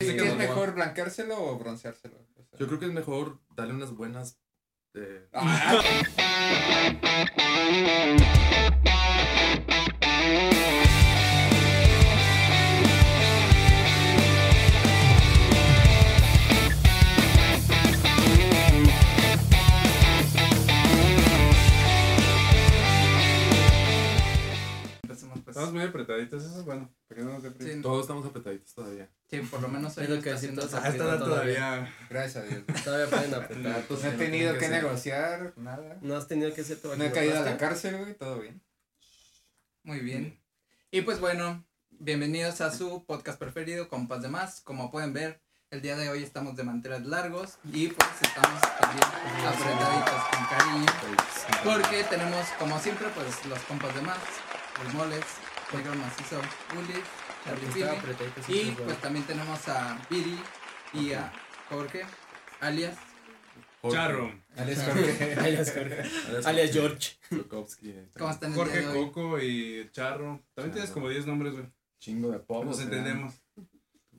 sé ¿Qué que es no. mejor blanqueárselo o bronceárselo? O sea, Yo creo que es mejor darle unas buenas. eh, Ah, Entonces, más, pues, Estamos muy apretaditos, eso es bueno. Para que no nos dé frío. sí, todos estamos apretaditos todavía. sí, por lo menos Es él lo está que haciendo siento, esa ajá, está actividad dando- todavía. Todavía. gracias a Dios. Todavía pueden apretar. Pues, No he no tenido tiene que que ser. negociar nada. No has tenido que ser No he caído a la cárcel, güey, todo bien. Muy bien. Y pues bueno, bienvenidos a su podcast preferido, Compas de Más. Como pueden ver, el día de hoy estamos de manteles largos y pues estamos también apretaditos con cariño. Porque tenemos, como siempre, pues los compas de más, los moles, Negro Macizo, Bully, Charlie Pime, Y pues también tenemos a Piri y a Jorge, alias. Jorge. Charro. Alex Jorge. alias Jorge. Alias, Alias George. Tchaikovsky, eh, ¿Cómo están el Jorge día de hoy? Coco y el Charro. También tienes Charro. como 10 nombres, güey. Chingo de apodos. Nos ¿verdad? entendemos.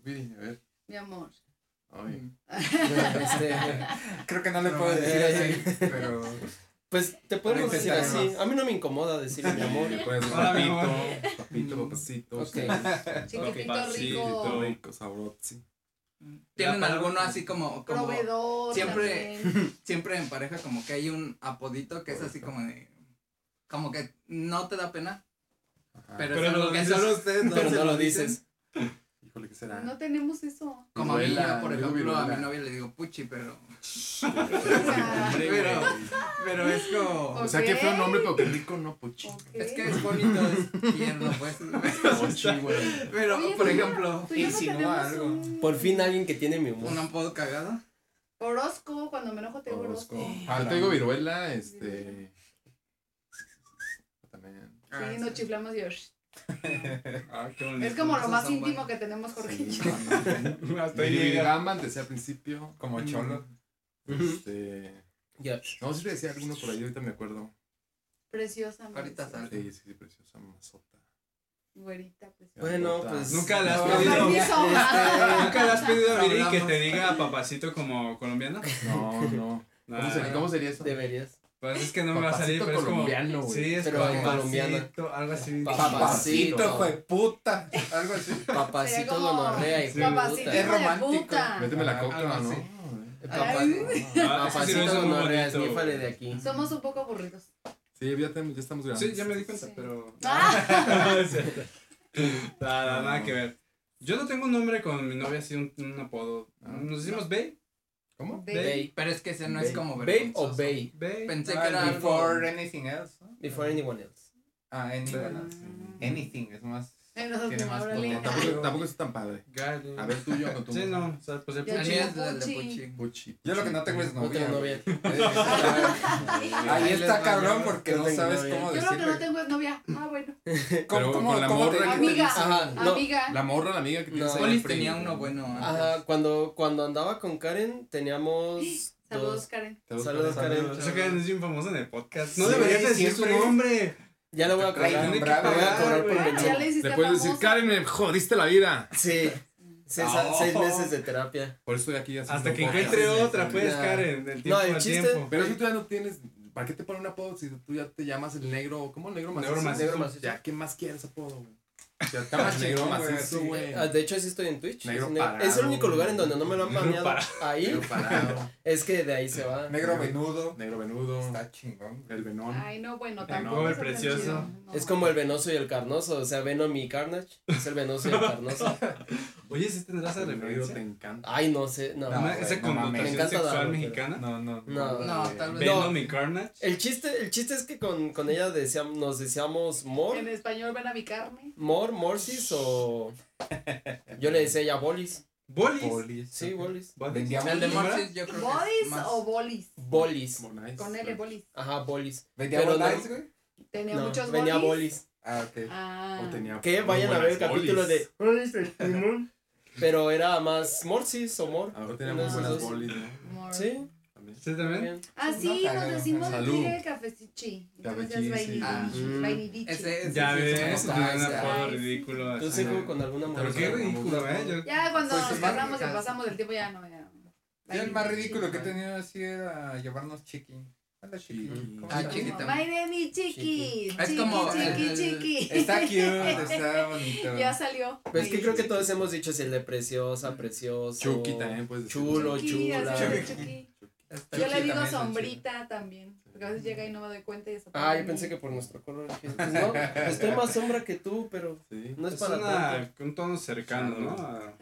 Uy, a ver. Mi amor. Ay. Mm. Este, Creo que no le No, puedo eh, decir eh. así, pero. pues te podemos Ahorita decir estaremos. así. A mí no me incomoda decir mi amor. Y le puedes decir Hola, mi papito, amor. papito, Mm. papacito, Ok. ustedes. Chiquitito Papacito. rico. rico, sabrozzi. ¿Tienen Ya, alguno para- así como, como Proveedor. siempre- también. siempre en pareja como que hay un apodito que es así como de, como que no te da pena, Ajá. pero, Pero es algo lo que dices. solo ustedes no, Pero se no lo dicen. dices. Híjole, ¿qué será? No tenemos eso. Como a mí, Viruela, yo, luego por ejemplo, a mi viruela. novia le digo puchi, pero, O sea, Hombre, güey. pero, pero es como, O sea, qué feo Ok. nombre, pero qué rico, no, puchi. ok. es que es bonito, es tierno, pues, Puchi, güey. pero, Oye, por tú ya- ejemplo, Tú y yo no insinúa tenemos algo. un- Por fin alguien que tiene mi un humor. apodo cagado, Orozco, cuando me enojo te digo Orozco. Orozco. Ah, te digo viruela, este. También. Sí, Ah, nos chiflamos y "Shh". Ah, qué bonito. Es como lo Esos más son íntimo buenos. que tenemos, Jorge y Sí, yo. no, no. Hasta ahí Y llega. Gamban decía al principio. Como cholo. Ujú. Este. Ya. No, sí le decía alguno por ahí, ahorita me acuerdo. Preciosa. amor. Ahorita sale. Sí, sí, sí, preciosa mazota. Güerita, preciosa. Bueno, Mazota. pues. Nunca le has Con pedido- Este, ¿Nunca le has pedido a Viri que Hablamos. te diga papacito como colombiano? No, no. No, ¿Cómo sería, cómo sería eso? Deberías. pues es que no me va a salir, Papacito pero es como. colombiano, güey. Sí, es Pero como colombiano. papacito, Algo así. Ah, Papacito. Papacito, hijo de puta. Algo así. Papacito Sería como- gonorrea y Sí. Papacito, Es hijo de romántico. puta. Méteme la Ah, coca, algo ¿no? así. Papá- Ay. Ah, es que sí, no, eso Papacito es muy gonorrea, bonito. esnífale de aquí. Somos un poco aburridos. Sí, ya, tenemos- ya estamos grandes. Sí, ya me di cuenta, Sí. pero. Ah, nada, nada que ver. Yo no tengo un nombre con mi novia, así un, un apodo. Nos decimos Bay. ¿Cómo? de- Babe. pero es que ese no es como Babe o vergonzoso. Bay. Bay. Pensé Ah, que era algo- Before anything else. ¿no? Before anyone else. Ah, anyone else. Anything, es más. Eh, no, Tiene más órale. potencia. Tampoco, tampoco es tan padre. Gary. A ver, tú yo no tú. Ah, Sí, no. O sea, pues el Ya El puchi. mío chido. es el de puchi. Puchi. Yo lo que no tengo es novia. Otra güey. novia. Ahí está les va, cabrón ya. porque Yo no tengo sabes novia. cómo Yo lo que no decirle. tengo es novia. Ah, bueno. ¿Cómo, Pero cómo, con la cómo te morra digo? Amiga. Ajá, no. Amiga. La morra, la amiga que tienes No. ahí al Olis frente. tenía uno bueno antes. Ajá, cuando, cuando andaba con Karen teníamos Saludos, dos. Karen. Te gusta Saludos, esa? Karen. O sea, que es bien famoso en el podcast. No Sí, deberías decir su siempre. nombre. Ya le voy a Ay, cobrar. Tiene que Le voy a pagar, cobrar por güey. Ya mención. le hiciste Le puedes decir, famosa. Karen, em-". me jodiste la vida. Sí. Seis, No. seis meses de terapia. Por eso estoy aquí haciendo Hasta que podcast. encuentre otra, pues, Ya. Karen. Del tiempo No, el al chiste- tiempo. Pero si tú ya no tienes. ¿Para qué te ponen un apodo si tú ya te llamas el negro? ¿Cómo negro macizo? Negro macizo. Negro macizo. Ya, ¿qué más quieres apodo, güey? Ya está Ah, más negro chingón, güey, macizo, sí. güey. Ah, De hecho, así estoy en Twitch. Negro Es ne- parado. es el único lugar en donde no me lo han Negro planeado. parado. Ahí Negro parado, es que de ahí se va. Negro venudo. negro venudo, Está chingón. güey. el venón. Ay, no, bueno, El tampoco. cover está tan precioso. chido, no. Es como el venoso y el carnoso. O sea, Venom y Carnage. Es el venoso y el carnoso. Oye, ¿sí tendrás esa El negro referencia? te encanta. Ay, no sé. No. No, Una- güey, esa no mames. Me connotación encanta sexual darlo, pero- mexicana. No, no. No. No, tal vez. No. Eh, Eh, Venom y Carnage. El chiste, el chiste es que con, con ella decíamos, nos decíamos Mor, En español van a mi carne. Mor, Morsis o. Yo le decía a ella Bolis. Bolis. Polis. Sí, Bolis. Bolis. Vendíamos, El de ¿Bolis? Mortis yo creo que es ¿Bolis más... o bolis? Bolis. Como nice. Con L, bolis. Ajá, Bolis. vendíamos Pero no- lights, güey. Tenía No, muchos bolis. venía Bolis. Ah, ok. Ah. O tenía Que muy vayan a ver el buenas capítulo bolis. de. Bolis del Timón. Pero era más Morsis o Mor. Ahora tenemos Unas buenas dos. bolis, ¿Eh? ¿no? more. Sí. también. ¿Sí también? Bien. Ah, sí, No, nos no, decimos salud. aquí el cafecichi. Entonces Cafecichi. vainillichi. Ah. Mm. vainillichi. Ese es. Ya ves, eso tiene un está, apodo está. ridículo. Tú así. sí como con alguna Pero qué mujer. ridículo, ¿eh? Yo- Ya cuando Pues, nos sí, más casamos y rica. pasamos el tiempo ya no. Ya, no. Yo el más Vainillichi. ridículo que he tenido así era llamarnos Chiqui. Hola Chiqui. Chiqui. ¿cómo Ah, estás? Chiqui también. My name is Chiqui. Chiqui. Es como Chiqui, el- el- chiqui, chiqui. Está cute, está bonito. Ya salió. Pero Pues es que creo que todos hemos dicho si el de preciosa, precioso. Chucky también, pues. Chulo, Chiqui, chula. así, chiqui. Está Yo le chido digo también, está sombrita también. Porque a veces llega y no me doy cuenta y eso. Ah, yo pensé que por nuestro color. dije, Pues no, estoy más sombra que tú, pero Sí. no es, Es para tanto. una, un tono cercano, ¿no? A-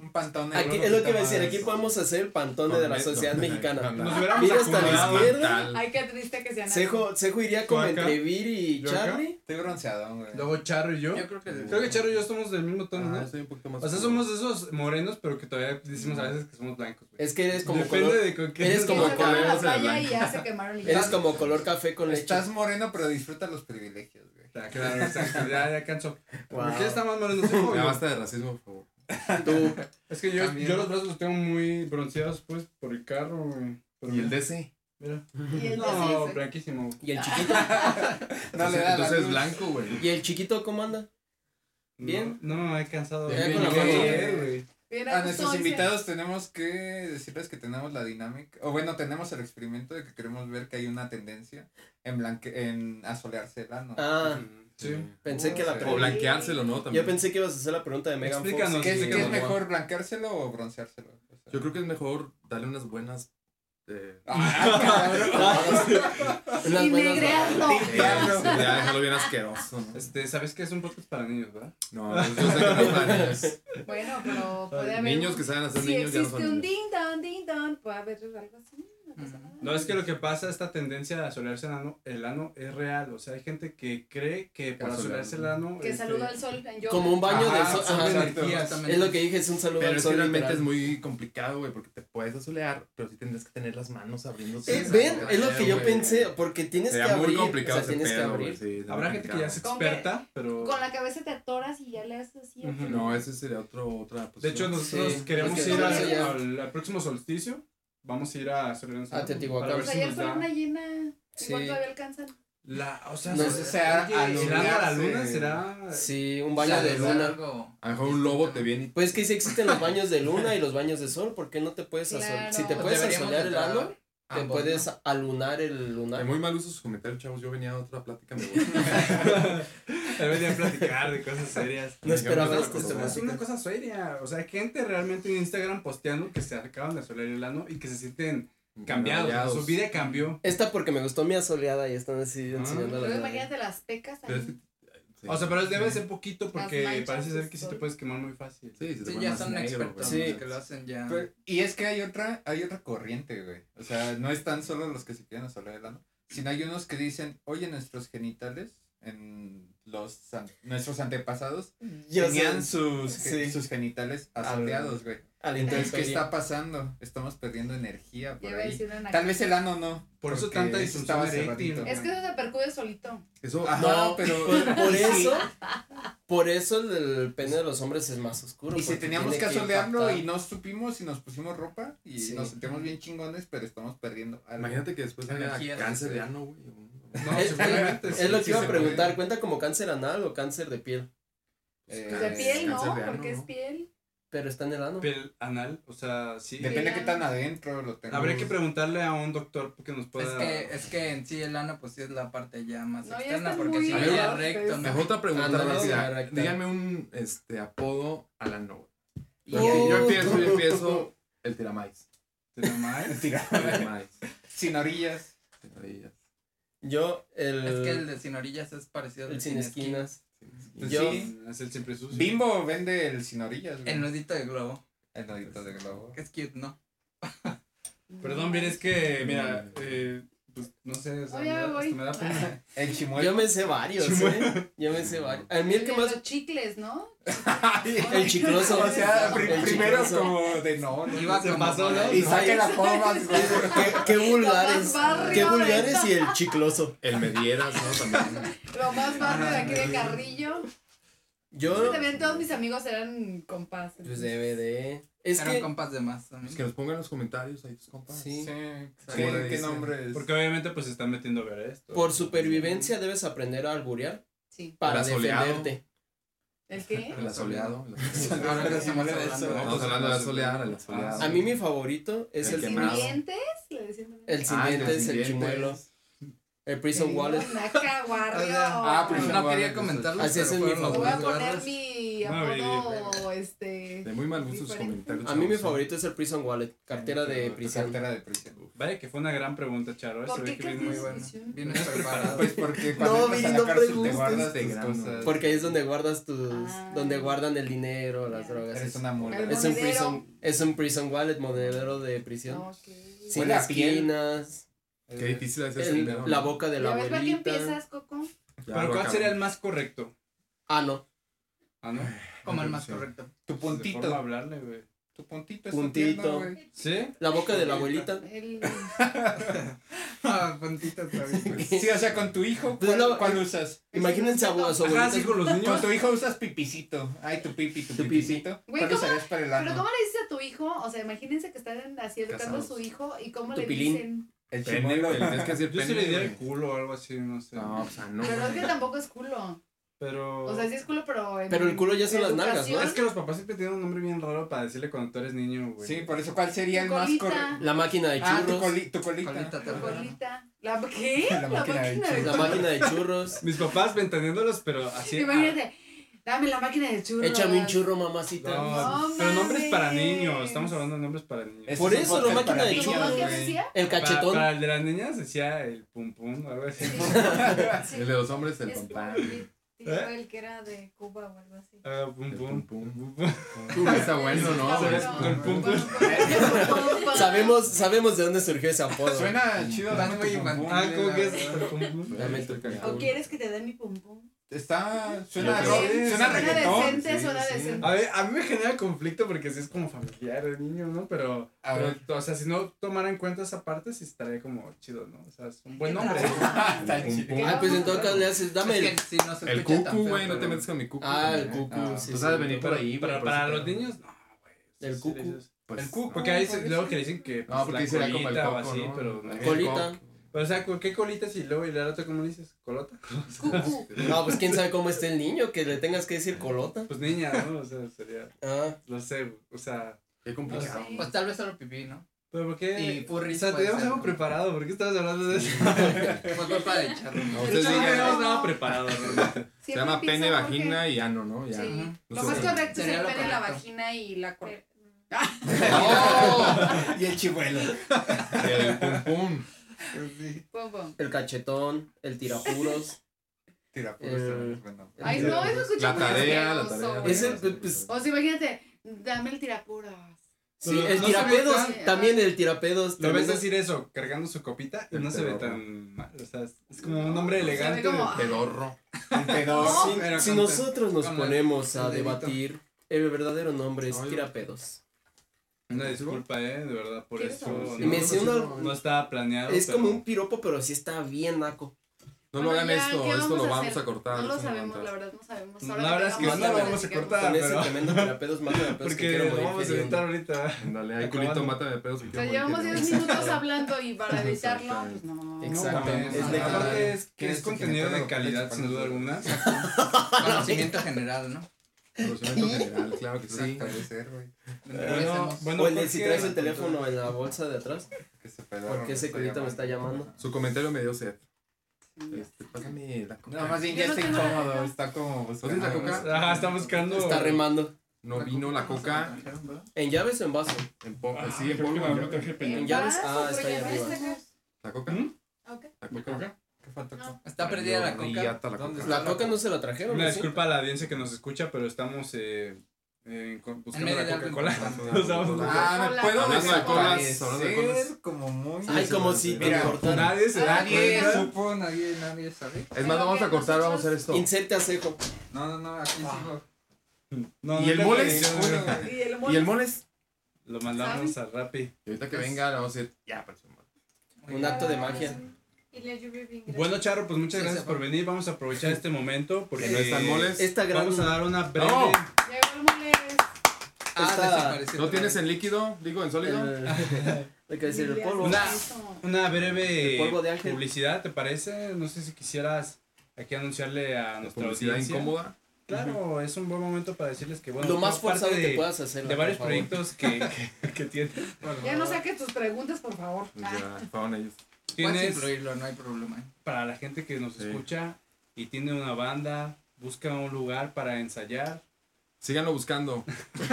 Un pantón negro. Aquí, es lo que iba a está decir, aquí más- podemos hacer el pantone de la Correcto. sociedad mexicana. Nos hubiéramos Mira hasta la acomodado izquierda. tal. Ay, qué triste que sean. Sejo, Sejo iría como Yo acá. entre Viri y Yo acá. Charlie. Estoy bronceado, güey. Luego Charro y yo. chido. Yo creo que. Creo que Charro y yo somos del mismo tono, Ah, ¿no? soy un poquito más. O sea, somos esos morenos, pero que todavía decimos a veces que somos blancos. güey. Es que eres como Depende color, de con qué. eres Es como como color a la blanco. playa y ya se quemaron. eres como color café con leche. Estás moreno, pero disfruta los privilegios, güey. Está Ah, Claro, exacto. Ya, ya cansó. Wow. ¿Por qué está más moreno? Sejo, Ya güey? basta de racismo, por favor. Tú, Es que yo, También. yo los brazos los tengo muy bronceados, pues, por el carro, güey. Pero Y el mira, DC. mira. Y el No, de blanquísimo. y el chiquito, No le Entonces- da la Entonces es luz. blanco, güey. y el chiquito, ¿cómo anda? Bien. No, no me he cansado. Ya güey. con la Bien, foto. bien, güey. Bien, A gusto, nuestros once. invitados tenemos que decirles que tenemos la dinámica, o bueno, tenemos el experimento de que queremos ver que hay una tendencia en, blanque, en asolearse el ano. Ah, Sí. pensé que la O pregunta. blanqueárselo, ¿no? También. Yo pensé que ibas a hacer la pregunta de Megan Explícanos. Fox. ¿Qué, es- sí, qué que es no. mejor, blanqueárselo o bronceárselo? O sea- Yo creo que es mejor darle unas buenas. eh, Ah, Unas Y buenas- negrearlo. eh, ya dejarlo bien asqueroso, ¿no? Este, ¿sabes qué es un podcast para niños, verdad? Ah. No, yo sé que no es para niños. Bueno, pero puede haber. Niños que saben hacer Si niños ya no existe un son niños. ding don, ding don, puede haber algo así. No pasa nada. No, es que lo que pasa, esta tendencia de asolearse el ano, el ano es real. O sea, hay gente que cree que por Asolear. asolearse el ano. Que este, saluda al sol en yoga. Como un baño Ajá, de sol. absorbe ajá. energía, Exactamente. Es lo que dije, es un saludo Pero al es que sol. realmente literal. es muy complicado, güey, porque te puedes asolear, pero sí tendrías que tener las manos abriéndose. Eh, Ven, es lo que yo Güey. pensé, porque tienes que Sería muy abrir. complicado o sea, ese tienes que pedo, abrir. güey, sí, sería Habrá muy gente que ya es ¿Con qué? experta, pero. Con la cabeza te atoras y ya le haces así. Ujú. complicado. No, ese sería otro, otra De posición. hecho, nosotros Sí, queremos es que ir no al, sé ya. al- al próximo solsticio. Vamos a ir a asolearnos el A ano Teotihuacán. para O ver sea, si ayer nos fue da. luna llena. Sí. Igual todavía alcanzan. La, o sea, No se- sé, sea, oye, a ¿será la alumbrar, luna? sí. ¿Será.? Sí, un baño de Saludar luna. algo. A lo mejor un lobo te viene y Pues que si existen los baños de luna y los baños de sol, ¿por qué no te puedes asolear? Claro. Si te Pues puedes deberíamos Ah, asolear el entrar ano, te ambos, puedes alunar el De lunar. muy mal uso sus comentarios, chavos. Yo venía a otra plática, me voy. Él venía a platicar de cosas serias. No esperaba Digamos, esto. pues, esta Es música. una cosa seria. O sea, hay gente realmente en Instagram posteando que se acaban de asolear el ano y que se sienten cambiados. o sea, su vida cambió. Esta porque me gustó mi asoleada y están así Ah. enseñando Entonces la imagínate las pecas Pero es que- ahí. Sí. O sea, pero debe ser poquito Las porque manchas parece ser que de sí te sol. puedes quemar muy fácil. Sí, se te Sí, pone ya más son negro, expertos güey. Sí. que lo hacen ya. Pero- y es que hay otra, hay otra corriente, güey. O sea, no es tan solo los que se quieren asolear el ano, sino hay unos que dicen, oye, nuestros genitales, en los an- nuestros antepasados, Yo tenían sé, sus, ge- sí. sus genitales asoleados, güey. a la Entonces, ¿qué intemperie. está pasando? Estamos perdiendo energía por Ya iba a ahí. decir una Tal vez el ano no. Por eso porque tanta sí disfunción estaba eréctil. cerradito. Es que eso se percude solito. Eso, Ajá, No, pero... Por, por y si- eso, por eso el, el pene de los hombres es más oscuro. Y si porque teníamos que tiene asolearlo y impactar. no supimos y nos pusimos ropa y Sí. nos sentimos bien chingones, pero estamos perdiendo algo. imagínate que después haya Energía, cáncer sí. de ano, güey. No, Es- seguramente. sí. Es lo sí que iba se a puede. preguntar, ¿cuenta como cáncer anal o cáncer de piel? Eh, pues, De piel, ¿no? cáncer de ano, Porque es ¿no? piel. Pero está en el ano. Piel anal, o sea, sí. Depende qué tan adentro lo tengamos. Habría que preguntarle a un doctor que nos Es pueda. que, es que en sí el ano pues sí es la parte ya más No, ya externa están porque muy si A no ver, ya ustedes. recto, Me ¿no? dejó otra pregunta Ándale, rápida. correcto. Díganme un este, apodo al ano, güey. Y Yo, Oh. empie- yo empiezo, yo empiezo el tiramais. ¿Te llamas? Tiramais. Sin orillas. Tiramais. Yo, el, Es que el de sin orillas es parecido al el sin esquinas. Pues Yo- sí. Es el siempre sucio. Bimbo vende el sin orillas. güey. El nudito de globo, El nodito de globo. que es cute, ¿no? Perdón, bien, es que, mira, eh, pues no sé, o sea, Oh, ya me da- voy. hasta me da pena. El chimuelo. Yo me sé varios, ¿eh? Yo me sé varios. A mí el que De más... Los chicles, ¿no? El chicloso. O sea, El pri- El primero chicloso. como de no. no, Iba no. como pasó, por ¿no? ahí. Y saque las formas, güey. Qué, qué vulgares. Lo más barrio Qué de- vulgares y el chicloso. El medieras, ¿no? También. Lo más barrio de aquí de Carrillo. Yo, También todos mis amigos eran compás. pues DVD. Es Eran que, compas de más también. Pues que nos pongan en los comentarios ahí tus compas. sí, Sí, Como ¿Qué, le qué dicen. nombre es? Porque obviamente pues se están metiendo a ver esto. por supervivencia debes aprender a alburear Sí. para Era soleado. defenderte. ¿El qué? El asoleado. el asoleado. Ahora que estamos Eso. hablando. Estamos hablando de asolear, el asoleado. A mí mi favorito es El el, ¿Sin quemado. dientes? Le decían también. el sin Ah, dientes, los el dientes. chimuelo, el prison wallet. Naca, guarrio. Ah, pues Prison no Wallet, quería eso. comentarlo. Así es pero en mi fueron los Te voy a más poner verdes. mi No, apodo, este... De muy mal gusto sus Diferente. comentarios. A mí mi chavos. ¿eh? favorito es el prison wallet, cartera de Tu prisión. Cartera de prisión. Vaya que fue una gran pregunta, Charo. ¿eh? Se ve ¿Por qué que viene cartera muy de bueno. prisión? Vienes preparado. ¿eh? Pues porque cuando No, entras Viri, a la no cárcel preguntes. te guardas Te tus grano. cosas. Porque ahí es donde guardas tus. Ah. donde guardan el dinero, las Ya. drogas. Eres Es, una El mula. un monedero. Oh. prison, es un prison wallet, monedero de prisión. Ok. Sin Huele a piel. esquinas, Qué difícil es ese el- dinero, la ¿no? boca de la ¿Ya ves para qué abuelita. empiezas, Coco? Ya Pero lo ¿cuál sería el acabo. más correcto? Ah, no. Ah, ¿no? Como el más Sí. correcto. Tu De forma de puntito. hablarle, güey. Tu puntito es Puntito. puntito. güey. ¿Sí? La boca de la abuelita. El... Ah, puntitas también. Sí, o sea, con tu hijo, Pues ¿cuál, lo- cuál usas? Imagínense a a su Ajá, abuelita. sí, con los Con niños. tu hijo usas pipicito. Ay, tu pipi, tu, Tu pipi. pipicito. Güey, ¿Cuál ¿cómo? usarías para el Pero ano? ¿cómo le dices a tu hijo? O sea, imagínense que están así educando a su Casados. hijo y cómo Tu le pilín. dicen. El Pene, chimuelo. güey. Tienes que decir Yo se le pene, diría güey. el culo o algo así, no sé. No, o sea, no. Pero es güey. que tampoco es culo. Pero... O sea, sí es culo, pero en Pero el culo ya son las nalgas, ¿no? Es que los papás siempre tienen un nombre bien raro para decirle cuando tú eres niño, güey. Sí, por eso, ¿cuál sería el Tu más colita. correcto? La máquina de Ah, tu, churros. coli- tu colita. Colita Tu también. colita. ¿La qué? La máquina de churros. la máquina de churros. Mis papás ventaneándolos, pero así... ah, Imagínate, dame la máquina de churros. Échame un churro, No, mamacita. No pero nombres para mames. niños. Estamos hablando de nombres para niños. Este Por es un eso, la podcast máquina para de ¿Y niños, cómo qué güey. decía? El Pa- cachetón. Para, el de las niñas decía el pum pum o algo así. Sí. El de los hombres, el Es papá. como el dijo el que era de Cuba o algo así. Ah, pum El pum. pum, pum. pum, pum. Está Ah, bueno, ¿no? ¿Sabes? Bueno. Con pum, pum. Sabemos, sabemos de dónde surgió ese apodo. Suena chido. Estás dame tu muy pum pum, infantil, Ah, ¿cómo que es? la Pum, pum. Dame tu ¿O cachetón. quieres que te dé mi pum pum? Está, suena, Sí, rock, sí, suena suena reggaetón. decente, suena decente. A ver, a mí me genera conflicto porque sí es como familiar el niño, ¿no? Pero, A pero, ver. o sea, si no tomara en cuenta esa parte, sí estaría como chido, ¿no? O sea, es un buen nombre. Está Pum, chido. pum. Ah, pues en todo caso le haces, dame Es el. que sí, no se El escucha tan cucu, feo, güey. No te pero- metes con mi cucu. Ah, el güey. cucu. No, sí, Tú sabes sí. venir por ahí, güey, Pero por para eso los te- niños, no, güey. El Sí, cucu. sí, sí. Pues, El cucu. Porque ahí ¿Por se- qué luego sí? que le dicen que pues, No, porque la dice la copa el colita o coco, así, ¿no? pero no. El Colita. coco. Pero, o sea, ¿con ¿qué colitas y luego y la otra cómo le dices? ¿Colota? Cucu. No, pues quién sabe cómo está el niño, que le tengas que decir colota. Pues niña, ¿no? O sea, sería, Ah, no sé, o sea, Qué complicado. No sé. Pues tal vez solo pipí, ¿no? pero ¿por qué? Y furries O sea, puede teníamos ser, algo ¿no? preparado, ¿por qué estabas hablando de eso? Fue culpa de Charro. No, De ustedes hecho, no digan, teníamos no. nada preparado, ¿no? Se llama pene, vagina y ano, ¿no? Ya. Sí. Ajá. Lo más correcto es Sería el lo pene, la correcto. Eh, vagina y la col- Y el chimuelo. El pum pum. Pues pum pum. el cachetón, el tirapuros. Tirapuros también es pues, bueno. el Ay, no, eso escucha La muy tarea, la asqueroso, tarea. güey. Es el- pues, O sea, imagínate, dame el tirapuras. Sí, el No se tirapedos, ve tan- también el tirapedos. Lo ves tremendo- decir eso, cargando su copita, y El no se ve pedorro. tan mal, o sea, es es como un hombre elegante. Se ve como- "Ah, Pedorro. El No. pedor. Si- pero si con- nosotros nos con el- ponemos el a dedito. debatir, el verdadero nombre es Ay, tirapedos. Una disculpa, eh, de verdad, por ¿Quieres eso. saber? No, Me decía una- no estaba planeado. Es pero- como un piropo, pero sí está bien naco. No lo Bueno, hagan ya, esto, ¿qué esto vamos lo a vamos hacer? a cortar. No lo esto sabemos, aguanta. la verdad no sabemos. La Ahora verdad es que tengamos no lo la vamos a platicamos. cortar. Ah, Con ese pero- tremendo tirapedos, mata tirapedos pues que Porque quiero lo morir vamos a queriendo. editar ahorita. Ándale, hay culito, Acabando. mata de pedos. O sea, llevamos 10 minutos hablando y para editarlo, pues no. Exacto. mames, Es no, de- aparte es, que ¿Quieres es que contenido genere de todo lo que calidad, te sin duda parece? alguna. Conocimiento general, ¿no? Conocimiento general, claro que Sí, sí. puede ser, Pues, güey. Bueno, Empecemos. eh, bueno, o el de ¿por si qué? pues, traes el teléfono en la bolsa de atrás. Que ese pedorro ¿Por qué ese culito me está llamando? Su comentario me dio sed. Este, pásame la coca. No, más bien ya Yo no está tengo la incómodo, coca. está como tienes buscando. la coca? algo. Ajá, está buscando. Está remando. No vino la coca ¿En llaves o en vaso? en po- Ah, sí, en creo que polvo. me ya. traje ¿En pendiente. ya ves, vaso? ah, Pues está ahí ya ves, arriba. acá. ¿La coca? ¿Mm? Ok. ¿La ¿La coca? coca? ¿Qué falta coca? Está perdida la coca. Riata la ¿Dónde coca. Pues La coca no se la trajeron, Una ¿no? ¿Sí? disculpa a la audiencia que nos escucha, pero estamos eh, eh, con- buscando En medio la de algo Coca-Cola. importante. O sea, vamos a- Ah, Hola. me puedo Hablando de colas, hablando de desaparecer colas. como muy. Ay, como si te Mira, cortaran. Nadie se da Nadie cuenta. supo, nadie, nadie sabe. Es más, lo vamos a cortar, vamos a hacer esto. Inserte acejo. No, no, no, aquí sigo. No, ¿Y no el te mole? preocupes, Juro, güey. güey. Y el ¿Y el mono. moles? Lo mandamos a Rappi. pues, Y ahorita que venga, le vamos a decir, ya, pero Un acto de magia. Y la lluvia bien grande. Bueno, Charro, pues muchas Sí, gracias se por fue. venir. Vamos a aprovechar este momento porque Que no están moles. Esta gran. vamos a dar una breve. No. Llegó el moles. Ah, Está- desapareció. ¿No tienes en líquido? Digo, en sólido. Eh, el- Lo que decir, el polvo. Una- Una El breve polvo de ángel. publicidad, ¿te parece? No sé si quisieras aquí anunciarle a La nuestra publicidad audiencia. incómoda. Claro, es un buen momento para decirles que bueno, Lo más forma parte forzado de, que puedas hacer. de varios proyectos que, que, que tienes. Ya no saques tus preguntas, por favor. pues Ah. Ya, fueron ellos. Puedes Tienes incluirlo, no hay problema. para la gente que nos Sí. escucha y tiene una banda, busca un lugar para ensayar. Síganlo buscando. Síganlo Me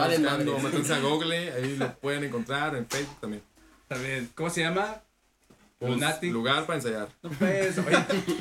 valen buscando. madre. Métanse a Google, ahí lo pueden encontrar en Facebook también. También, ¿cómo se llama? Pues, Lunatic. Lugar para ensayar. No puedes, oye,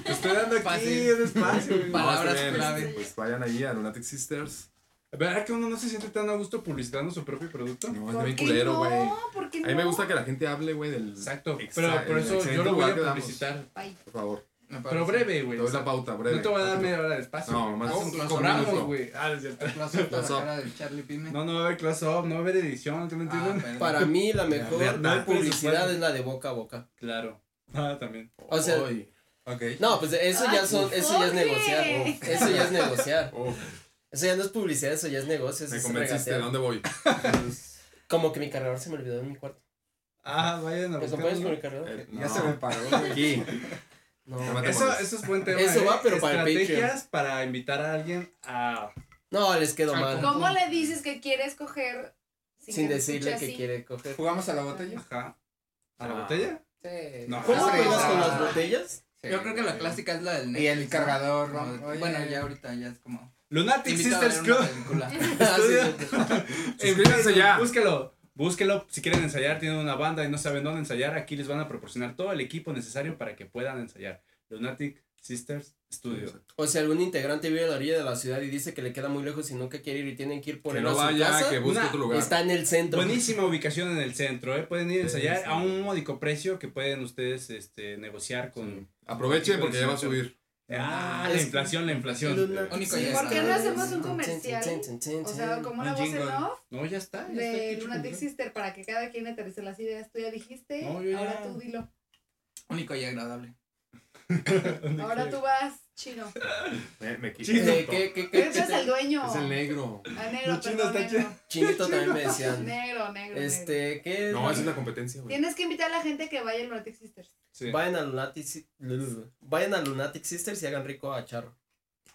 te estoy dando aquí Fácil. un espacio. güey. Palabras No, está bien, clave. este, Pues vayan ahí a Lunatic Sisters. ¿Verdad que uno no se siente tan a gusto publicitando su propio producto? No, es ¿Por bien qué culero, no? güey. ¿Por qué A mí me no? gusta que la gente hable, güey, del. Exacto, Exa- pero por el eso yo excelente lo voy lugar a que damos. publicitar. Bye. Por favor. Me Pero parece. breve, Te güey. doy o sea, la pauta, breve. No te voy a dar media hora de espacio. No, más Co- un close-up. cobramos, güey. Ah, es cierto. Aplausos para Close la up. cara de Charlie Pime. No, no va a haber close-up, no va a haber edición, ¿tú me Ah, entiendes? perdón. Para mí, la mejor Verdad, publicidad presupuesto. es la de boca a boca. Claro. Ah, también. O sea, Uy, Ok. no, pues eso ya son, eso ya es negociar. Oye. Eso ya es negociar. uf, Eso ya no es publicidad, eso ya es negocio. Eso me es convenciste. ¿De regatear. dónde voy? Como que mi cargador se me olvidó en mi cuarto. Ah, vayan a ¿Me buscar. acompañas con el cargador? Eh, Ya no. se me paró. güey. Aquí. No. Eso, eso es buen tema. Eso va, ¿eh? pero para el Estrategias para invitar a alguien a. No, les quedó Ah, mal. ¿Cómo le dices que quieres coger Sin que te decirle escuche que así? quiere coger. ¿Jugamos a la botella? Ajá. ¿A la Ah. botella? Sí. No, ¿Cómo eso juegas es- con las ah. botellas? Yo creo que la clásica es la del Y el Netflix, ¿no? cargador. Como- ¿no? Oye, Bueno, ya ahorita ya es como. te Lunatic invito a ver Sisters una Club. película. Ah, sí, sí, sí. Suscríbanse ya. Búsquelo. Búsquelo. Si quieren ensayar, tienen una banda y no saben dónde ensayar, aquí les van a proporcionar todo el equipo necesario para que puedan ensayar. Lunatic Sisters Studio. O si algún integrante vive a la orilla de la ciudad y dice que le queda muy lejos y nunca quiere ir y tienen que ir por Que él no a su vaya, casa, que busque Una- otro lugar. está en el centro. Buenísima ubicación en el centro, ¿eh? Pueden ir a Sí, ensayar sí. a un módico precio que pueden ustedes este, negociar con... Aprovechen porque ya va a subir. Ah, Ah, la es- inflación, la inflación. Luna- Único Sí, ya ¿Por está. qué no hacemos un comercial? Chin, chin, chin, O chin. sea, como una Un voz en jingle. off No, ya está. ya está de hecho, Lunatic ¿no? Sister para que cada quien aterrice las ideas. Tú ya dijiste, No, yo ya- ahora tú dilo. Único y agradable. Ahora tú vas, chino. Me, me quita. Eh, ¿qué- qué- qué- Ese es el dueño. Es el negro. Ah, negro, No, chino, perdón, está negro. Chinito también me decían. Negro, negro, negro. Este, ¿qué? No, esa es la competencia, güey. Tienes que invitar a la gente que vaya al Lunatic Sisters. Sí. Vayan a Lunatic Si- Lulu. Vayan a Lunatic Sisters y hagan rico a Charro.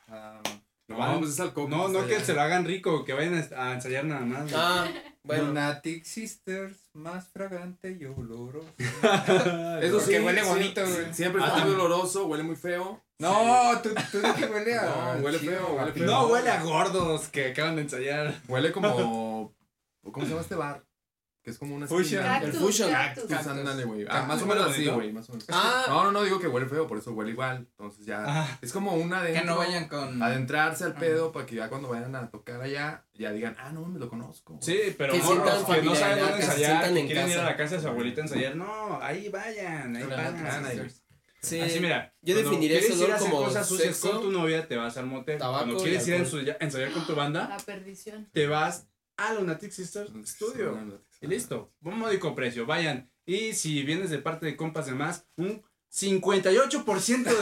Ah, No, pues es alcohol. No, no Está que ya. se lo hagan rico, que vayan a a ensayar nada más. güey. Ah, bueno. Lunatic Sisters, más fragante y oloroso. Eso Porque sí, huele sí, bonito, sí, güey. Siempre está muy doloroso, huele muy feo. No, tú, tú de que huele a. No, huele chido, feo, huele a- feo. No huele a gordos que acaban de ensayar. Huele como. ¿Cómo se llama este bar? Que es como una. Fuchsia. esquina. El Cactus, fusion. cactus. Cactus, ándale, güey. Ah, más o Huele menos así, bonito. güey. Más o menos. Ah, No, no, no digo que huele feo, por eso huele igual. Entonces ya. Ah, Es como una de. Que no vayan con. Adentrarse al Ajá. pedo para que ya cuando vayan a tocar allá, ya digan, ah, no, me lo conozco. sí, pero Que morros sientan que no saben familiaridad, dónde que se ensayar, sientan que en quieren ir a casa. la casa de su abuelita a ensayar. No, ahí vayan, ahí Ah, Lunatic vayan. ahí. Sisters. sí. Así mira. Yo cuando definiría ese quieres ir olor a hacer como cosas sucias sexo, con tu novia, te vas al motel. tabaco Cuando y quieres ir a alcohol. ensuya- ensayar con tu banda, La perdición. te vas a Lunatic Sisters Studio. Estudio. Y listo. Un módico precio. Vayan. Y si vienes de parte de compas de más, un 58% de descuento.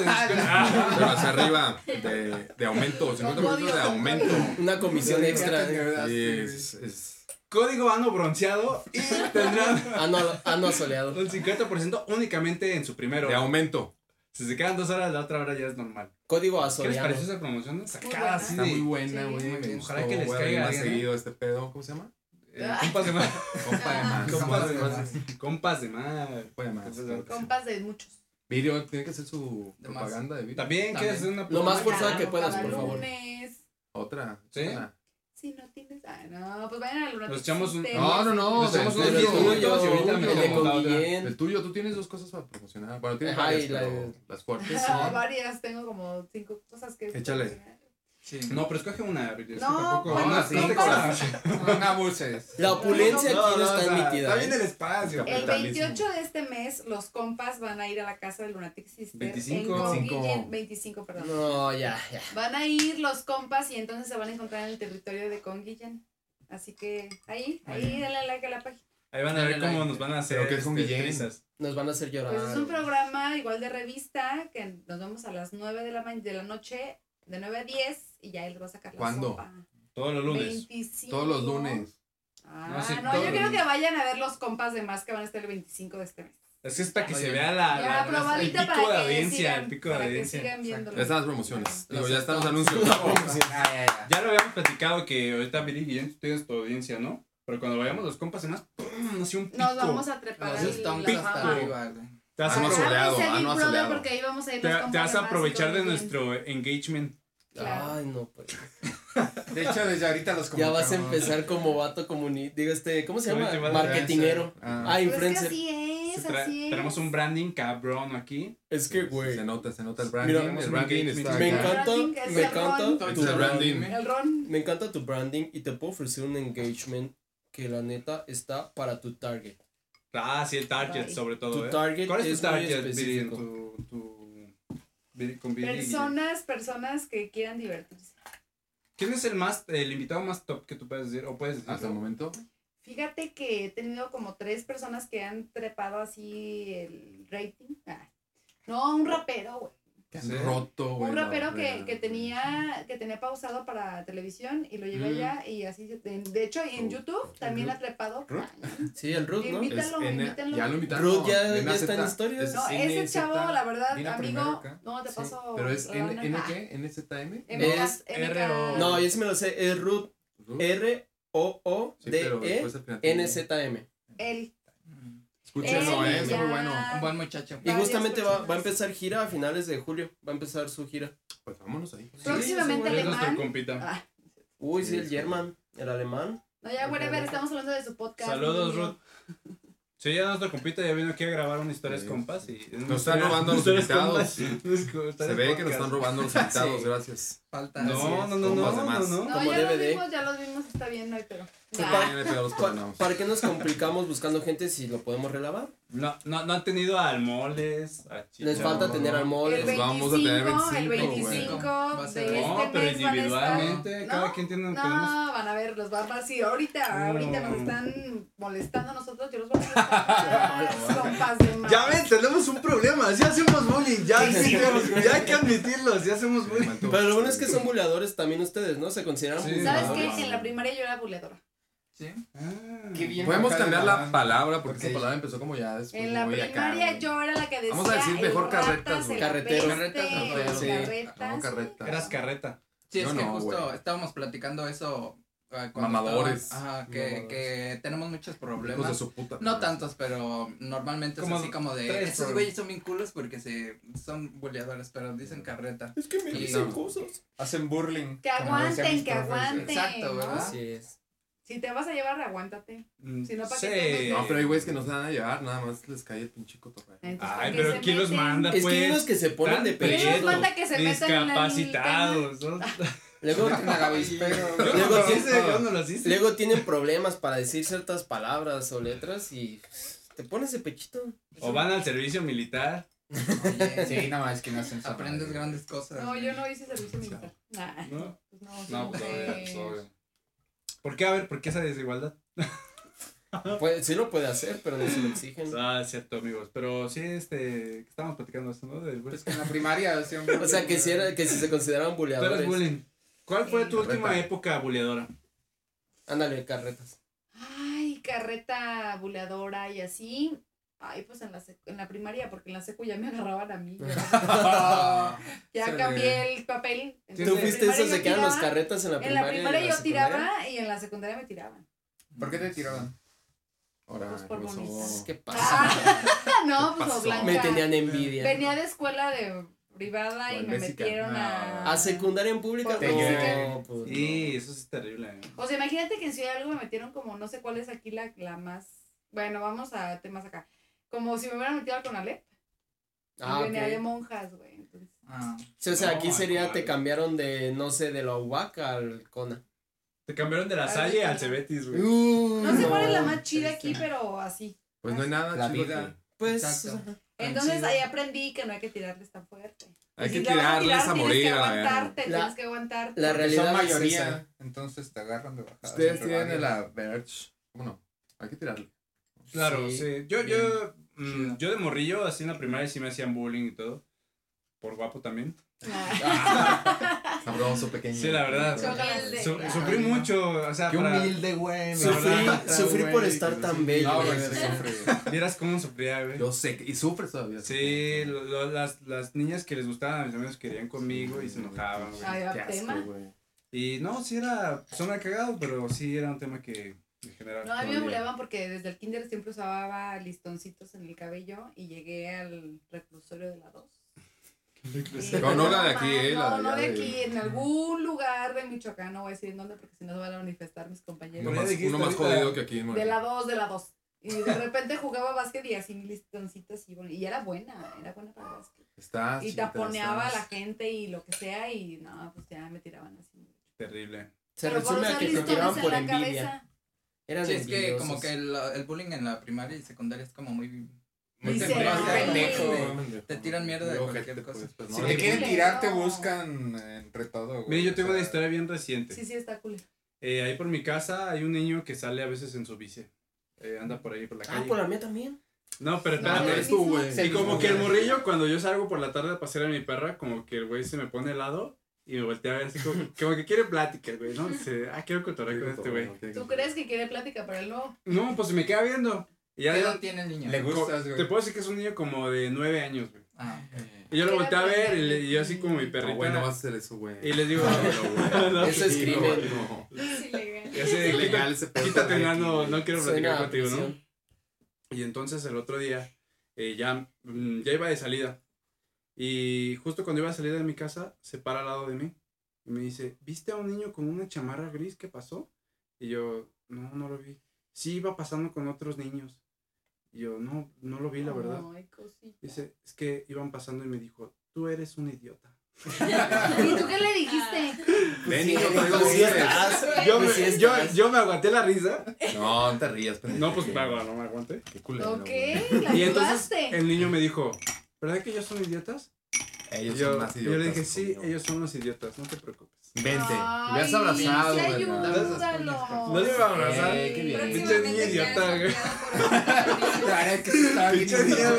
Pero hacia arriba, de, de aumento, 50% de aumento. Una comisión extra. Sí, es, es- Código ano bronceado y tendrán Ano, Ah, ano soleado. un 50% únicamente en su primero. de aumento. Si se quedan dos horas, la otra hora ya es normal. Código ¿Qué les asoleado. pareció esa promoción? Muy buena. Sacada así Está muy de. buena, Sí, güey. muy me bien. Ojalá gustó, que les voy a caiga venir más alguien, ¿no? seguido este pedo. ¿Cómo se llama? eh, compas de más. Compa de más. Compas de Compa más. Compas de más. Compa de más. Compas de muchos. Video, tiene que ser su De más. propaganda de video. También quieres hacer una. Lo más promoción? forzado que Claro, puedas, cada por favor. lunes. Otra. ¿Sí? otra. Si no tienes. Ah, no, pues vayan al Lunatic Nos echamos un- Sisters. No, no, no. Nos del hacemos Pero unos el tuyo. diez minutos tuyo, y ahorita el metemos de la otra. Conguillén. El tuyo, tú tienes dos cosas para promocionar. Bueno, tienes Ajá, varias, y la- pero las fuertes. Ah, varias, tengo como cinco cosas que. Échale. Sí. No, pero escoge una. es que No, tampoco- pues, no, sí, no te compas. corajes. No Ah, abuses. La opulencia No, aquí no no, o está sea, admitida. Está bien ¿eh? el espacio. El Capitalismo. 28 de este mes, los compas van a ir a la casa del Lunatic Sister. 25. en Cinco. Conguillén- 25, perdón. No, ya, ya. Van a ir los compas y entonces se van a encontrar en el territorio de Conguillén. Así que ahí, ahí, denle like a la página. Ahí van a ver Dale cómo like. nos van a hacer Pero que es con este, Guillén. trizas. Nos van a hacer llorar. Pues es un programa igual de revista que nos vemos a las 9 de la, ma- de la noche, de 9 a 10, y ya él va a sacar la ¿Cuándo? sopa. Todos los lunes. 25. Todos los lunes. Ah, No, no, sí, todos yo los creo lunes. que vayan a ver los compas de más que van a estar el 25 de este mes. Es que es para que Muy se bien. vea Ah, la, la- Ya, la- el probadita pico para de que audiencia. sigan, El pico de para que audiencia. sigan viéndolo. Ya están las promociones. Los Digo, ya están los anuncios. anuncios. Ah, ya, ya. Ya lo habíamos platicado que ahorita Billy Guillén, tú tienes tu audiencia, ¿no? Pero cuando vayamos los compas y más, ¡pum! Así un pico. Nos vamos a trepar Los al- Stones la hasta fama. arriba, güey. Te vas a Ah, no, apro- asoleado, Vamos a ah, no, Big Brother asoleado. porque ahí vamos a ir te- los te compas vas a más y aprovechar todo de bien. nuestro Ah, engagement. Claro. Ay, no, pues. De hecho, desde ahorita los Ya vas a convocamos. empezar como vato comuni... Digo, este, ¿cómo se ¿Cómo llama? te vas a Marketinguero. Ah. Ah, Pero es que influencer. así es, Tra- así es. tenemos un branding cabrón aquí. Es que, güey, Se nota, se nota el Mira, branding. tenemos el un branding engagement. está me acá. encanta. encanta, branding es me el encanta ron. tu el branding. El ron. Me encanta tu branding y te puedo ofrecer un engagement que la neta está para tu target. Ah, sí, el target, Ay. sobre todo. Tu ¿eh? target ¿Cuál es, es tu muy target, Billy? en específico. Tu, tu, Billy- con Billy Guillén? Personas, personas que quieran divertirse. ¿Quién es el más, el invitado más top que tú puedes decir? O puedes decir. Hasta el momento. Fíjate que he tenido como tres personas que han trepado así el rating. Ah, No, un rapero, güey. Que han Sí. roto, güey. Un la rapero que, barrera. que tenía que tenía pausado para televisión y lo llevé Mm. allá y así. se- De, de hecho, en Ruth. YouTube también Ruth. ha trepado. Ah, Ruth. cañón. Sí, el Ruth, ¿no? Es Invítalo, N- invítalo. Ya lo invitaron. Ruth ya- N ya está en Z. historia. Es No, N ese Z. chavo, la verdad, Dina primero amigo, acá. no te Sí, paso. Pero es N, Rodana. N Ah, qué? NZM. MK, Es MK. R o- No, yo sí me lo sé. Es Ruth Ruth. Eh, Sí, E, pero después al final tiene- R-O-O-D-E-N-Z-M. Él. Escúchenlo, Él eh, es ya- muy bueno. Un buen muchacho. Y Varias justamente va, va a personas. empezar gira a finales de julio. Va a empezar su gira. Pues vámonos ahí. Próximamente Es nuestro Alemán. compita. Ah, Uy, Sí, sí, el sí. German, el alemán. no, ya, whatever, estamos hablando de su podcast. Saludos, mío. Ruth. Sí, ya nuestro compita ya vino aquí a grabar unas historias Sí, compas y... Nos están robando los Historias invitados. compas. Unas Se historias ve que nos podcast. están robando los invitados, gracias. Falta. Así No, es, no, no, compas de no, más. no, No, no. como ya los DVD. vimos, ya los vimos, está bien, no hay pero. Ahí le pegó los Pa- condenados. ¿Para qué nos complicamos buscando gente si lo podemos relavar? No, no, no han tenido al moles, a Chicha. Les falta no, tener no. al El mole. Nos vamos a tener 25, el 25, 25 Va a de ser- este No, pero mes van a estar. individualmente, cada ¿No? quien tiene... No, tenemos- van a ver, los van a decir ahorita, ahorita No. nos están molestando a nosotros, yo los voy a molestar. Compas de más. Ya ven, tenemos un problema, ya hacemos bullying, ya, ya hay que admitirlos, ya hacemos bullying. pues, Pero lo bueno es que son buleadores también ustedes, ¿no? Se consideran Sí. buleadores. ¿Sabes no, qué? no. En la primaria yo era buleadora. Sí. Ah. Qué bien Podemos marcada cambiar la mano. palabra porque Porque esa palabra empezó como ya Pues después. En la muy acá, primaria güey. yo era la que decía. Vamos a decir el mejor ratas, carretas, el güey. Carretero. peste, Carretas, el carretero. Sí. Ah, No, carretas. carretas. Eras carreta. Sí, es Yo que no, justo güey. estábamos platicando eso. ah, cuando Mamadores. estaba- ajá, que, Mamadores. que tenemos muchos Hijos de problemas. su puta. No tantos, pero normalmente Como es así como de. tres Esos por- güeyes son bien culos porque se, son buleadores, pero dicen carreta. Es que me Y- dicen cosas. Hacen burling. Que como decían aguanten, mis que profes. aguanten. Exacto, ¿no? ¿verdad? Así es. Si te vas a llevar, aguántate. Mm, Si no, ¿para sí. qué No, pero hay güeyes que no se van a llevar, nada más les cae el pinche cotorreo. Entonces, ¿para Ay, qué pero se ¿quién los meten? manda? Es que hay pues? unos que se ponen Tan de ¿Quién los prietos, pedo. manda que se metan en la limitana? Discapacitados. ¿no? Luego, Luego Yo no los tiene- hice, yo no los hice. luego tienen problemas para decir ciertas palabras o letras y te pones de pechito. O van al servicio militar. Oye, Sí, no, es que no hacen esa Aprendes madre. grandes cosas. No, güey. yo no hice servicio militar. Nah. ¿No? Pues no, soy No, pues obvio, pues, mujer. obvio. ¿Por qué? A ver, ¿por qué esa desigualdad? Puede, Pues, sí lo puede hacer, pero no se lo exigen. Ah, es cierto, amigos. Pero sí, este. Estábamos platicando eso, ¿no? Del Pues bullying. que en la primaria hacían bullying. O sea, que si, era, que si se consideraban Tú eres buleadores. bullying. ¿Cuál fue tu Sí. última Reta. época buleadora? Ándale, carretas. Ay, carreta buleadora y así. Ay, pues en la, sec- en la primaria, porque en la secu ya me agarraban a mí. Ya, Ya Sí. cambié el papel. Entonces, ¿Tú en la fuiste primaria esos de yo que eran los tiraba, carretas en la En la primaria? y primaria yo secundaria? tiraba y en la secundaria me tiraban. ¿Por qué te tiraban? Ahora, Pues por pues, oh, bonitas. ¿Qué pasa? Ah, no, ¿Qué pues o pasó? blanca. Me tenían envidia. Venía de escuela de privada O y en me México. metieron a... ¿A secundaria en pública? Por No, básica. pues, Sí, eso sí es terrible. ¿eh? O sea, imagínate que en Ciudad algo me metieron como, no sé cuál es aquí la, la más... Bueno, vamos a temas acá. Como si me hubieran metido al Conalep. no. Ah, y venía de ok. monjas, güey. entonces. Ah, Sí, o sea, No, aquí sería, te alcohol. cambiaron de, no sé, de la UAC al CONA. Te cambiaron de la Ay, Salle sí. al Cebetis, güey. No sé cuál es la Mm, no, más chida triste. aquí, pero así. Pues no hay nada, La chido, vida. güey. Pues, exacto. Entonces chido. ahí aprendí que no hay que tirarles tan fuerte. Ah, Hay Y que si te vas a tirarles a tirar, morir Tienes que a la verga. aguantarte, La- tienes que aguantarte. la realidad Son es mayoría. esa. Entonces te agarran de bajada. Ustedes Te barren. tienen la verge. ¿Cómo no? Hay que tirarle. Claro, sí. Sí, Yo, yo, mm, Chido. yo de morrillo, así en la primaria sí me hacían bullying y todo. Por guapo también. Sabroso, pequeño. Sí, la verdad. Son grandes, Su- claro. sufrí mucho, o sea, Qué para- humilde, güey. me Sufrí- encanta, sufrí por güey, estar que tan sí. bello. No, güey, se Sí. sufre, güey. vieras cómo sufría, güey. Yo sé, que- y sufres todavía. Sí, lo- lo- las, las niñas que les gustaban a mis amigos querían conmigo y se enojaban, güey. Ay, Qué asco, tema. güey. Y no, sí era, pues, me ha cagado, pero sí era un tema que en general. No, a mí me todavía- buleaban porque desde el kinder siempre usaba listoncitos en el cabello y llegué al reclusorio de la 2. No, no la de aquí, eh, la No, de no allá de de- aquí, en algún lugar de Michoacán, no voy a decir en dónde porque si no van a manifestar mis No Uno compañeros. Ya más, dijiste uno más ahorita. jodido que aquí en De Morelia. la 2, de la 2. Y de repente jugaba básquet y así listoncitos y, bueno, y era buena, era buena para básquet. Estás, Y chiquita, taponeaba a la estás. gente y lo que sea y no, pues ya me tiraban así. Terrible. Se Pero por resume a usar que te listones tiraban en por la envidia. cabeza. Eran Sí, es que envidiosos. como que el, el bullying en la primaria y secundaria es como muy... Muy Te- serio. o sea, Pendejo. Te tiran mierda de Luego cualquier gente, cosa. pues, pues, Si no, te quieren no. tirar, te buscan entre todo, güey. Mira, yo O tengo una sea, historia bien reciente. Sí, sí, está cool. Eh, ahí por mi casa hay un niño que sale a veces en su bici. Eh, anda por ahí por la Ah, calle. por la mía también. No, pero Ah, espérate. no No, eres tú, güey. Y como que el morrillo, cuando yo salgo por la tarde a pasear a mi perra, como que el güey se me pone helado y me voltea a ver así como, como que quiere plática, el güey, ¿no? Dice, ah, quiero cotorrear con este güey. ¿Tú crees que quiere plática para él? No. No, pues se me queda viendo. Y ya ¿Qué yo- edad tiene el niño? Le gustas, Te güey. puedo decir que es un niño como de nueve años, güey. Ah, Y yo lo Era volteé a ver y, le- y yo así pequeño. como No, mi Ah, perrita. güey, no vas a hacer eso, güey. Y les digo, No, Eso es chiquito, crimen. güey, no. Sí, legal. ya sé, Es ilegal quítate, ese pedo. quítate, güey, no, aquí, no quiero Suena platicar a contigo, ¿no? prisión. Y entonces el otro día eh, ya, mm, ya iba de salida. Y justo cuando iba de salida de mi casa, se para al lado de mí. Y me dice, ¿viste a un niño con una chamarra gris? ¿Qué pasó? Y yo, no, no lo vi. Sí, iba pasando con otros niños. Y yo, no, no lo vi, la verdad. Ay, cosita. Dice, es que iban pasando y me dijo, tú eres un idiota. ¿Y tú qué le dijiste? Ven, Sí, hijo, te digo, pues sí güey. estás. Yo, Pues sí me, yo, estás. yo me aguanté la risa. No, no te rías, pendejo. No, pues me agu- no me aguanté. Qué culero. Ok, güey. la Y entonces ayudaste. el niño me dijo, ¿verdad que ellos son idiotas? Ellos yo, son más yo idiotas. le dije, sí, conmigo. ellos son los idiotas, no te preocupes. Vente. Ay, Me has abrazado, sí, güey. ayúdalo. No le iba a abrazar. Eh, qué bien. Pinche niño idiota, güey. Claro que sí, está bien chido.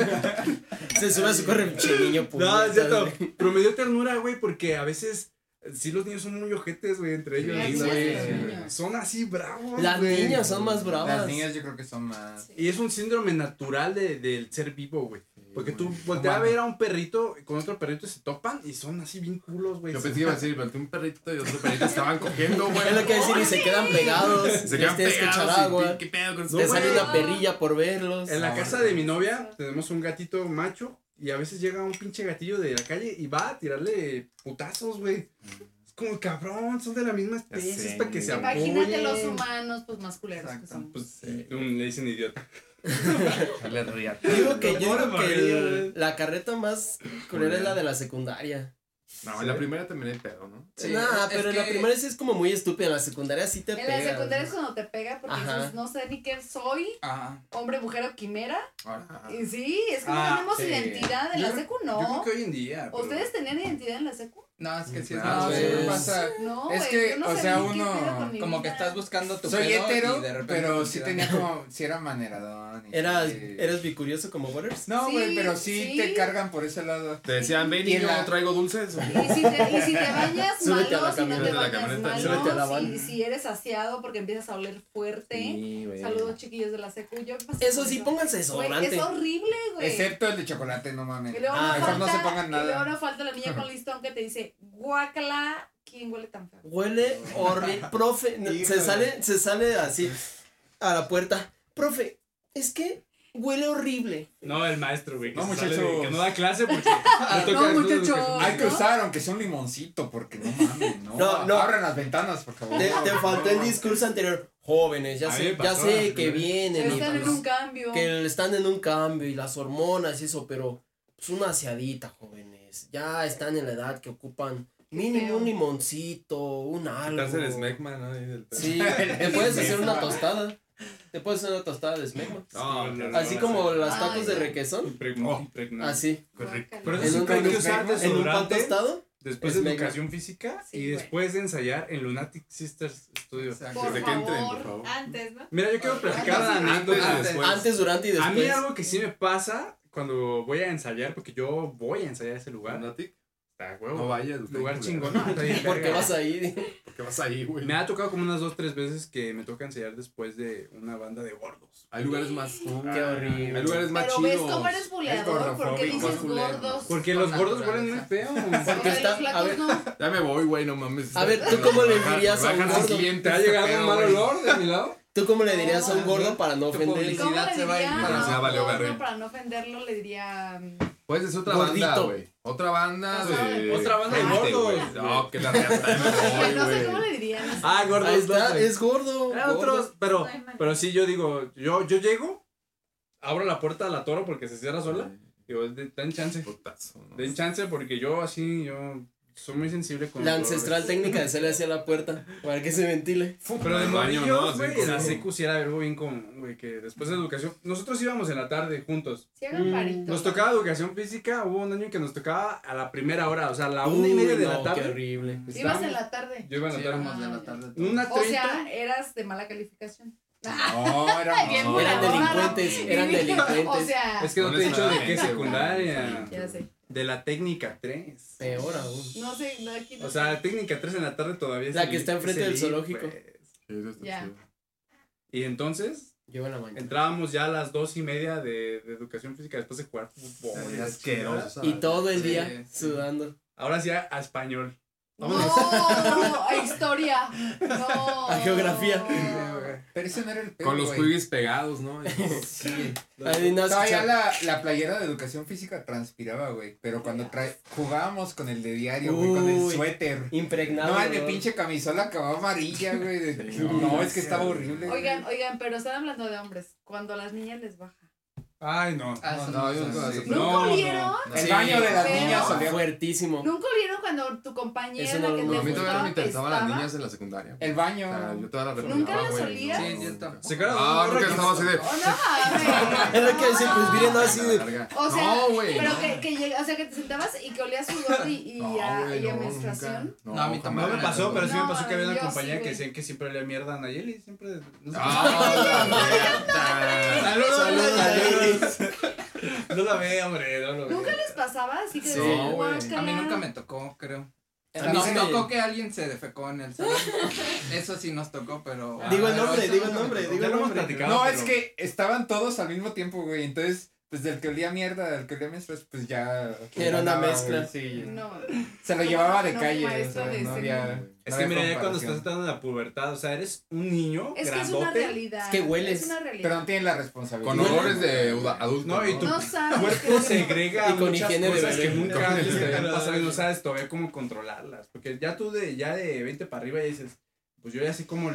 Se sube a su corre, pinche niño No, puñetas, es cierto. güey. Pero me dio ternura, güey, porque a veces eh, sí los niños son muy ojetes, güey, entre ellos. así güey. hacen los niños. Son así bravos. Las güey. niñas son más bravas. Las niñas yo creo que son más. Y es un síndrome natural de- del ser vivo, güey. Porque tú volteas a Humano. ver a un perrito con otro perrito y se topan y son así bien culos, güey. Yo pensé que iba a decir, pero un perrito y otro perrito estaban cogiendo, güey. Es lo que este decir, y se quedan pegados. Se les quedan tienes que echar pegados y agua. ¿Qué pedo con este Te su- sale güey. una perrilla por verlos. En la Ah, casa bueno. de mi novia tenemos un gatito macho y a veces llega un pinche gatillo de la calle y va a tirarle putazos, güey. Es como cabrón, son de la misma Ya especie, sé, es para que güey. se apoyen. Imagínate los humanos, pues más culeros que son. Pues, mm, le dicen idiota. Dale, ríate. Yo digo que, yo Pobre digo que morrillo, el- güey. la carreta más culera es la de la secundaria. No, en la primera también hay pedo, ¿no? Sí, nah, es pero en la que- primaria sí es como muy estúpida, en la secundaria sí te En pega. la secundaria es cuando te pega porque Ajá. dices, no sé ni qué soy, Ajá. hombre, mujer o quimera. Ahora, Y sí, es que Ah, no tenemos sí. identidad en la Yo- secu, Yo creo no. que hoy en día. pero- ¿Ustedes tenían identidad en la secu? No, es que sí es Claro, más. No, pues. siempre pasa. No, Es güey, que, yo no o sé sea, ni qué uno- pedo con mi Como que vida. estás buscando tu Soy pedo hetero, y de repente pero te sí tiran. tenía como. Sí era maneradón. y ¿Eras, sí. ¿Eras bicurioso como Waters? No, Sí, güey, pero sí, sí. te cargan por ese lado. Te decían, ven Y en y yo la- traigo dulces. o- Y si te, y si te bañas malo, Súbete a la si no te camioneta. Súbete a la bañas malo, camioneta. Súbete a la van. si, si eres saciado porque empiezas a oler fuerte. Sí, güey. Saludos chiquillos de la secu. Yo pasé Eso por sí, pónganse Güey, desodorante. es horrible, güey. Excepto el de chocolate, no mames. Y luego Ah, no mejor no falta, se pongan Y luego nada. no falta la niña con listón que te dice, guácala, ¿quién huele tan feo? Huele horrible. Profe, no, se, Híjole. sale, se sale así a la puerta. Profe, es que huele horrible. No, el maestro, güey. que No, se sale de- muchachos. Que no da clase porque. le toca desnudo, güey, que- muchachos. Hay que ¿No? usar, aunque sea un limoncito, porque no mames, no. No, no. Abran las ventanas, por favor. Te, te faltó el discurso anterior. Jóvenes, ya A mí sé, me ya pasó la sé que primera. vienen y Están en pues, un cambio. que están en un cambio y las hormonas y eso, pero es una aseadita, jóvenes. Ya están en la edad que ocupan mínimo feo. un limoncito, un Quitarse el algo. smegma, ¿no? Ahí del pedo. Sí, te puedes hacer una tostada. Te puedes hacer una tostada de esmegma. No, Sí, no, no, Así no, como no. las tacos Ay, de no. requesón. Impregn- impregnado. Así. Guácala. Pero En eso un siempre hay que pan- usar en un pan En un pan desodorante. tostado. Después Es de mega. educación física Sí, y güey. después de ensayar en Lunatic Sisters Studio. Exacto. Por Desde que entren, por favor, favor. antes, ¿no? Mira, yo quiero platicar Antes, una anécdota antes, después. Antes, durante y pues, A mí después. algo que sí me pasa cuando voy a ensayar, porque yo voy a ensayar a ese lugar. Lunatic, Está No huevo. vayas, güey. Lugar chingón. no, está bien Porque verga. vas ahí. Porque vas ahí, güey. Me ha tocado como unas dos, tres veces que me toca ensayar después de una banda de gordos. Hay lugares más. Qué Ah, horrible. Hay lugares más Pero chidos. ves cómo eres buleador, porque gordofóbico, dices más culero. gordos. Porque Por los gordos huelen muy naturaleza. feo. Porque está- a los flacos ver, no. Ya me voy, güey, no mames. A ver, ¿tú cómo le Baja- dirías a un baja el gordo? siguiente, ¿Te ha este llegado pedo, un mal güey. olor de mi lado? ¿Tú cómo le dirías a un Ah, No, gordo para no tu ofender? publicidad. ¿Cómo le se va a ir diría para- a se un valió gordo verga. para Ah, no ofenderlo? Le diría... mm, Pues es otra Gordito. banda, güey. Otra banda Otra de. Otra banda de Gente, gordos. güey. No, que la reata Oye, no sé me voy, cómo güey. le diría. no sé. Ah, gordos. Ahí está, gordos. es gordo. Era gordo. otros, pero, No hay manera. pero sí, yo digo, yo, yo llego, abro la puerta a la toro porque se cierra sola. Digo, "Den- den chance. Putazo, ¿no? Den chance porque yo así, yo soy muy sensible con La los dolores. ancestral técnica de hacerle hacia la puerta para que se ventile. Pero de Al baño, ¿no? morrillos, Así güey, como- en la secu sí era algo bien común, güey, que después de educación... Nosotros íbamos en la tarde juntos. Si hagan parito. Mm, Nos tocaba educación física, hubo un año que nos tocaba a la primera hora, o sea, a la una Uy, y media de no, la Qué tarde. horrible. Ibas Estábamos- en la tarde. Yo iba en la Sí, tarde. éramos de la tarde. Una O treinta. sea, eras de mala calificación. No, era Bien no. Eran buleadora, ¿no? delincuentes, eran O delincuentes. sea, Es que no te he dicho de qué secundaria. ya sé. De la técnica 3. Peor aún. No sé, no, aquí no O sé. sea, técnica 3 en la tarde todavía es La el- que está es enfrente el del IP, zoológico. pues. Sí, eso está Ya. chido. Y entonces Yo en la mañana. entrábamos ya a las dos y media de, de educación física después de jugar fútbol. y la chingada. Y todo el Sí, día sí. sudando. Ahora sí a, a español. No, a historia. No. A geografía. Pero ese no era el pedo, Con los güey. cuiguis pegados, ¿no? Sí. Ahí no Todavía escucha- la, la playera de educación física transpiraba, güey. Pero cuando trae, jugábamos con el de diario, güey, con el Uy. suéter. Impregnado. No, el de olor. pinche camisola acababa amarilla, güey. de- Sí, no, no, es que estaba horrible. güey. Oigan, oigan, pero están hablando de hombres. Cuando a las niñas les baja. Ay, no. Ah, eso No, no, yo sé. no, Sí. no. ¿Nunca No, no. olieron? El Sí. baño de las Feo. niñas olía. Fuertísimo. ¿Nunca olieron cuando tu compañera Eso no la que lo- No, a te mí todavía gustaba me interesaban las apestaba? niñas en la secundaria. Eh, El O sea, baño. yo toda la ¿Nunca reprobaba, las güey, olías? no, Sí, yo nunca. tampoco. ¿Se acuerdan? de Ah, la morra nunca que- estaba así de. ¿O no? Era que decía, pues miren, así de- Verga. O sea, no, güey. pero no. que, que llega- o sea, que te sentabas y que olías sudor y, y No, a, güey, y a no, menstruación. nunca. No, a mí jamás. No tampoco. me pasó, pero sí No, me pasó que había una yo sí, compañía que güey. decían que siempre olía mierda a Nayeli. Siempre. no sé. Ah, Saludos, Saludos, saludos. No la ve, hombre. No lo ¿Nunca ve. les pasaba? Así que Sí, decían, güey. "Guácala". A mí nunca me tocó, creo. A mí Nos sí me- tocó que alguien se defecó en el salón. Eso sí nos tocó, pero. Digo Ah, el pero nombre, eso digo nunca el me nombre, tocó. digo Ya el lo hemos nombre. platicado. No, pero- es que estaban todos al mismo tiempo, güey. Entonces, pues del que olía mierda, del que olía menstruas, pues ya. Era una ganaba, mezcla. güey, sí. No. Se lo llevaba de No, calle. o maestro sea, de no ese- había, no Es que había mira, ya cuando estás comparación. entrando en la pubertad, o sea, eres un niño Es que es una grandote. realidad. Es que hueles. Es una Pero no realidad. tienen la responsabilidad. Con olores de uda- adulto. No, y tu No sabes. cuerpo qué es. segrega Y con muchas higiene de cosas que bebé. nunca antes te habían Con- pasado y no sabes todavía cómo controlarlas. Porque ya tú de, ya de 20 para arriba ya dices, pues yo ya sé cómo,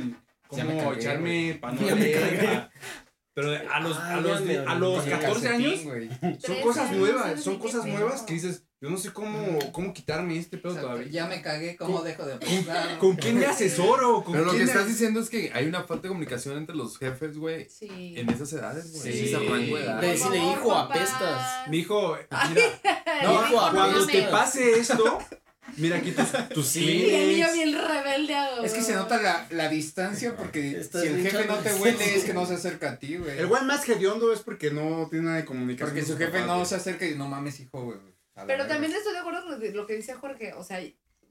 Ya me cómo cagué, echarme pa' no Ya me oler, cagué. pa- Pero de- a los, a Ah, los, ya de- me a los olvidé. 14 años güey. son Tres cosas años, nuevas, ¿sabes son de cosas qué nuevas pedo? que dices, yo no sé cómo, cómo quitarme este pedo Exacto, todavía. Ya me cagué, ¿cómo dejo de apostar? ¿Con quién me asesoro? ¿Con Pero lo que quién me estás diciendo es que hay una falta de comunicación entre los jefes, güey, Sí. en esas edades, güey. Sí. Sí. Esa rango de edad. De- decirle, Por favor, hijo, papás. apestas. Mi hijo, mira, No, no Hijo, cuando mames. te pase esto, mira aquí tus, tus Y el niño clines. bien rebelde. ah, Es que se nota la, la distancia porque Estás si el bien jefe no te chato. huele es que no se acerca a ti, güey. El güey más hediondo es porque no tiene nada de comunicación. Porque con su jefe papás, no güey. se acerca y no mames, hijo, güey. a la Pero verga. también estoy de acuerdo con lo de- lo que dice Jorge. O sea,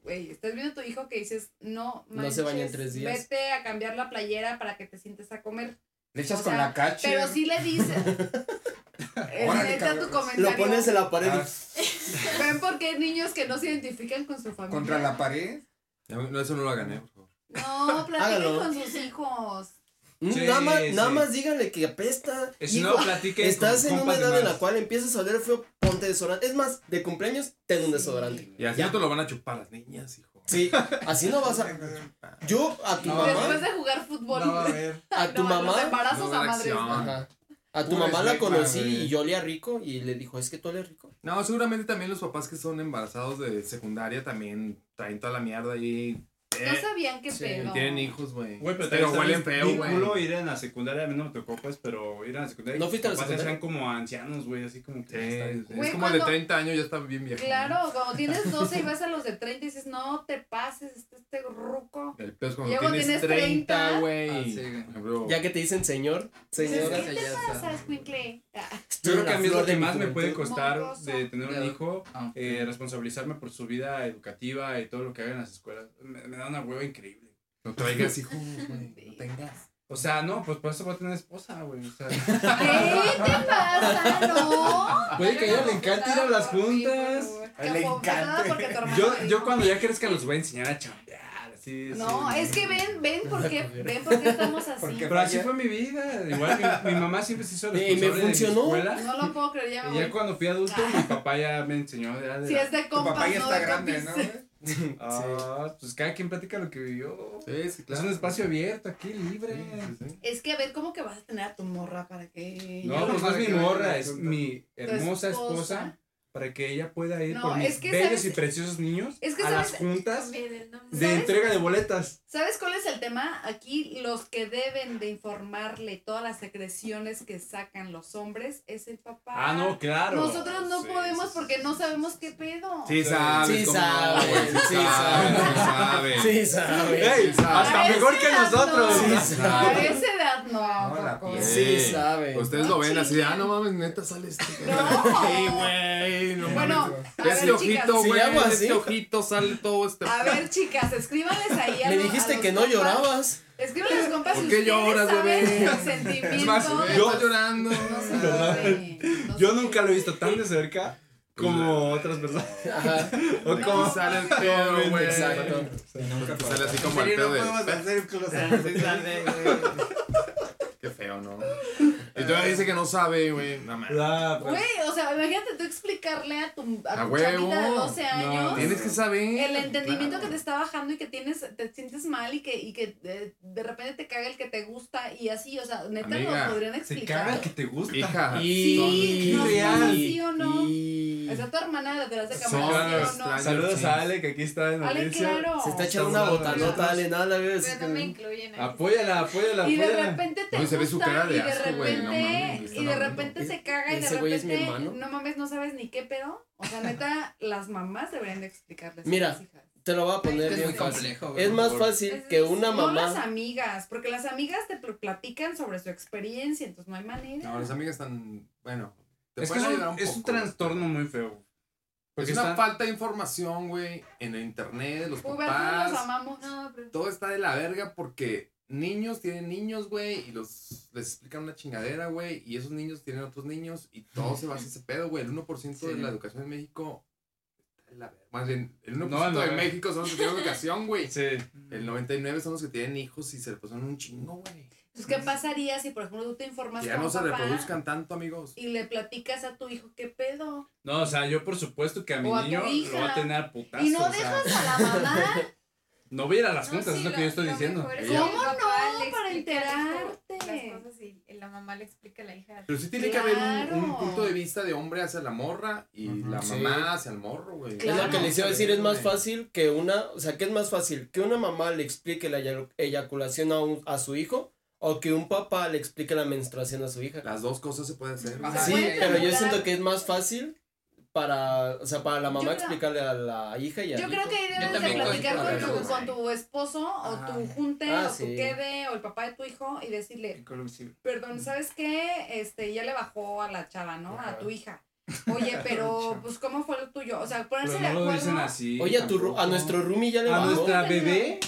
güey, estás viendo a tu hijo que dices, no No se baña en manches, tres días. Vete a cambiar la playera para que te sientes a comer. Le echas o con sea, la cache. Pero sí le dices. Es Órale, neta cabrón. tu Lo comentario. Lo pones en la pared. Ah, ¿Ven por qué niños que no se identifican con su familia? contra la pared. Ya, No, eso no lo ¿eh? gané, por favor. No, platiquen Hágalo. con sus hijos. Mm, Sí, nada, más, nada sí. más díganle que apesta. Es hijo. no platiquen estás con en una compas de edad en más. la cual empiezas a oler feo, ponte desodorante. Es más, de cumpleaños, ten un desodorante. Y así Ya. no te lo van a chupar las niñas, hijo. Sí, así no vas a. Yo a tu No, mamá, Después de jugar fútbol. No, a ver. a tu No, Los mamá, embarazos no, a la madres. acción. ¿no? ajá, a tu Puro mamá la estigma, conocí güey. y yo olía rico y le dijo, es que tú olías rico. No, seguramente también los papás que son embarazados de secundaria también traen toda la mierda ahí Eh, No sabían qué Sí, pedo. Tienen hijos, güey. Güey, pero, Pero también huelen está feo, bien güey. culo ir a la secundaria, a mí no me tocó, pues, pero ir a la secundaria. ¿No fuiste a la secundaria? Sean como ancianos, güey, así como Sí, que. es como Güey, el de cuando- 30 años, ya está bien viejo. Claro, cuando tienes 12 y vas a los de 30 y dices, no te pases, este, este ruco. El peor es cuando Luego tienes tienes 30, 30, güey. Ah, sí, güey. Bro. Ya que te dicen señor, Dices, señora. ¿Qué ya te está. pasa, escuincle? Ah, estoy Yo creo en que la a mí es lo flor de que mi más me puede juventud. costar Morboso. de tener un Ya. hijo, Ah, ok. eh, responsabilizarme por su vida educativa y todo lo que haga en las escuelas. Me, me da una hueva increíble. No traigas hijos, güey. No tengas. O sea, no, pues por eso voy a tener esposa, güey. O sea, ¿Qué te pasa? No. Puede que a ella le encanta encante ir a las juntas. A le encanta. Porque tu hermano yo, yo dijo. cuando ya crezca los voy a enseñar a chambear, así. No, así. es que ven, ven por qué, ven por qué estamos así. Porque- Pero así fue mi vida. Igual mi, mi mamá siempre se Y hizo me responsable funcionó. de mi escuela. No lo puedo creer, ya me Y ya voy. cuando fui adulto, mi papá ya me enseñó. ya de Si la- es de Tu papá compas, ya no está de grande, ¿no? compis. güey? Ah, pues cada quien platica lo que vivió. Sí, sí, Es claro. un espacio abierto, aquí libre. Sí, sí, sí. Es que a ver, ¿cómo que vas a tener a tu morra para que... No, pues no es mi morra, es mi Tu hermosa esposa para que ella pueda ir No, por mis es que, bellos ¿sabes? y preciosos niños Es que, a las ¿sabes? juntas Miren, no me- de ¿Sabes? entrega de boletas. ¿Sabes cuál es el tema? Aquí los que deben de informarle todas las secreciones que sacan los hombres es el papá. Ah, no, claro. Nosotros no Sí, podemos sí, porque sí, no sí, sabemos sí, qué sí. pedo. Sí sabes Sí cómo sabe, va, güey, sí sí sabe. Sí, sabe. Ey, hasta Parece mejor que edad, nosotros. no. Sí, A sabe. esa edad no. No, la tampoco. piel. Sí, Sí. sabe. Pues Ustedes lo ven así, de, ah, no mames, neta sale este. Sí, güey, no Bueno, mames. a ver, Este chicas, Ah, ojito, Si güey, le hago así. este ojito sale todo este. a ver, chicas, escríbanles ahí a Me lo- a dijiste los que no compas. llorabas. Escríbanles, compas, ¿Por si qué ustedes lloras, saben bebé? los sentimientos. Es más, de yo- Está llorando. No se ¿Verdad? vale, no Yo se nunca lo vale. he visto tan de cerca como otras personas. Ajá, O Aquí como- sale el pedo, güey. exacto. Aquí Sale así como el Pero pedo no podemos de. hacer Ah, cosas así, sale, güey. Qué feo, ¿no? Y todavía dice que no sabe, güey. No mames. La- pues, Güey, o sea, imagínate tú explicarle a tu, a A tu huevo. chavita de 12 años Tienes que saber. el entendimiento que te claro. está bajando y que tienes, te sientes mal y que, y que eh, de repente te caga el que te gusta y así, o sea, neta Amiga, lo podrían se caga explicar. el que te gusta. Hija. Y. no, real. ¿sí o no? y- Está tu hermana detrás de Son cámara, ¿sí o extraños. no? Ah, Saludos Sí. a Ale, que aquí está en Ale, audiencia. claro. Se está echando una botanota, dale, nada, la verdad. Pero no me incluyen ahí. Apóyala, apóyala, Y de apóyala. repente te No, y se ve su gusta, cara de y de asco, güey, no mames, repente, me están y de hablando. repente se caga y de Ese güey es mi repente, hermano. no mames, no sabes ni qué pedo. O sea, neta, las mamás deberían de explicarles Mira, a las hijas. Te lo voy a poner Es bien muy fácil. complejo, güey. Es más Por- fácil Es- que una No las mamá. amigas, porque las amigas te pl- platican sobre su experiencia, entonces no hay manera. No, las amigas están. Bueno. te Es que pueden es ayudar un, es un poco, güey. trastorno muy feo. Porque es una está- falta de información, güey, en el internet, de los Pubertad los papás. amamos. No, pero Todo está de la verga porque niños tienen niños, güey, y los les explican una chingadera, güey, y esos niños tienen otros niños y todo se basa en ese pedo, güey. El 1% de Sí. la educación en México está de la verga. Más bien, el 1% No, no, de no. México son los que tienen educación, güey. Sí. El 99 son los que tienen hijos y se le pasan un chingo, güey. Entonces, pues, ¿qué pasaría si, por ejemplo, tú te informas Que ya con no se papá reproduzcan tanto, amigos. y le platicas a tu hijo qué pedo? No, o sea, yo por supuesto que a mi O a tu niño lo hija. va a tener a putazo. Y no o sea, dejas a la mamá no voy a ir a las No, juntas, sí, es lo que lo- yo estoy lo diciendo. mejor es ¿Cómo que el papá no? le Para explique al hijo enterarte. Las cosas y la mamá le explica a la hija. Pero sí tiene que haber un- un, Claro. punto de vista de hombre hacia la morra y Ujú. la Sí. mamá hacia el morro, güey. Es lo Claro. que les iba a decir, es más Güey. fácil que una, o sea, que es más fácil que una mamá le explique la eyacu- eyaculación a, un- a su hijo o que un papá le explique la menstruación a su hija. Las dos cosas se pueden hacer. O güey. sea, Sí, pueden pero yo regular. siento que es más fácil para, o sea, para la mamá creo- explicarle a la hija y a Yo creo que ahí debes de también platicar con considero tu, eso, con tu esposo o Ajá. tu junte Ah, o tu sí. quede o el papá de tu hijo y decirle, perdón, ¿sabes qué? Este, ya le bajó a la chava, ¿no? A tu hija. Oye, pero, pues, ¿cómo fue lo tuyo? O sea, ponerse Pero de no lo dicen acuerdo. así. Oye, a, tu, ru- tampoco. a nuestro roomie ya le A bajó. nuestra bebé,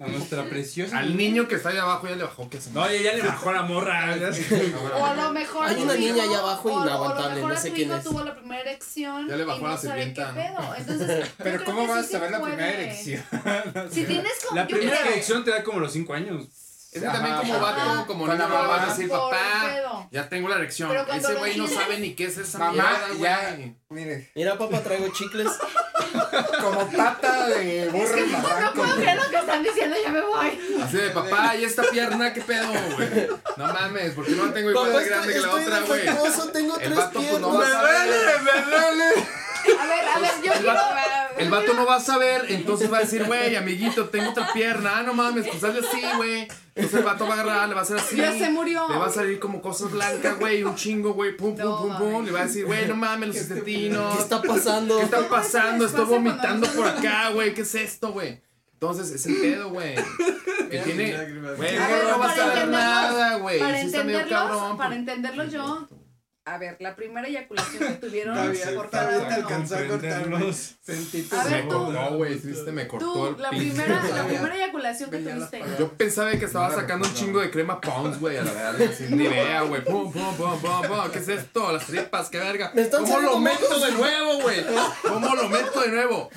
a nuestra preciosa. Al niño que está ahí abajo ya le bajó que se No, ya, ya le bajó la morra. ya se- O a lo mejor. Hay tu una niña hijo- allá abajo o- o a lo inaguantable, mejor no a sé tu quién hijo es. tuvo la primera erección. Ya le bajó y no la sabe qué sirvienta, ¿no? pedo. Entonces, yo Pero creo ¿cómo que vas a sí se saber la primera puede. erección? Si tienes como. La yo primera creo- erección te da como los 5 años. Es que también como vato, como Con la niño, no vas a mamá. decir, Por el papá, pedo. ya tengo la erección. Pero cuando Ese lo güey no tienes- sabe ni qué es esa Mamá, mierda, ya. güey. Mire, Mira, papá, traigo chicles. como pata de burro en No barranco. puedo creer lo que están diciendo, ya me voy. Así de, papá, ¿y esta pierna qué pedo, güey? No mames, porque no la tengo igual Papá, de grande que la estoy otra, güey. defectuoso, tengo El pues, tres vato, pues, no piernas. va a saber. A ver, a ver, yo quiero, El vato no va a saber, entonces va a decir, güey, amiguito, tengo otra pierna. Ah, no mames, pues hazle así, güey. Entonces el vato va a agarrar, le va a hacer así. Ya se murió. Le va a salir como cosas blancas, güey, un chingo, güey, pum, pum, No, pum, pum. mames. Le va a decir, güey, no mames, los intestinos. ¿Qué está pasando? ¿Qué está pasando? Eso les Estoy pasa vomitando cuando por acá, güey. ¿Qué es esto, güey? Entonces, es el pedo, güey. Que tiene. Güey, A no, ver, no vas a para ver entenderlos, nada, güey. para Sí está medio entenderlos, cabrón. para porque- entenderlos yo, a ver, la primera eyaculación que tuvieron Está bien, por está cada bien, te uno. alcanzó a cortar. güey. Comprenderlos. Sentí A ver, me tú. cortó, güey. Triste, me cortó Tú, el la pinche primera, la cabello. primera eyaculación que Veía las tuviste. palabras. Yo pensaba que estaba No me sacando un recordaba. chingo de crema Pounds, güey, a la verdad. Sin ni idea, güey. Pum, pum, pum, pum, pum. ¿Qué es esto? Las tripas, qué verga. Me están ¿Cómo lo saliendo meto de nuevo, güey? ¿Cómo lo meto de nuevo?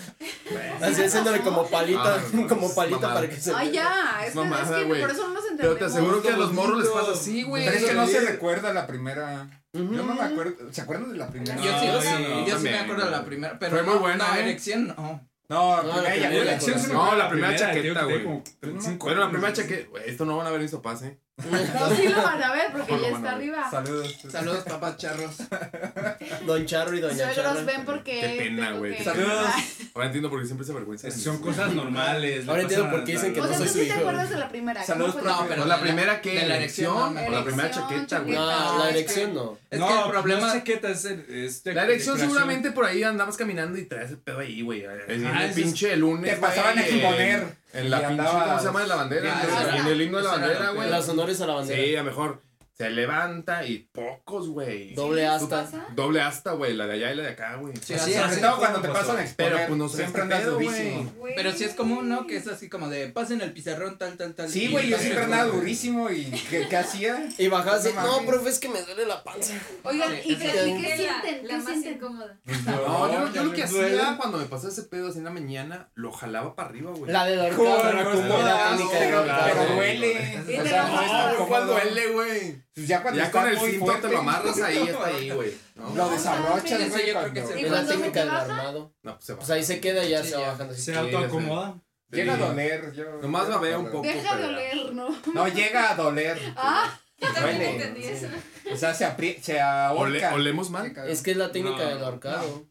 Así haciéndole como palita, Ah, no, como es palita mamada. para que se. Ay, ya, es que, Mamada, es que güey. por eso no nos entendemos. Pero te aseguro que a los morros les pasa así, güey. Pero es que no Sí. se recuerda la primera. Ujú. Yo no me acuerdo. ¿Se acuerdan de la primera? Yo No, sí, yo sí, no, yo sí me también, acuerdo de la güey. primera, pero Fue muy no, bueno, no, ¿eh? erección no. No, No, primera la primera eyaculación eyaculación. sí me No, acuerdo. la primera chaqueta, tío, güey. que Pero no me acuerdo. Bueno, la primera chaqueta. güey, Esto no van a ver mis papás, ¿eh? No, sí lo van a ver porque No, ya no, está no. arriba. Saludos. Saludos, papás charros. Don Charro y Doña Suegros Charro. ven porque. Qué pena, tengo güey. que- Saludos. Ahora entiendo por qué siempre se avergüenza. de mí. Son cosas normales. le Ahora entiendo pasan por qué a- dicen que O no sea, soy tú su sí te hijo. acuerdas de la primera. ¿Cómo Saludos fue pro- la No, pero ¿La de primera qué? de la erección. ¿Erección? no, O no. la primera Erección, chaqueta, güey. Ah, No, No, la es erección no. Es no, que el problema no es chaqueta, es el- este, es La erección eyaculación. seguramente por ahí andabas caminando y traes el pedo ahí, güey. En Ah, el eso es- pinche lunes. Te pasaban a güey, exponer. En la Y pinche, andabas- ¿cómo se llama? De la Ah, bandera. esa güey, era- En el himno de la esa era bandera, Ah, la güey. Las honores a la bandera. Sí, a lo mejor. Se levanta y pocos, güey. Doble asta. pasa? Doble asta, güey. La de allá y la de acá, güey. Sí, Sí, así sobre es. todo cuando te pasan a exponer. Pero pues no sé siempre este andas pedo, durísimo. güey. Güey. Pero sí es común, ¿no? Que es así como de pasen el pizarrón, tal, tal, tal. Sí, y güey, yo pasen siempre el andaba pizarrón. durísimo y ¿qué, qué hacía? Y bajas No así, no, mames. profe, es que me duele la panza. Oigan, Sí, ¿y es qué, que- y qué La- sienten? La ¿Qué más sienten? incómoda. No, yo, yo lo que les duele. hacía cuando me pasaba ese pedo así en la mañana, lo jalaba para arriba, güey. La de la Joder, horcada, la no comida, está- la técnica de pero, ahorcado. pero güey. duele. Y O te sea, lo no está No, güey, ¿cuál cómodo. duele, güey? Pues ya cuando Ya está con el muy cinto te fuerte, lo amarras ahí, está ahí, güey. No, Lo no, Eso desabrochas, yo güey. creo cuando- que se- Es ¿Y la cuando técnica se del baja? armado. pues se va. Pues ahí se queda y ya Sí, se va ya. bajando. así. Se Sí, autoacomoda. Llega a Sí. doler. Yo, Nomás babea un poco. Deja de pero- oler, ¿no? No, llega a doler. Ah. Yo también Duele. entendí eso. O sea, se, apri se Ole- ahorca. ¿Olemos mal? Es que es la técnica No, del ahorcado.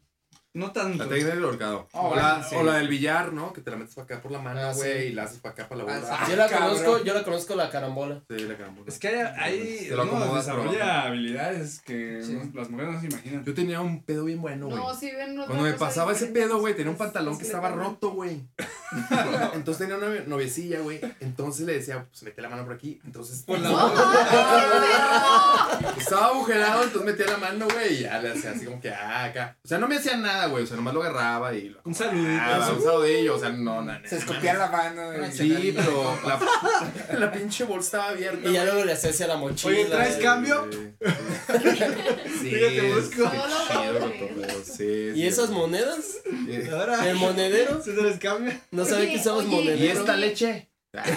No La tanto. técnica del horcado. Ah, o, la, bueno, sí. o la del billar, ¿no? Que te la metes para acá por la mano, Ah, sí. güey, y la haces para acá para la bola. Ah, Yo la cabrón. conozco, yo la conozco la carambola. Sí, la carambola. Es que hay, hay Te lo uno acomodas, desarrolla pero- habilidades que Sí. no- las mujeres no se imaginan. Yo tenía un pedo bien bueno, güey. No, sí, ven. otra Cuando Pues me cosa pasaba ese diferente. pedo, güey, tenía un pantalón que Es estaba completamente- roto, güey. Entonces tenía una noviecilla, güey. Entonces le decía, pues mete la mano por aquí. Entonces Pues, Por la ¡No mames, estaba agujerado, entonces metía la mano, güey. Y ya le hacía así como que, ah, acá. O sea, no me hacía nada, güey. O sea, nomás lo agarraba y lo. Un saludito. Ah, un saludillo. O sea, no, nada. Se escupía la mano. Ay, y- Sí, pero la, la pinche bolsa estaba abierta. Y ya güey. luego le hace hacia la mochila. Oye, ¿traes güey. cambio? Sí, Fíjate, busco. sí, No, no, chido, no, cotorreo, no. sí, sí. ¿Y esas monedas? Sí. Ahora. ¿El monedero? Se les cambia. No sabe Oye, que usamos oye, monedero. ¿Y esta leche? perro!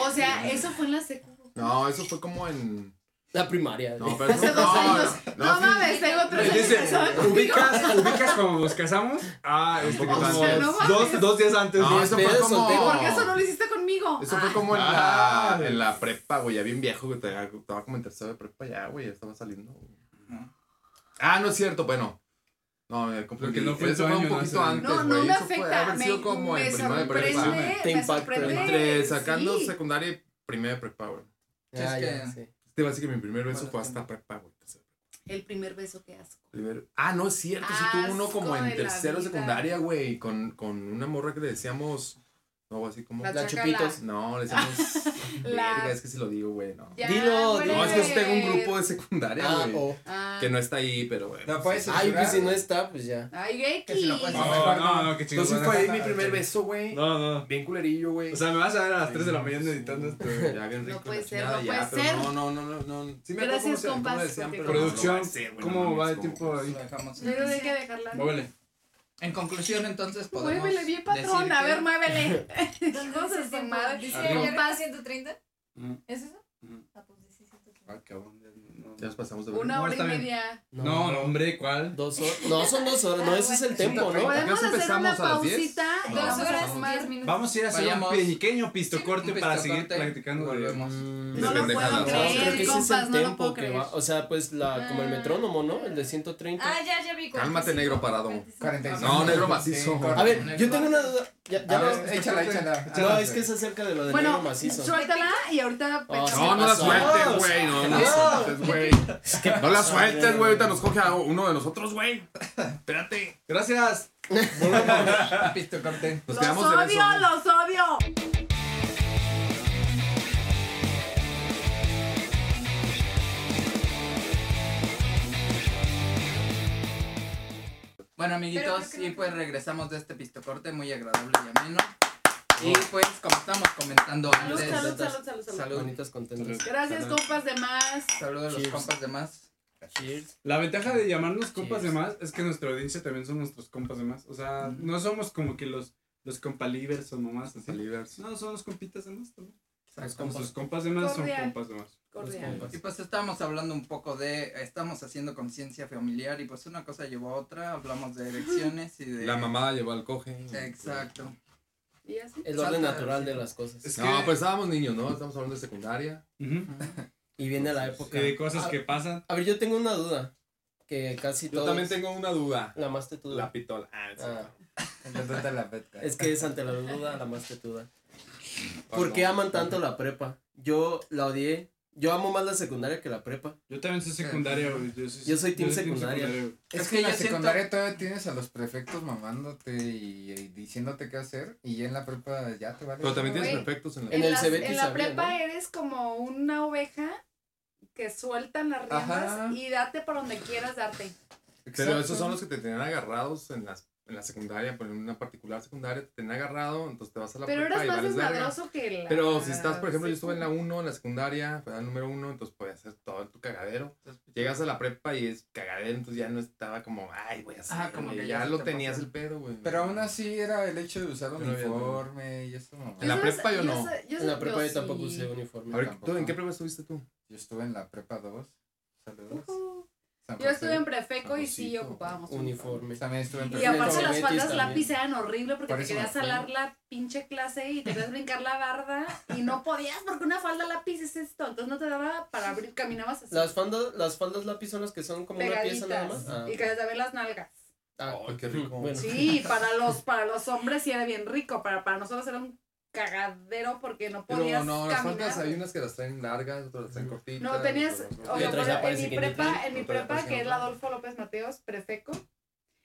O sea, eso fue en la secu. No, eso fue como en. La primaria. No, güey. pero Hace no, dos no, años. no, No, sí. mames, tengo tres años Dice, casada contigo. ubicas, ubicas como ¿Nos casamos? Ah, un poquito poquito O más. más. sea, no mames. dos, dos días antes. No, güey. eso pedos fue como. solteros. ¿Por qué eso no lo hiciste conmigo? Eso fue Ah, como en Ah. la, en la prepa, güey. Ya bien viejo, güey. te- Estaba como en tercero de prepa ya, güey. Ya estaba saliendo. güey. No. Ah, no es cierto, bueno. No, me confundí. Porque no fue Eso tu fue un año, no poquito sé. antes, No, güey. no me Eso fue- ha de afecta. haber sido Me, como en me primero de prepa. Te sorprende, me impacta. sorprende. Entre sacando sí. secundaria y primero de prepa, güey. Ah, Es ya, que- sí. Te iba a decir que mi primer beso Bueno, fue sí. hasta prepa, güey. O sea, El primer beso, qué asco. primero- Ah, no es cierto, sí tuve uno como Asco en de la tercero vida. secundaria, güey, con, con una morra que le decíamos, no, así como... La chacala. chupitos. No, le decíamos... La- verga, es que si lo digo, güey, no. Ya, Dilo, huele. No, es que yo tengo un grupo de secundaria, Ah, güey, o. Ah. que no está ahí, pero, güey. No puedes Ay, censurar. pues si no está, pues ya. Ay, X. Que si lo puedes- No, no, no, qué chido. Entonces bueno. fue mi primer beso, güey. No, no. Bien culerillo, güey. O sea, me vas a ver a las 3 de la mañana editando esto. güey. Ya bien rico. No puede la ser, chingada, no ya, puede pero No, ser. no, no, no, no. Sí me acuerdo Gracias, cómo se- cómo compas, le decían, porque pero no, no lo Producción, voy a hacer, güey, no ¿cómo mames, va el ¿cómo? tiempo ahí? Lo dejamos Pero en- de que dejarla. Móvele. En conclusión, entonces podemos. Muévele bien, patrón. decir A que- ver, muévele. ¿Dónde Cosas dice de tiempo? madre. ¿Dice Arriba. ayer 130? Ujú. ¿Es eso? Ujú. Ah, pues dice 130. Ah, cabrón. no, no. Ya nos pasamos de Una No, hora y está bien. media. No, no, hombre, ¿cuál? Dos horas. No, son dos horas. No, ese es el tiempo, ¿no? ¿Acaso Podemos hacer una empezamos a las diez? pausita y No, dos vamos a horas pausar. más minutos. Vamos a ir a hacer Vayamos. un pequeño pistocorte Un para pistocorte, seguir practicando. volvemos. Mm, No lo puedo pendejadas. No, creo creer, que ese es compas, el no lo puedo tiempo que creer. Ah. va. O sea, pues la, como el metrónomo, ¿no? El de 130. Ah, ya, ya vi. Cálmate, negro parado. 46. No, negro macizo. A ver, yo tengo una duda. Ya, ya A no- ver, échala, échala. no, échala, es que es acerca de lo del negro Bueno, macizo. suéltala y ahorita. Oh, pues, No, no la pasó? sueltes, güey. No, no la No. sueltes, güey. No la sueltes, güey. Ahorita nos coge a uno de nosotros, güey. Espérate. Gracias. Pisto corte. Nos Los quedamos en eso. odio, ¿no? los odio. Bueno, Pero amiguitos, creo que y no- pues regresamos de este pisto corte muy agradable y ameno. Y pues, como estamos comentando Salud, antes, salud, salud, salud, salud. salud. Bonitas contentas. Gracias, compas de más. Saludos a los Cheers. compas de más. Cheers. La ventaja de llamarnos compas de Cheers. más es que nuestra audiencia también son nuestros compas de más. O sea, no somos como que los, los compalivers o nomás así. Salivers. No, son los compitas de más también. Los Sus compas. compas de más son Cordial. compas de más. Cordial. Y pues estábamos hablando un poco de, estamos haciendo conciencia familiar y pues una cosa llevó a otra, hablamos de elecciones y de... La mamada llevó al coge. Exacto. ¿Y así? El orden natural de las cosas. Es No, que- pues estábamos niños, ¿no? Estamos hablando de secundaria. Ujú. Y viene la época. Y de cosas A- que pasan. A ver, yo tengo una duda. Que casi Yo todos. también tengo una duda. La más tetuda. La pitola. Ah, Entonces la petka. es que es ante la duda la más tetuda. ¿Por qué aman tanto la prepa? Yo la odié. Yo amo más la secundaria que la prepa. Yo también soy secundaria, güey. Yo soy, Yo soy team secundaria. güey. Es, Es que que en la yo siento- secundaria todavía tienes a los prefectos mamándote y, y diciéndote qué hacer y ya en la prepa ya te vale. Pero también verga, tienes Güey. perfectos en la. En En, el las- CBT en la sabía, prepa ¿no? eres como una oveja que sueltan las riendas Ajá. y date por donde quieras darte. güey. Pero Exacto. esos son los que te tenían agarrados en las en la secundaria, por ejemplo, en una particular secundaria, te tenían agarrado, entonces te vas a la Pero prepa eras y más vales verga. desmadroso que la. Pero si estás, por ejemplo, yo sí. estuve en la 1, en la secundaria, fue la número 1, entonces podías hacer todo tu cagadero. Llegas a la prepa y es cagadero, entonces ya no estaba como, ay, voy a hacer. Ah, como güey, que ya ya se lo te tenías pasó. el pedo, güey. Pero aún así era el hecho de usar Yo no había- uniforme y eso. mamá. En la Yo prepa sé- yo no. sé- En la sé- prepa yo sí. tampoco usé uniforme. A ver, tampoco. ¿tú en qué prepa estuviste tú? Yo estuve en la prepa 2. Saludos. Ujú. San Yo estuve en José. prefeco y sí Rosito. ocupábamos Uniforme. También estuve en Y prepa. aparte Los las betis faldas también. lápiz eran horrible porque Por te eso me querías acuerdo. salar la pinche clase y te querías brincar la barda y no podías porque una falda lápiz es esto, entonces no te daba para abrir, caminabas así Las faldas, las faldas lápiz son las que son como pegaditas una pieza nada más. Ah, y querías ver las nalgas. ah, Ay, qué rico. Bueno. Sí, para los, para los hombres sí era bien rico, para, para nosotros era un cagadero porque no Pero podías no, las caminar. faldas hay unas que las traen largas, otras las traen cortitas. No, tenías, otras- o Y sea, otras ya por- en parece mi que ni prepa, traen, en mi otras ya prepa, parece que que es no la traen. Adolfo López Mateos, prefeco,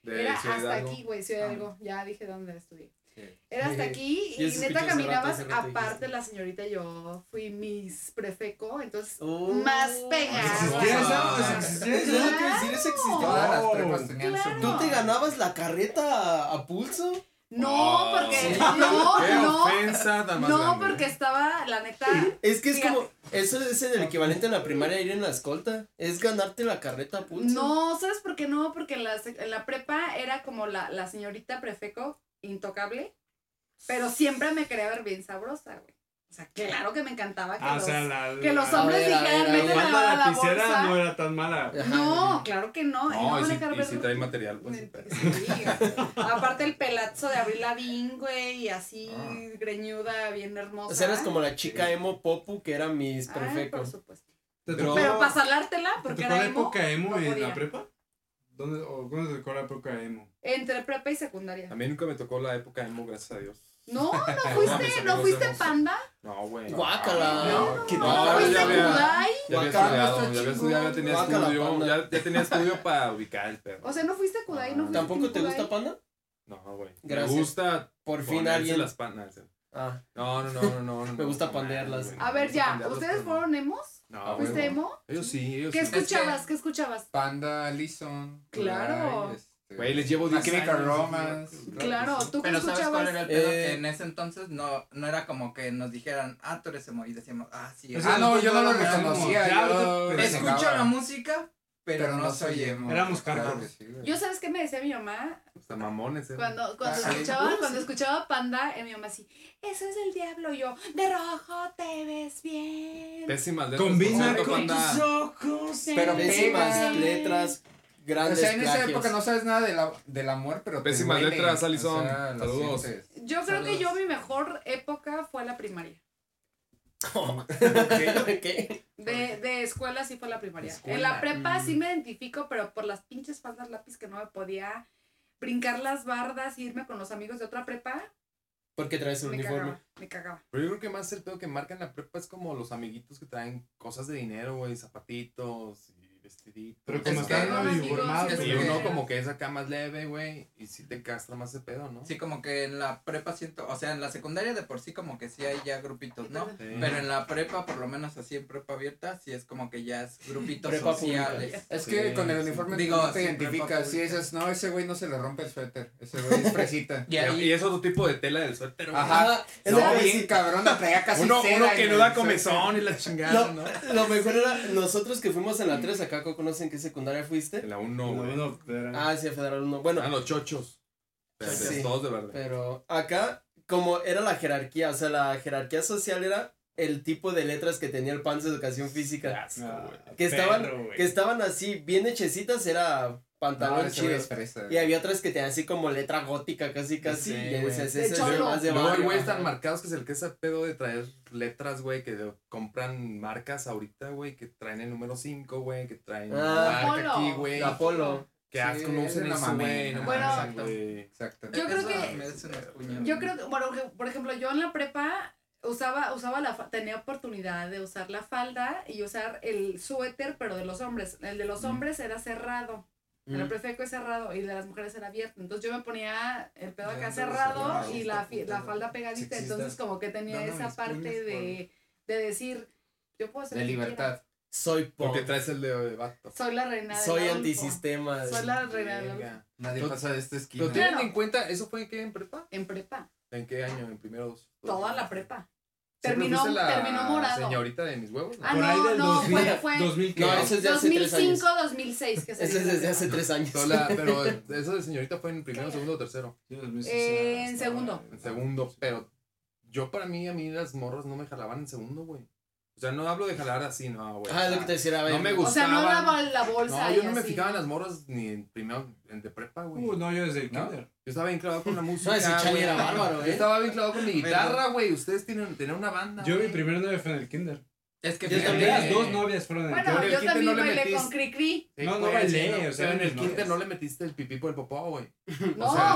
de era Ciudad hasta Hidalgo. aquí, güey, Ciudad Hidalgo, ya dije dónde estudié. Sí. Era hasta aquí Ah. Sí, y se escuchó neta hace rato, caminabas hace rato aparte dijiste. la señorita yo fui mis prefeco, entonces Oh. más pegada. ¿Existía Ah. esa? ¿Existía Yo esa? lo que decir pues, es existió. Todas las Oh, prepas tenían claro. ¿Tú te ganabas la carreta a pulso? No, Oh, porque sí. Qué no, no. ofensa tan más ¿eh? No, grande. porque estaba la neta Es que es Fíjate. como, eso es el equivalente en la primaria a ir en la escolta. Es ganarte la carreta a pulso. No, ¿sabes por qué no? Porque en la, sec- en la prepa era como la, la señorita prefeco intocable, pero siempre me quería ver bien sabrosa, güey. O sea, claro que me encantaba que Ah, o los, sea, la. que los la- A hombres ver, a ver, dijeran, a ver, méteme la, Wanda mano a la lapicera bolsa. no era tan mala. Ajá. No, claro que no. y No, no y si, me van a y dejar si ver- trae material, pues. sí, pero- Sí, aparte el pelazo de abrir la güey, y así Ah. greñuda, bien hermosa. O sea, eras como la chica emo popu que era mis Ah, por prefectos. supuesto. ¿Te Pero- tocó- Pero para salártela, ¿Te porque tocó la era emo, época emo no en podía. la prepa? ¿Dónde, o cuándo te tocó la época emo? entre prepa y secundaria. A mí nunca me tocó la época emo, gracias a Dios. No, no No, mis fuiste, no amigos fuiste hemos- panda, No, güey. no. Guácala. No, ¿Qué no, tal? no fuiste ya había- Kudai. Ya había Guácala, estudiado, está ya había estudiado, ya chingón. tenía Guácala, estudio, panda. ya, ya tenía estudio para ubicar el perro. O sea, no fuiste Kudai, no fuiste ¿Tampoco Team te gusta Kudai. panda? No, güey. Me Gracias. gusta Por fin ponerse alguien. las panas. Ah, No, no, no, no, no, no. Me gusta no, pandearlas. güey, no, A me ver, gusta ya, pandearlas, ¿ustedes pero no. fueron emos? No, ¿Fuiste güey. emo? Ellos sí, ellos ¿Qué sí. escuchabas? ¿Qué escuchabas? Panda, Lison. Claro. Kudai, este, Güey, les llevo My 10 Chemical años. Romance. Claro, ¿tú qué Pero ¿sabes cuál era escuchabas? el pedo? Eh. Que en ese entonces no, no era como que nos dijeran, ah, tú eres emo, y decíamos, ah, sí. O sea, Ah, no, yo no lo Éramos- reconocía. ya, yo- ahorita- Escucho Escucho la música, pero, pero no soy emo. Éramos Claro hardcore. que sí, güey. Yo, ¿sabes qué me decía mi mamá? Hasta mamones, eh. Cuando, cuando, Ah, sí. escuchaba, cuando escuchaba Panda, eh, mi mamá así, eso es el diablo. Y yo, de rojo te ves bien. Pésimas letras. por Combina cierto, con panda. tus ojos. Pero Pésimas pega. letras, O grandes sea, en esa plagios. época no sabes nada del am- del amor, pero te Pésimas duele, letras, Alison. o sea, lo Saludos. sientes. Yo creo que Saludos. yo mi mejor época fue la primaria. ¿Qué? De, de escuela sí fue la primaria. En Escuela. la prepa sí Mm. me identifico, pero por las pinches faldas lápiz que no me podía brincar las bardas, irme con los amigos de otra prepa, Porque traes el me uniforme. cagaba, me cagaba. Pero yo creo que más el pedo que marcan la prepa es como los amiguitos que traen cosas de dinero, güey, zapatitos y vestiditos. Pero Es como que- están con amigos, uniformados, que Y se güey. uno vean. como que es acá más leve, güey, y si te castra más ese pedo, ¿no? Sí, como que en la prepa siento, o sea, en la secundaria de por sí como que sí hay ya grupitos, ¿no? Sí. Pero en la prepa, por lo menos así en prepa abierta, sí es como que ya es grupitos Prepa sociales. Es que Sí, con el sí. uniforme Digo, tú no te siempre identificas. fue Sí, pública. esas, no, ese güey no se le rompe el suéter. Ese güey es fresita. Y ahí- Y es otro tipo de tela del suéter, güey. Ajá. Ah, Es no, lo que bien decía. cabrón, la traía casi Uno, cera uno en que no el da suéter. comezón y la chingada, ¿no? Lo mejor era nosotros que fuimos en la 3 acá, ¿conocen qué secundaria fuiste? En la uno, güey. No, no, era- Ah, sí, Federal 1. Bueno, Eran los chochos. Pero Sí. de Todos de verdad. Pero acá, como era la jerarquía, o sea, la jerarquía social era el tipo de letras que tenía el PANS de educación física. Ah, Que estaban, perro, güey. que estaban así, bien hechecitas, era No, pantalón ese chido. güey es fresa. Y había otras que tenían así como letra gótica, casi, Sí, casi. y ya decías, güey. ese De es el cholo. más de Luego hay barrio, güeyes ajá. tan marcados que se le que ese pedo de traer letras, güey, que de- compran marcas ahorita, güey, que traen el número 5, güey, que traen Ah, marca aquí, Polo. güey. Apolo. Que Sí, asco no usen es la eso, mamey, güey. No ¿no? Bueno, mames, güey. Exacto. Yo creo Eso que- me hace unos puñales. Yo creo que, bueno, que, por ejemplo, yo en la prepa usaba, usaba la, fa- tenía oportunidad de usar la falda y usar el suéter, pero de los hombres. El de los hombres era cerrado. El prefeco es cerrado y el de las mujeres era abierto. Entonces yo me ponía el pedo acá Dándole cerrado cerrado, y la, fi- la falda pegadita. Sexista. Entonces como que tenía Dándole esa las parte puñas por- de, de decir, yo puedo hacer De lo que libertad. Soy pop. Porque traes el de de vato. quiera. Soy la reina del Soy Adolfo. antisistema. Soy la reina del Adolfo. Verga. Nadie Lo- pasa de esta esquina. ¿Lo tienen en cuenta? ¿Eso fue en qué? ¿En prepa? En prepa, ¿En qué año? ¿En primero dos? toda la prepa. ¿Siempre Terminó, fuiste la terminó morado. Señorita de mis huevos. Ah, Por ahí no, del no, 2000, fue- fue- 2000 que- No, eso es de hace tres años. 2005, 2006, que Ese se es dice. desde hace tres años. Toda la- pero eso de señorita fue en primero, Calla. segundo o tercero. Sí, 2006 Eh, era- en estaba- segundo. En segundo, pero yo para mí, a mí las morras no me jalaban en segundo, güey. O sea, no hablo de jalar así, no, güey. Ah, es lo que te decía, a ver. No me O sea, no gustaban. daba la bolsa. No, y yo no me así. fijaba en las morras ni en primero, en de prepa, güey. Uh, no, yo desde el ¿No? kinder. Yo estaba bien clavado con la música. ese Charlie güey. era bárbaro, Yo ¿eh? estaba bien clavado con mi guitarra, güey. Ustedes tienen, tenían una banda. Yo mi güey. primer novio fue en el kinder. Es que Yo Mis fíjate, también. primeras dos novias fueron en el Pero Bueno, en el yo kinder también no le bailé metiste. con Cricri. Sí, No, no güey, bailé, sí, o sea, pero en mis el kinder novias. no le metiste el pipí por el popó, güey. No, sea,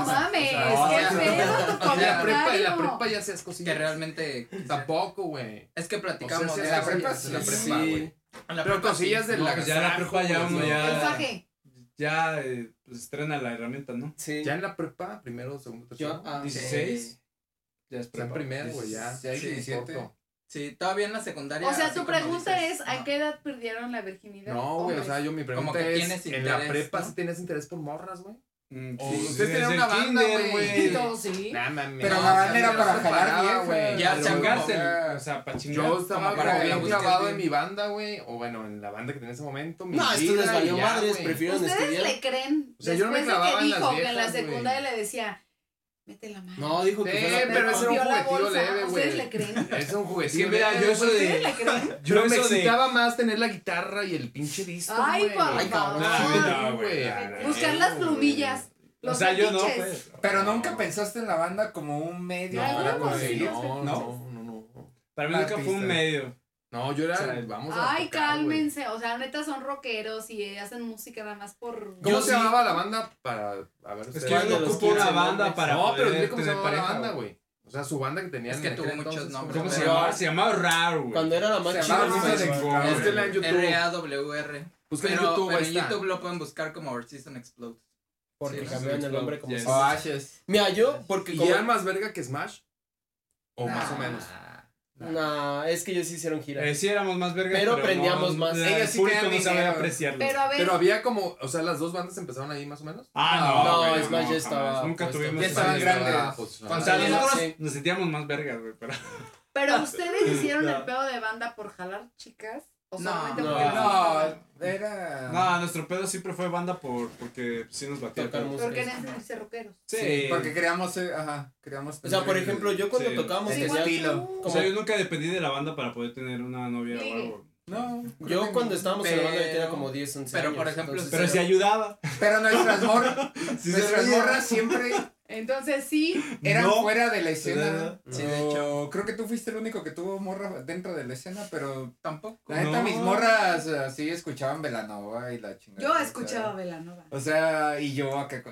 o mames, sea, qué o sea, pedo tu En la prepa, en la comentario. prepa ya seas que cosillas. realmente Tampoco, güey. es que platicamos O sea, de sí, la sí, prepa, sí, la sí. prepa, güey. En la Pero prepa, cosillas sí. de No, la pues ya la prepa ya uno ya- El faje. Ya eh, pues, estrena la herramienta, ¿no? Sí. Ya en la prepa, primero, segundo, tercero. Yo, ah, 16. Ya es O sea, en prepa. primero, güey, ya. Ya hay Sí, 17. corto. Sí, todavía en la secundaria. O sea, así tu como pregunta dices, es, ¿a no. qué edad perdieron la virginidad? No, güey, o hombres? sea, yo mi pregunta Como que es, tienes en la interés, prepa ¿no? sí tenías interés por morras, güey. Mm, O sí, ustedes desde tenían el una banda, kinder, güey. Todo sí. Nah, mames. Pero No, la ya banda era no para se jalar paraba, güey. Ya Para se chingarse, acabó. o sea, para chingar. Yo estaba Como como para que bien la clavado busques en mi bien. banda, güey. O bueno, en la banda que tenía en ese momento. mi No, esto vida les y valió ya, madres, güey. prefirieron ¿Ustedes estudiar. le creen? O sea, yo no me Después de clavaba que en las dijo que en la viejas, güey. secundaria le decía, mete la mano. No, dijo que Sí, fue la pero ese Me era un rompió la juguetillo bolsa. leve, güey. ¿Ustedes le creen? Es un juguetillo. Sí, vea, leve, yo eso güey. ¿Ustedes de- le creen? yo Pero me eso de- excitaba más tener la guitarra y el pinche disco, Ay, güey. papá. Ay, cabrón. No, güey, Ay, no, no, Buscar las plumillas. O Los sea, yo no, fetiches. pues. Pero nunca pensaste en la banda como un medio No, para güey. huevo, sí, conseguir. o No, sea, no, no, no. Para mí nunca fue un Artista. medio. No, yo era, O sea, vamos a tocar, Ay, güey. cálmense. O sea, neta son rockeros y eh, hacen música nada más por. ¿Cómo Yo se sí. llamaba la banda para a ver Es ustedes? que yo ¿Cuál de no los ocupo una 15 banda nombres? para No, pero poder dile cómo se tener llamaba la pareja, banda, güey. güey. O sea, su banda que tenían. Es que en aquel tuvo muchos entonces, nombres, ¿cómo ¿Cómo se se llama? llamaba? Se llamaba Raro, güey. Cuando era la Se más llamaba chida. no, Risa no, no, de no, Clown, no, Búsquenla en güey. YouTube. R-A-W-R. Búsquenla en Pero, YouTube. pero ahí Este en está. YouTube lo pueden buscar como Our Season Explodes. Porque Sí, cambiaron el nombre como yes. sea. O Ashes. Mira, yo, porque ¿Y como. eran más verga que Smash? O Ah. más o menos. Nah, es que ellos sí hicieron gira. Eh, sí éramos más vergas, Pero aprendíamos más. la- Ellos el sí público tenían no sabe dinero. apreciarlo. Pero a ver. Pero había como, o sea, las dos bandas empezaron ahí más o menos. Ah, no. No, güey, Smash ya jamás. estaba Nunca puesto. tuvimos. Ya estaban Smash. grandes. Ah, pues, O ah, sea, nosotros Sí. nos sentíamos más vergas, güey. Pero... Pero ustedes hicieron No. el pedo de banda por jalar chicas. O No, solamente no, porque les gustaba? No, Ah. era. No, nuestro pedo siempre fue banda por porque sí nos batía. Tocar pero- música. Porque eran sentirse rockeros. Sí. Porque queríamos ser. Ajá, queríamos. Eh, O sea, por ejemplo, yo cuando Sí. tocábamos Sí, tenía estilo. tú. O sea, yo nunca dependí de la banda para poder tener una novia o Ligue. algo. No. creo Yo que cuando no. estábamos en la banda yo tenía Pero- como 10, 11 pero, años. por ejemplo, entonces- Pero si ayudaba. Pero nuestras, mor- Pues Si nuestras servía. morras siempre Entonces sí, eran No. fuera de la escena. Sí, de hecho. O Creo que tú fuiste el único que tuvo morra dentro de la escena, pero Tampoco. la neta No. mis morras así escuchaban Velanova y la chingada. yo o sea. escuchaba Velanova. O sea, y yo acá. co-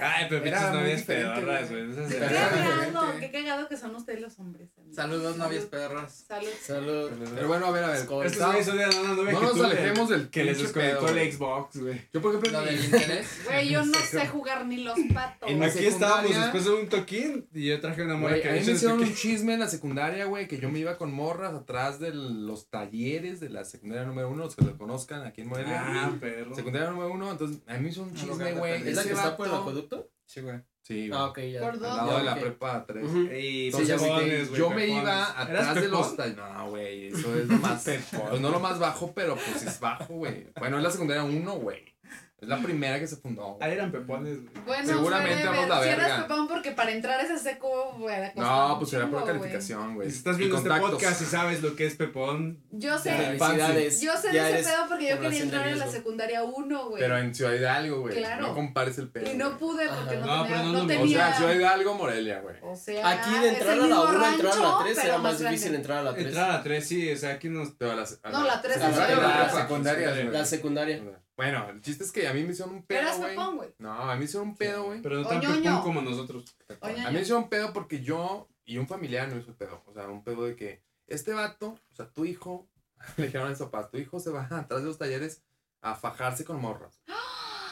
Ay, pero Era pinches muy novias diferente, pedorras, güey. güey. Qué Pero era cagado, diferente. Ah, qué cagado que son ustedes los hombres. amigos. Saludos, novias Salud. perras. Salud. Salud. Pero bueno, a ver, a ver. Escobar. Estos güeyes son de la nueva novia No que nos tú le- alejemos del Que les pinche desconectó pedo, el güey. Xbox, güey. Yo, por ejemplo, Lo del mi- interés. Güey, yo no sé jugar ni los patos. En la Aquí estábamos secundaria- después de un toquín y yo traje una morra Güey, que a mí hizo me el hicieron un toquín. chisme en la secundaria, güey, que yo me iba con morras atrás de los talleres de la secundaria número uno, los que lo conozcan aquí en Morelia. Ah, perro. secundaria número uno, entonces a mí me hizo un Un chisme, lugar de güey. talleres. ¿Es la ese que está por el vato- acueducto? Sí, güey. Sí, güey. Ah, ok, ya. Por Al dos. lado de la ok. prepa 3. Ujú. Y Sí, ya entonces, vi que pepones, güey, yo me pepones. iba ¿Eras atrás de los pepón? tal- No, güey, eso es lo más. pues no lo más bajo, pero pues es bajo, güey. Bueno, es la secundaria 1, güey. Es la primera que se fundó. güey. Ah, eran pepones, güey. Bueno, Seguramente fue de vamos la ver- si eras verga. pepón, porque para entrar a ese seco, güey, la cosa No, un pues era por chingo, güey. calificación, güey. Si pues, estás Y viendo este contactos. podcast y sabes lo que es pepón, Yo sé, Felicidades. yo sé ya de eres ese pedo porque yo quería población de entrar en la riesgo. secundaria 1, güey. Pero en Ciudad Hidalgo, güey. Claro. No compares el pedo. Y no güey. pude Ajá. porque no, No, tenía, pero no no lo- O sea, Ciudad tenía. Hidalgo, Morelia, güey. O sea, Aquí de entrar Ah, es a el la mismo 1, entrar a la rancho, 3 pero era más grande. difícil entrar a la 3. entrar a la 3, sí, o sea, aquí nos... Te va a las- a No, la tres a es a la la prepa. secundaria, güey. La secundaria. Bueno, el chiste es que a mí me hicieron un pedo, Eras güey. pepón, güey. No, a mí me hicieron un pedo, güey. Pero no tan Oñoño. pepón como nosotros. Oye, A mí me hicieron pedo porque yo y un familiar no hizo pedo. O sea, un pedo de que este vato, o sea, tu hijo, le dijeron a mis papás, tu hijo se va atrás de los talleres a fajarse con morras.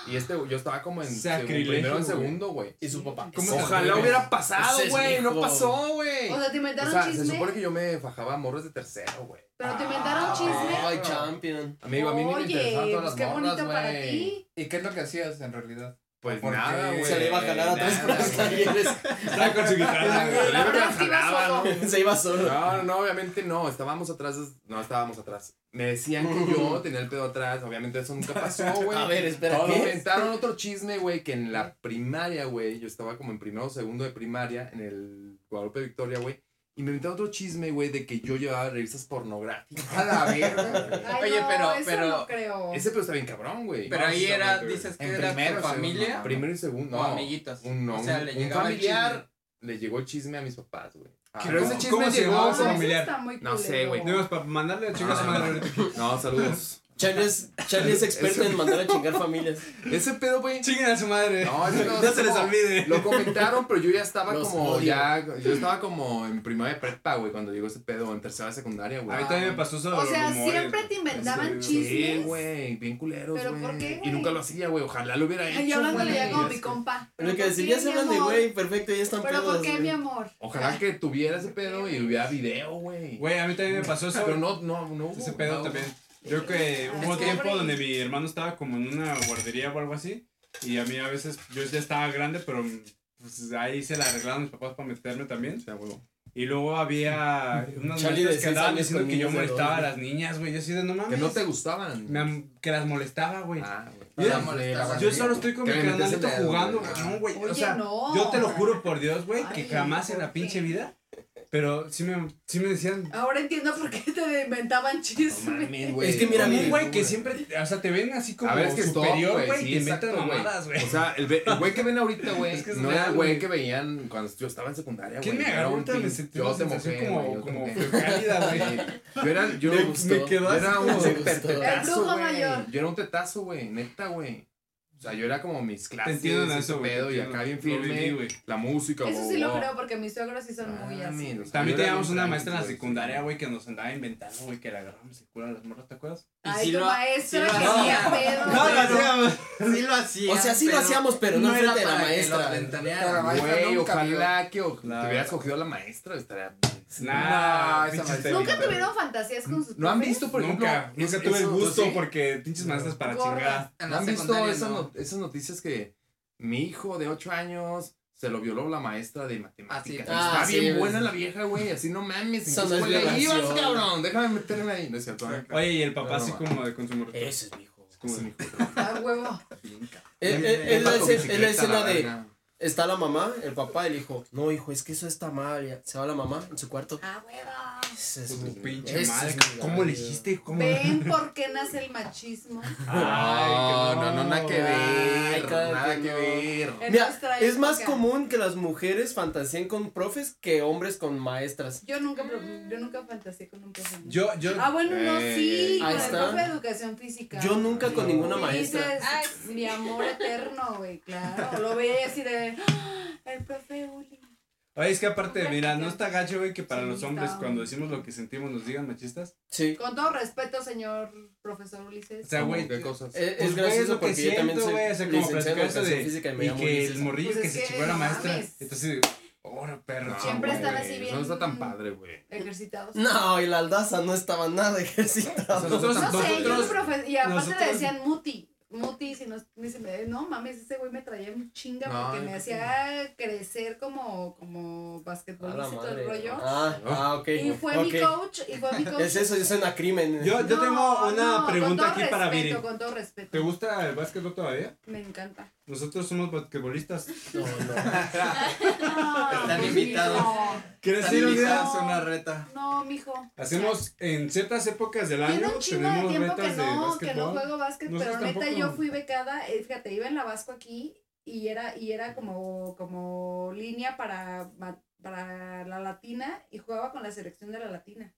Y este, yo estaba como en segundo, Sacrilegio, primero en güey. segundo, güey. Y su papá. ¿Cómo te Ojalá atreves? hubiera pasado, Ese es güey. mi No hijo. pasó, güey. o sea, te O inventaron sea, se chisme. supone que yo me fajaba a morras de tercero, güey. Pero te inventaron chisme. Ah, Ay, champion. Amigo, a mí ni me interesaban todas Oye, pues las qué morras, bonito para güey. ti. ¿Y qué es lo que hacías en realidad? Pues Porque nada, güey. Se le iba a jalar atrás por los Nada, güey. talleres. Estaba con su guitarra, güey. Se le iba a Atrás te ibas jalar, solo. ¿no? Se iba solo. No, no, no, obviamente no, estábamos atrás, des- no estábamos atrás. Me decían que yo tenía el pedo atrás, obviamente eso nunca pasó, güey. A ver, espera, Todos ¿qué? inventaron otro chisme, güey, que en la primaria, güey, yo estaba como en primero o segundo de primaria, en el Guadalupe Victoria, güey, y me inventaron otro chisme, güey, de que yo llevaba revistas pornográficas. A la verga. Ay, Oye, no, pero- eso pero- no creo. Ese pedo está bien cabrón, güey. Pero ahí era, dices que En era primero, tu segundo, familia Primero y segundo, o no. amiguitos. Un, no, o sea, un- le un llegaba el familiar le llegó el chisme a mis papás, güey. Ah, Pero ese chisme ¿Cómo se llegó- llamaba No, su eso familiar? está muy No sé, culero. güey. No, ibas para mandarle a chingar a su madre ahorita. Ah, No, saludos. Charlie es, Charlie es experto en mandar a chingar familias. Ese pedo, güey. Chinguen a su madre. No, ese pedo No es se les como- olvide. Lo comentaron, pero yo ya estaba Los como odio. ya yo estaba como en primera de prepa, güey, cuando llegó ese pedo en tercera de secundaria, A güey. mí también me pasó eso de O los sea, rumores, siempre güey. te inventaban Sí, chismes. Sí, güey, bien culeros, ¿Pero por qué, güey. Y güey? nunca lo hacía, güey. Ojalá lo hubiera hecho. Ay, hablándole güey. ya como mi compa. Lo que ¿Por decir, qué, ya se mi hablan de amor? güey, perfecto, ya están Pero ¿por pedos, qué, güey. mi amor? Ojalá que tuviera ese pedo y hubiera video, güey. Güey, a mí también me pasó eso. Pero no no no hubo, Ese güey, pedo no, también. Yo creo que hubo Pobre. tiempo donde mi hermano estaba como en una guardería o algo así. Y a mí a veces, yo ya estaba grande, pero pues, ahí se la arreglaron mis papás para meterme también. O sea, güey. Y luego había unas Charlie de muchachas que seis andaban años diciendo con que yo niños de molestaba a dos, las niñas, güey. Yo así de no mames. Que no te gustaban. Me am- que las molestaba, güey. Ah, güey. Yo- Ah, güey, la Yo solo estoy con mi Que me metes carnalito el dedo, jugando, güey. güey. No, güey. Oye, O sea, no. yo te lo juro por Dios, güey, que Ay, jamás en ¿por la pinche qué? vida. Pero sí me, sí me decían. Ahora entiendo por qué te inventaban No chismes. mames, güey. Es que mira, Mira, mi un güey que siempre, o sea, te ven así como A ver, es que superior, stop, güey, y sí, te inventan exacto, güey. mamadas, güey. O sea, el, ve- el güey que ven ahorita, güey, Es que es no era real, el güey güey. que veían cuando yo estaba en secundaria, güey. ¿Quién me Era agarró un ahorita? Me pin- sentí Yo una te sensación mojé, como, güey, yo te como mojé. cálida, güey. Yo era, yo, Me- yo me quedó así era como- un súper El tetazo, brujo güey. mayor. Yo era un tetazo, güey, neta, güey. O sea, yo era como mis Te clases, entiendo en ese eso, güey. pedo, te y entiendo. acá bien Lo viví, firme, güey. la música, Eso sí lo wow. creo porque mis suegros sí son muy Ah, así. mira, o sea, También yo era teníamos bien una tranqui, maestra en la güey, sí. secundaria, güey, que nos andaba inventando, güey, que le agarramos el culo a las morras, ¿te acuerdas? Ay, sí tu lo- sí maestra lo que hacía. ni a pedo. No, güey. no, no. Sí lo hacíamos. O sea, sí lo hacíamos, pero no era enfrente de la para que los maestra. ventanearan. Pero, maestra Güey, nunca, ojalá que o- La- te hubieras cogido a la maestra, estaría... Nah, esa pinches maestra. ¿Nunca temitas, tuvieron fantasías con sus ¿No han profes? visto, por ejemplo? Nunca, es- nunca tuve el esos- gusto sí. porque pinches maestras para Gordas. chingar. En la ¿Han visto secundaria, esas, no. no- esas noticias que mi hijo de 8 años se lo violó la maestra de matemáticas? Ah, sí. Está Ah, sí, bien güey. buena la vieja, güey. Así no mames. ¿en Eso qué no es escuela violación. ibas, cabrón? Déjame meterme ahí. No es cierto. ¿eh? Oye, y el No, papá no, así no. como de con su morrito. Ese es mi hijo. Es como de- Ah, huevo. Es- Es es la Pato escena- es la bicicleta, escena la de. verga. está la mamá, el papá, el hijo. No, hijo, es que eso está mal. ya. Se va la mamá en su cuarto. ¡Ah, hueva! Ese es Tu mi- ese pinche es madre. mi ¿Cómo le gallo. dijiste? Este, hijo? ¿Cómo? ¿Ven por qué nace el machismo? No, no, no, nada que Ay, ver. claro nada que que no. ver. En Mira, nuestra es más época. común que las mujeres fantaseen con profes que hombres con maestras. Yo nunca, pro- yo nunca fantaseé con un profe. Yo, yo. Ah, bueno, no, sí, Eh, con ahí el está. profe de educación física. Yo nunca con ninguna maestra. Dices, "Ay, mi amor eterno, güey, claro. Lo veía y así de, "Ah, el profe Uli. Oye, es que aparte, mira, no está gacho, güey, que para Sí, los hombres está. cuando decimos lo que sentimos nos digan machistas. Sí. Con todo respeto, señor profesor O Ulises. sea, güey. ¿Qué cosas? Eh, Es, es Pues, güey, es gracioso lo que porque yo también siento, soy güey, o sea, como licenciado en platicar eso educación de- física y me Y llamo que el Ulises. morrillo Pues que es se que chivó a la no maestra. mames. Entonces, ahora perro. No, Siempre güey, están así eso bien- no está tan padre, güey. Ejercitados. No, y la aldaza no estaba nada ejercitada. Nosotros- No sé, yo nosotros- no profe, Pues, y aparte nosotros- le decían muti. Muti, si no, me dice, me- no mames, ese güey me traía un chinga No, porque yo me creo hacía crecer como, como A la basquetbolista y todo madre. el rollo. Ah, ah, ok. y fue ok. mi coach, y fue mi coach. Es eso, eso suena a crimen. Yo, yo No, tengo una no, con pregunta todo aquí para respeto, Viri. Con todo respeto. ¿Te gusta el básquetbol todavía? Me encanta. Nosotros somos basquetbolistas. No, no. Están mijo. invitados. ¿Quieres ir un día? Invitados a una reta. No, mijo. Hacemos en ciertas épocas del Tiene año un chingo de tenemos tiempo que retas de no, que no básquetbol. juego básquet, Nosotros pero neta tampoco. yo fui becada, eh, fíjate, iba en la Vasco aquí y era, y era como, como línea para, ma- para la latina y jugaba con la selección de la latina.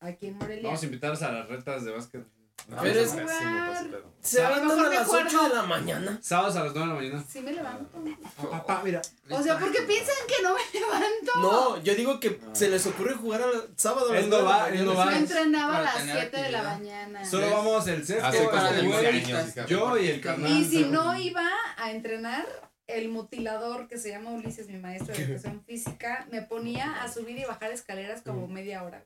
Aquí en Morelia. Vamos a invitarlos a las retas de básquet. No, Pero eso es- está pésimo, está ese pedo. Se A lo levantan a mejor me las acuerdo. 8 de la mañana. Sábados a las 9 de la mañana. Sí me levanto. Ah, Oh, Oh, Papá, mira. O sea, ¿por qué piensan que no me levanto? No, yo digo que se les ocurre jugar al sábado. a las Él nueve no de la va, él no mañana. Yo vas entrenaba a para las tener 7 de la actividad. mañana. Solo vamos el sexto Hace para como el 15 jueves. años. hija. Yo y el carnal. Y si no iba a entrenar, el mutilador que se llama Ulises, mi maestro de educación física, me ponía a subir y bajar escaleras Mm. como media hora.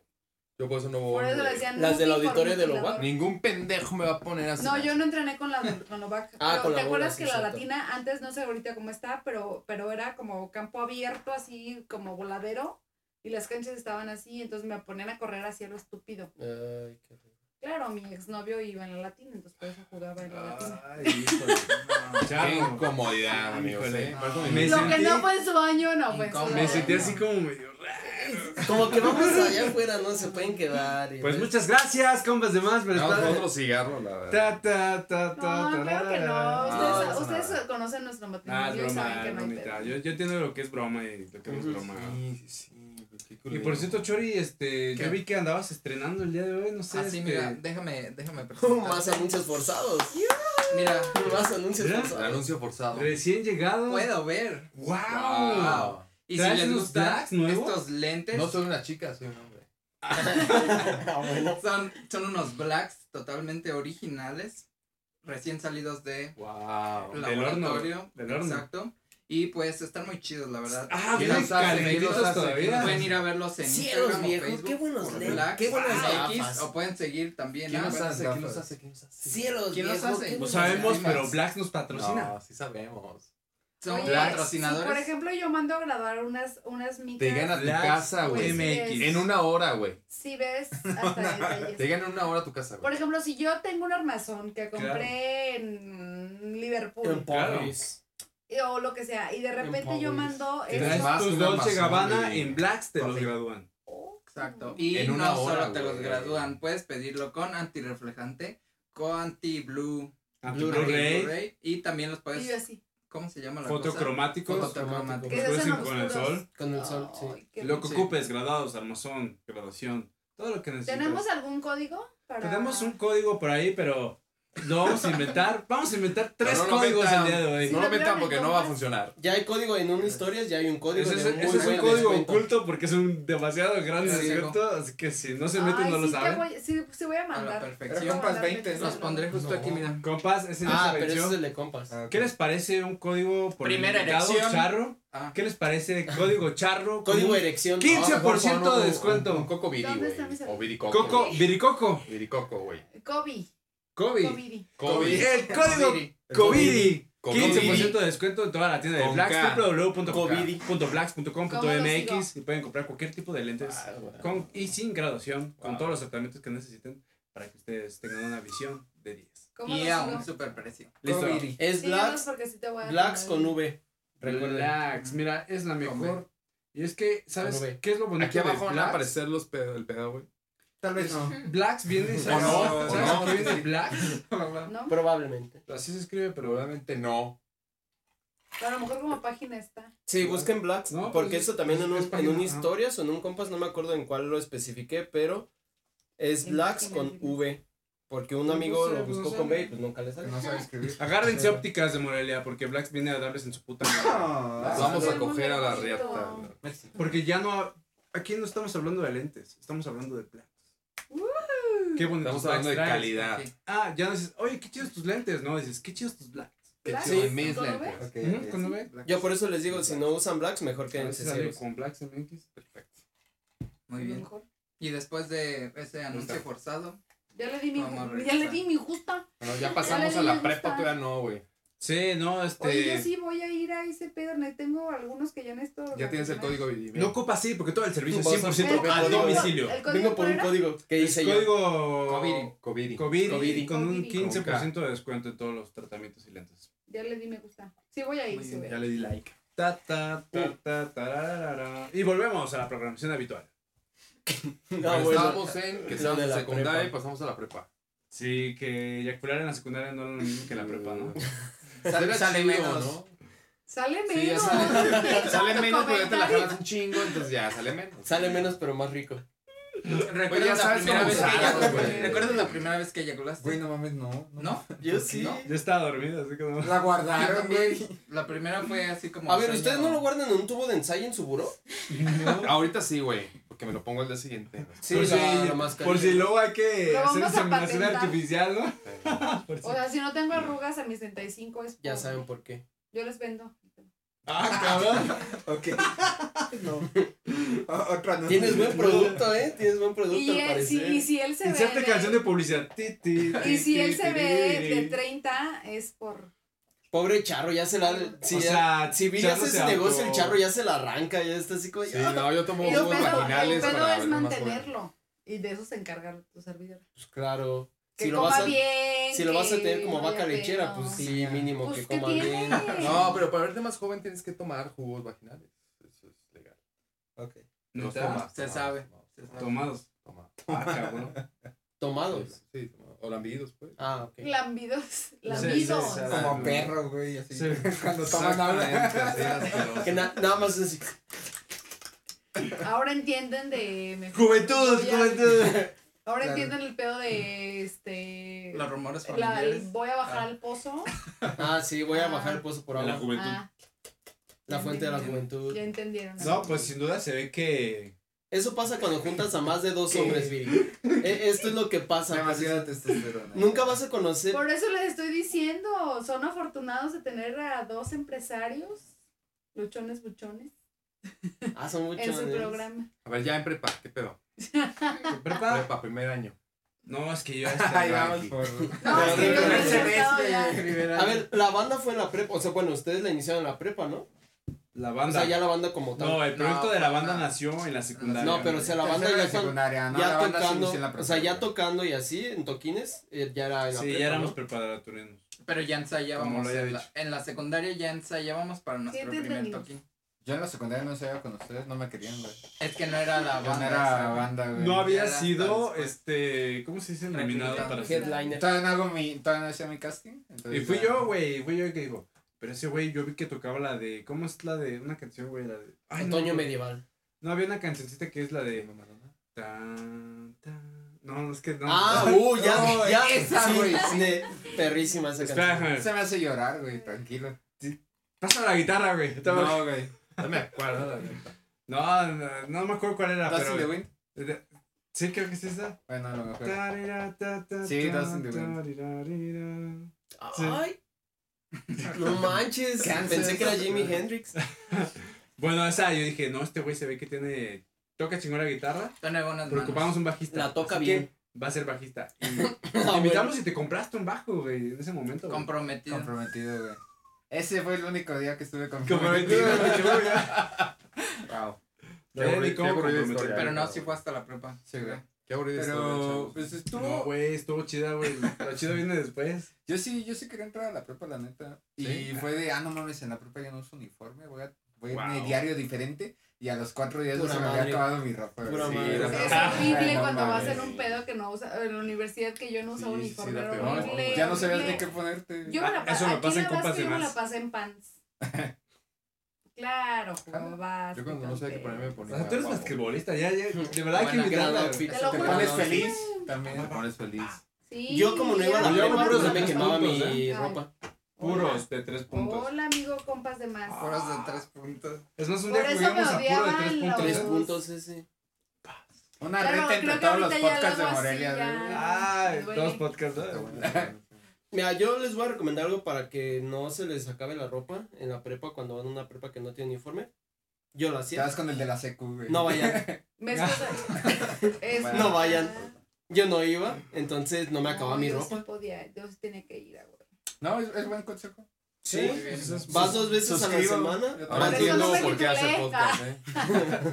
Yo por eso no voy. Por eso le güey. decían. Las "Muti del por auditorio de mutilador". Lobac. Ningún pendejo me va a poner así. No, yo no entrené con la de- con Lobac. Ah, pero con la bola, ¿Te acuerdas sí, que la cierto. latina, antes no sé ahorita cómo está, pero, pero era como campo abierto, así como voladero, y las canchas estaban así, entonces me ponían a correr así a lo estúpido. Ay, qué rico. Claro, mi exnovio iba en la latina, entonces por eso jugaba Ah. en la latina. Ay, híjole. no, Qué Chavo. incomodidad, amigos. Híjole. ¿eh? Por eso Me me- sentí- Lo que no fue en su año, no pues, fue en su Incómodo. Me año. sentí así como medio raro. Como que vamos allá afuera, ¿no? Se pueden quedar. y Pues ver. muchas gracias, compas de más, pero No, está- fue otro cigarro, la verdad. Ta, ta, ta, ta, No, ta, claro que ra, no. ra, Ah, Ustedes, ra. pues ustedes conocen nuestro Ah, es matrimonio y saben broma, que es no hay bromita. pedo. Yo, yo entiendo lo que es broma y lo que no es broma. Sí, sí, sí. güey, qué Y culero. por cierto, Chori, este, ¿Qué? yo vi que andabas estrenando el día de hoy, no sé. Así, este, Ah, mira, déjame, déjame Más presentar. anuncios forzados. Mira, Más anuncios Mira, El forzados. anuncio forzado. Recién llegado. puedo ver. ¡Wow! Wow. Y si ¿Traes les unos gustan drags nuevos? estos lentes, No soy una chica, soy un hombre. son, son unos blacks totalmente originales, recién salidos de Wow. La- Del horno, laboratorio. del horno. Exacto. Y pues están muy chidos, la verdad. Ah, ¿Quién vienen los hace? calentitos ¿Quién los hace? todavía. Pueden ir a verlos en Cielos Instagram o viejos, Facebook. qué buenos por lentes, Black qué buenas Wow. gafas. X, O pueden seguir también. ¿Quién a- nos hace? ¿Quién gafas. nos hace? ¿Quién nos hace? Cielos ¿Quién los viejos, hace? qué No buenos sabemos, drags. pero Blacks nos patrocina. No, sí sabemos. Son Oye, patrocinadores. si, por ejemplo, yo mando a grabar unas, unas micas. Te llegan a tu Blacks, casa, güey, güey. sí MX. es. En una hora, güey. Si ves hasta Te detalles. llegan en una hora a tu casa, Por güey. ejemplo, si yo tengo un armazón que compré Claro. en En Liverpool Claro. Paris. eh, o lo que sea, y de repente yo Powys. mando. este Tienes esos- más Traes tus una Dolce Amazon, Gabbana güey. en Blacks te los Papi. gradúan. Exacto. Y En una no hora, solo te los güey. gradúan, puedes pedirlo con antirreflejante, con anti-blue, Ah, Blu-ray, Blu-ray, y también los Y yo puedes, así. ¿cómo se llama la fotocromáticos, cosa? Fotocromático. Pues Que se oscurecen hacen con el oscuros. sol. Con el sol, sí. Ay, qué Lo que rico. ocupes, graduados, armazón, graduación, todo lo que necesitas. ¿Tenemos algún código? Para... Tenemos un código por ahí, pero lo vamos a inventar. Vamos a inventar tres no lo códigos metan. el día de hoy. No Si lo lo metan vieron porque en no va a compras- funcionar. Ya hay código en una historia, ya hay un código Ese es, de muy ese es un buen código descuento. oculto porque es un demasiado grande Sí, sí, descuento, así que si no se meten Ay, no lo sí te saben. voy- sí, sí voy a A la mandar. Pero perfección. Perfecto. compas 20, ¿no? Los pondré justo No. aquí, mira. Compas, ese no Ah, se pero ese venció. es el de compas. Ah, ok. ¿Qué les parece un código por Primera limitado erección. charro? Ah, ¿Qué les parece código charro? con Código un erección. ¿Qué? 15% Ah, mejor pon de un- descuento. un Coco Viri, ¿Dónde güey. están mis- O Viricoco. Coco, güey. Viricoco, Viricoco, güey. Kobe. Kobe. Kobe. Covid. El código Coviri. COVID. Covid. 15% de descuento en toda la tienda de Con Blacks, K. ¿Cómo lo www.blacks.com.mx y sigo? pueden comprar cualquier tipo de lentes Ah, güey. con y sin graduación, con Wow. todos los tratamientos que necesiten para que ustedes tengan una visión de 10. ¿Cómo Y lo a sigo? un super precio. Listo. Es Síguenos Blacks, porque sí te voy a Blacks con mandar. V. Recuerden. Relax, mira, es la Con mejor. Y es que, ¿sabes Con B. qué es lo bonito Aquí abajo de van a Blacks? aparecer los pedo, el pedo, güey. Tal vez no. Blacks viene, ¿sabes? no, o ¿Sabes no, qué sí. viene Blacks? ¿no? Probablemente. Así se escribe, pero Probablemente no. A lo mejor como página está. Sí, busquen Blacks, No, porque pues, eso también es- en, es un, en página, un ajá. historias o en un compas, no me acuerdo en cuál lo especifiqué, pero es En Blacks página con libre. V, porque un No amigo sé, lo pues, buscó no con sé. B y pues nunca le salió. No sabe escribir. Agárrense ópticas de Morelia, porque Blacks viene a darles en su puta madre. Ah, Blacks. Vamos sí, a es coger muy a la bonito. riata. Porque ya no. Aquí no estamos hablando de lentes, estamos hablando de Blacks. Qué bonito. Estamos hablando de calidad. Sí. Ah, ya no dices, oye, qué chidos tus lentes. No, dices, qué chidos tus Blacks. Que Blacks, sí, ¿no mis lo lentes. ves? ok, Ujú, ok. Cuando ¿Eh? ve. Yo por eso les digo, si no usan Blacks, mejor A quédense veces sale ciegos. con Blacks MX. Perfecto. Muy bien. Y después de ese anuncio forzado, Ya le di mi, Vamos a ya le regresar. di mi justa. Bueno, ya pasamos a la prepa, todavía no, güey. Sí, no, este. Oye, yo sí voy a ir a ese pedo. ne- Tengo algunos que ya en esto. Ya tienes el relacionados. código Vivi. No ocupa sí, porque todo el servicio es Vas a- 100% El a código- domicilio. El código Vengo por un fuera. código que El hice yo. código COVID. COVID. COVID, Covid. con un Covid. 15% de descuento en todos los tratamientos y lentes. Ya le di me gusta. Sí, voy a ir. Muy sí bien, voy a Ya ir. le di like. Ta, ta, ta, ta, tararara. Y volvemos a la programación habitual. No, Ah, bueno. Estábamos en que Lo estábamos de en la secundaria prepa. y pasamos a la prepa. Sí, que eyacular en la secundaria no era lo mismo que la prepa, ¿no? sale, Era sale chido, menos. ¿no? Sale Sí, ya menos. sale, sale Tanto menos, pero ya te la comentario. jalas un chingo, entonces ya sale menos. Sale menos, pero más rico. Güey, ya ¿recuerdas la sabes primera cómo vez que usarlas, eyaculaste? güey. ¿Recuerdas la primera vez que eyaculaste? Güey, no mames, no. ¿No? Yo sí. No. Yo estaba dormido, así que no. La guardaron, también. güey. La primera fue así como. A ver, sueño- ¿ustedes no lo guardan en un tubo de ensayo en su buró? Ahorita sí, güey, porque me lo pongo el día siguiente. Sí, Por la, si- la mascarilla. Por si luego hay que Lo hacer vamos a inseminación patentar. artificial, ¿no? O sea, si no tengo arrugas a mis 35 es. Ya por- saben por qué. Yo les vendo. Ah, cabrón. Ok. No. O- Otra no. Tienes buen producto, ¿eh? Tienes buen producto, Y, al él- si, y parecer. si él se ve. Inserte de- canción de publicidad. Ti, ti, ti, Y si ti, él se ti, ve ti, de ti. 30 es por. Pobre Charro, ya se la... Si, o ya- sea, si Billy Charro hace se ese negocio, el auto- Charro ya se la arranca, ya está así como... Sí, "Ah". no, yo tomo Y el jugos pedo, el vaginales pedo para es verme más joven. mantenerlo. Y de eso se encarga tu servidor. Pues claro. Que si lo coma vas a, bien. Si lo vas a que tener como no vaca haya lechera, pedo. pues sí, mínimo Pues, que ¿qué coma tiene? bien. No, pero para verte más joven tienes que tomar jugos vaginales. Eso es legal. Ok. Los ¿Neta? tomas. Se tomados, sabe. tomados, Se sabe. Tomados. tomados, Ah, cabrón. Tomados. tomados. Sí, tomados. O lambidos, pues. Ah, ok. Lambidos. Sí, sí, Lambidos. sí, sí. Como perro, güey, así. Sí. Cuando toman agua. Que na- nada más así. Ahora entienden de. mejor- Juventud, voy a- juventud. Ahora Claro. entienden el pedo de este. Los rumores la- familiares. el voy a bajar Ah. al pozo. Ah, sí, voy a bajar el pozo por En la ahora. juventud. Ah, La fuente de la juventud. ya entendieron. No, pues sin duda se ve que. Eso pasa cuando juntas a más de dos hombres, Billy. E- Esto es lo que pasa. pues, Demasiada testosterona. Nunca vas a conocer. Por eso les estoy diciendo, son afortunados de tener a dos empresarios, luchones, buchones, Ah, son muchos. en su ¿eh? programa. A ver, ya en prepa, ¿qué pedo? ¿Prepa? Prepa, primer año. No, es que yo. Ahí Hasta... vamos por. No, es que yo Pero me he ese sentado ya. A ver, la banda fue en la prepa. O sea, bueno, ustedes la iniciaron en la prepa, ¿no? la O banda. sea, ya la banda como tal. No, el proyecto No, de la no. banda nació en la secundaria. No, pero o sea, la banda Tercero de ya, cuando- secundaria, ¿no? ya La banda se tocando. inició en la o sea, ya preparatoria. tocando y así, en toquines, eh, ya era en la Sí, prepa, ya éramos ¿no? preparatorianos. Pero ya Como ensayábamos. lo había En la, dicho. en la secundaria ya ensayábamos para nuestro te primer entendimos? toquín. Yo en la secundaria no sabía con ustedes, no me querían, güey. Es que no era la Yo banda. no era ¿sabes? Ah, banda, güey. No había era sido, hasta después. este. ¿Cómo se dice? Nominado Reclutado. para ser. Headliner. Todavía no hago mi, todavía no hacía mi casting. entonces Y fui ya- yo, güey. Fui yo el que dijo. Pero ese güey, yo vi que tocaba la de. ¿Cómo es la de.? Una canción, güey. La de. Ay, no, Otoño güey. medieval. No, había una cancioncita que es la de. Tan, tan. No, es que no. Ah, uh, ya, No, ya. esa, sí, güey, ne- perrísima esa Espera, canción. déjame. Se me hace llorar, güey, tranquilo. Pasa la guitarra, güey. Estaba- No, güey. No me acuerdo, la neta. No, no, no me acuerdo cuál era, Dust in the pero. Wind. de- Sí, creo que es esa. Bueno, a lo mejor. Tarira, ta, ta, Sí, ta, Dust in the Wind. tarirarira. Sí. Ay. No manches, Cáncer. pensé que era Jimi Hendrix. Bueno, esa yo dije, no, este güey se ve que tiene. Toca chingón la guitarra. Tiene buenas Pero ocupamos manos. un bajista. La toca así bien. que Va a ser bajista. Y Ah, te invitamos bueno. y te compraste un bajo, güey, en ese momento. güey. Comprometido. Comprometido, güey. Ese fue el único día que estuve comprometido. Comprometido, güey, ya. Wow. Qué aburrida- ni cómo qué aburrida comprometer, historia, pero güey. no, sí fue hasta la prepa. Sí, güey. Qué aburrido Pero, pues estuvo. No, güey, estuvo chida, güey. La chida viene después. Yo sí, yo sí quería entrar a la prepa, la neta. ¿Sí? Y fue de, ah, no mames, en la prepa yo no uso uniforme, voy a, voy a mi Wow. diario diferente. Y a los cuatro días Pura se me había madre. acabado mi ropa. Pura güey. madre. era- Es Ah, horrible no cuando vas a mames. hacer un pedo que no usa, en la universidad que yo no usaba Sí, sí, sí, uniforme, la era peor. horrible. Ya no sabías horrible. ni qué ponerte. Yo me la Ah, eso paso, me aquí pasa en la verdad es compas que de yo me la más. pasé en pants. Claro, jugabas. Yo cuando no sé qué picante. ponerme me ponía. O sea, tú eres guapo. basquetbolista, ya, ya. De verdad Buena, que gran invitarla. outfit, Te se lo Te juro. pones ganó. feliz también. Te pones feliz. Sí, Yo como no iba a la Yo me prepa, acuerdo no de me tres quemaba puntos, mi ¿eh? ropa. Puros de tres puntos. Hola, amigo, compas de más. Horas de tres puntos. Es más, un Por día eso jugamos a me puro de tres odiaban puntos. Tres los- puntos ese. Una Claro, reta entre creo que todos los ahorita ya podcasts lo de hago así, Morelia. ya. güey. Ah, Ah, me duele. dos podcasts. Está ¿no? bueno, está bueno. Mira, yo les voy a recomendar algo para que no se les acabe la ropa en la prepa cuando van a una prepa que no tiene uniforme. Yo la Te hacía. vas con el de la secu, güey. No vayan. ¿Ves cosas? Es- No vayan. Yo no iba, entonces no me acababa mi yo ropa. Sí podía, yo sí tenía que ir a huevo. No, es, es buen consejo. Sí. Eso es- Vas dos veces a la Suscribo. semana. Yo Ahora vas también. viendo- entiendo no me por qué hace titulé. podcast,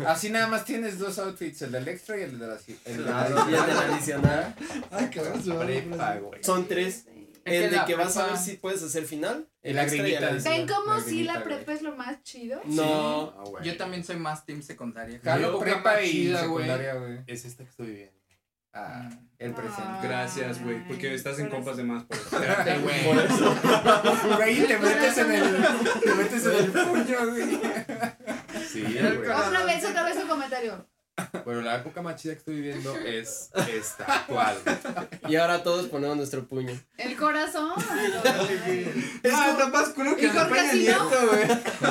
¿eh? Así nada más tienes dos outfits, el del extra y el de la ci- el de la Claro, y el de la adicional. Ay, qué gracioso. Prepa, güey. Son tres. Sí. Es El que de la que vas a prepa- ver si puedes hacer final. Y el la extra gringuita. adicional. ¿Ven cómo La sí la gringuita, prepa güey. es lo más chido? No. Ah, güey. Yo también soy más team secundaria. Jalo Yo- prepa y chida, güey. secundaria, güey. Es esta que estoy viviendo. Ah, el Ah. presente. Gracias, güey. Porque estás en Pero- compas de más. por eso. Espérate, güey. Por eso. Güey, te metes en el te metes en el puño, güey. Sí, El güey. Otra vez, otra vez un comentario. Bueno, la época más chida que estoy viviendo es esta actual. güey. Y ahora todos ponemos nuestro puño. El corazón. Ah, está más culo que Y el de Jorge Peña así, ¿no? Nieto,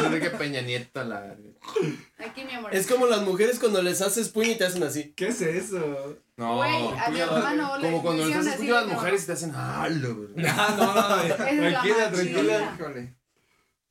güey. que Peña Nieto la Aquí, mi amor. Es como las mujeres cuando les haces puño y te hacen así. ¿Qué es eso? No. Güey, a mi hermano le Como cuando le nos hicieron has así, escuchado a las no. mujeres y te hacen. "Ah, lo, güey". Ah, no, no, güey. Esa es Tranquila, la más tranquila. chida. Híjole.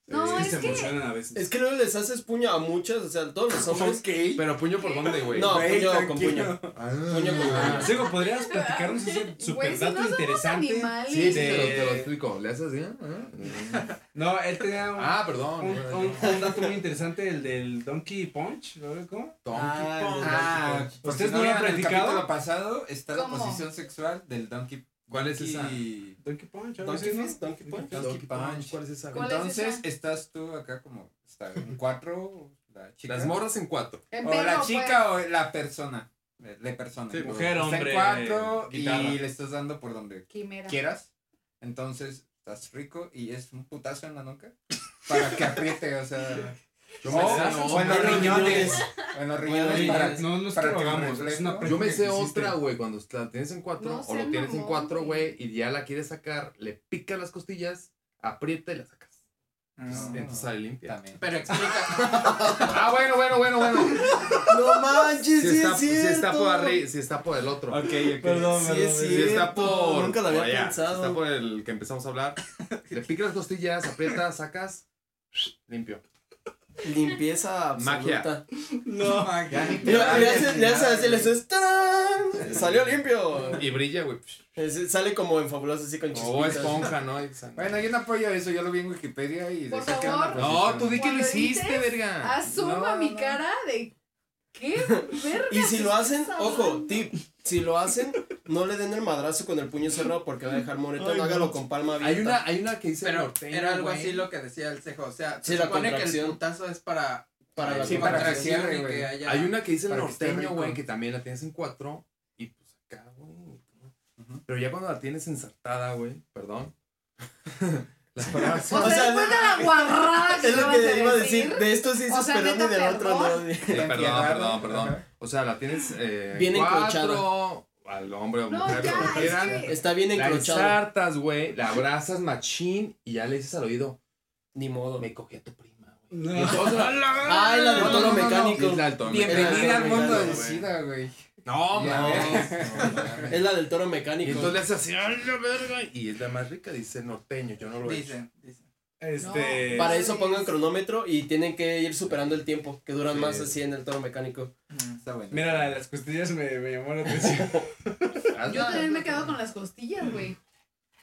No, Sí, es se que emocionan a veces. Es que luego les haces puño a muchas, o sea, a todos los hombres. Pero puño por dónde, güey. No, Güey, puño con tranquilo. puño. Puño con puño. Sigo, Ah, ¿podrías platicarnos ese super Güey, si no dato somos interesante? animales. Sí, Sí. te, lo, te lo explico. ¿Le haces bien? Ah, No, él tenía un, Ah, perdón. un, un- un dato muy interesante, el del Donkey Punch. ¿no? ¿Cómo? Donkey Kong. Ah, ¿Ustedes ¿ustedes no no lo han vieron el practicado? capítulo pasado? Está la ¿Cómo? posición sexual del Donkey. ¿Cuál es esa? Donkey- Donkey Punch. algo Donkey así, ¿no? Fist, Donkey Punch. Donkey Punch. ¿Cuál es esa? güey? ¿Cuál es Entonces, esa? estás tú acá como está en cuatro la chica. Las morras en cuatro. en pues. O la perro, chica o la persona. De de persona. Sí, mujer, Está hombre, en cuatro guitarra. y le estás dando por donde pues, Quimera. quieras. Entonces estás rico y es un putazo en la nuca para que apriete, o sea. Yo o, Pues, me sé, o no, en los en los riñones. o en los riñones Oye, para. no nos para que drogamos, reflejo. es una Yo me práctica sé que hiciste. otra, güey, cuando la tienes en cuatro No o lo sean tienes en mamón, cuatro, güey, güey. y ya la quieres sacar, le pica las costillas, aprieta y la sacas. No. Entonces sale limpia. También. Pero explica. Ah, bueno, bueno, bueno, bueno. No manches, Si sí está, es si cierto. está por arriba, si está por el otro. Ok, Perdón, Sí, perdón, es perdón. Si está cierto, por. Eh, nunca lo había por allá, si pensado. está por el que empezamos a hablar. Le pica las costillas, aprieta, sacas, limpio. Limpieza Magia. absoluta. No, Ya ni Le, te le bañes haces, ni le haces nada, así, le güey. haces ¡tarán! Salió limpio. Y brilla, güey. Es- sale como en fabuloso así con chispitas. O esponja, ¿no? Y sangre. Bueno, yo no apoyo eso, yo lo vi en Wikipedia y Por decía que era una favor. no, posición. tú di que lo Cuando hiciste, dices, verga. Asuma No, mi no. cara de. ¿Qué verga? Y si lo hacen, estás ojo, hablando? tip, si lo hacen, no le den el madrazo con el puño cerrado porque va a dejar moretón, Ay, no. hágalo con palma abierta. Hay una, hay una que dice Pero norteño, era algo güey. así lo que decía el cejo. O sea, Sí, se la supone que el contracción. putazo es para. para la Sí, copa. para que contracción cierre, y güey. haya- Hay una que dice el Para que esté norteño, rico. güey, que también la tienes en cuatro. Y pues acá, güey. Ujú. Pero ya cuando la tienes ensartada, güey, perdón. la palabra O sea, O sea, después de la guarrada que Es lo acabas que de iba a decir, de esto sí O dices sea, perdón y neta, del otro no. perdón. Sí, perdón, Entierrado. perdón, perdón. Ajá. O sea, la tienes eh, Bien cuatro, al hombre o No, mujer, ya, como es quieran. que- Está bien La encrochado. ensartas, güey, la abrazas machín y ya le dices al oído, Ni modo. me cogí a tu prima, güey. No. Y todos, "A la verga". Ay, la de No, no, tono no, no, mecánico. es la del tono mecánico. Bienvenida al mundo Mecánico, de güey. SIDA, güey. No, Ya mames. Es la del toro mecánico. Y entonces le haces así, "A la verga", Y es la más rica, dice el norteño, yo no lo he hecho. Dicen, dicen. Este. Para eso pongan cronómetro y tienen que ir superando el tiempo, que duran Sí. más así en el toro mecánico. Mm. Está bueno. Mira, la de las costillas me, me llamó la atención. Hazla. Yo también me quedo con las costillas, güey.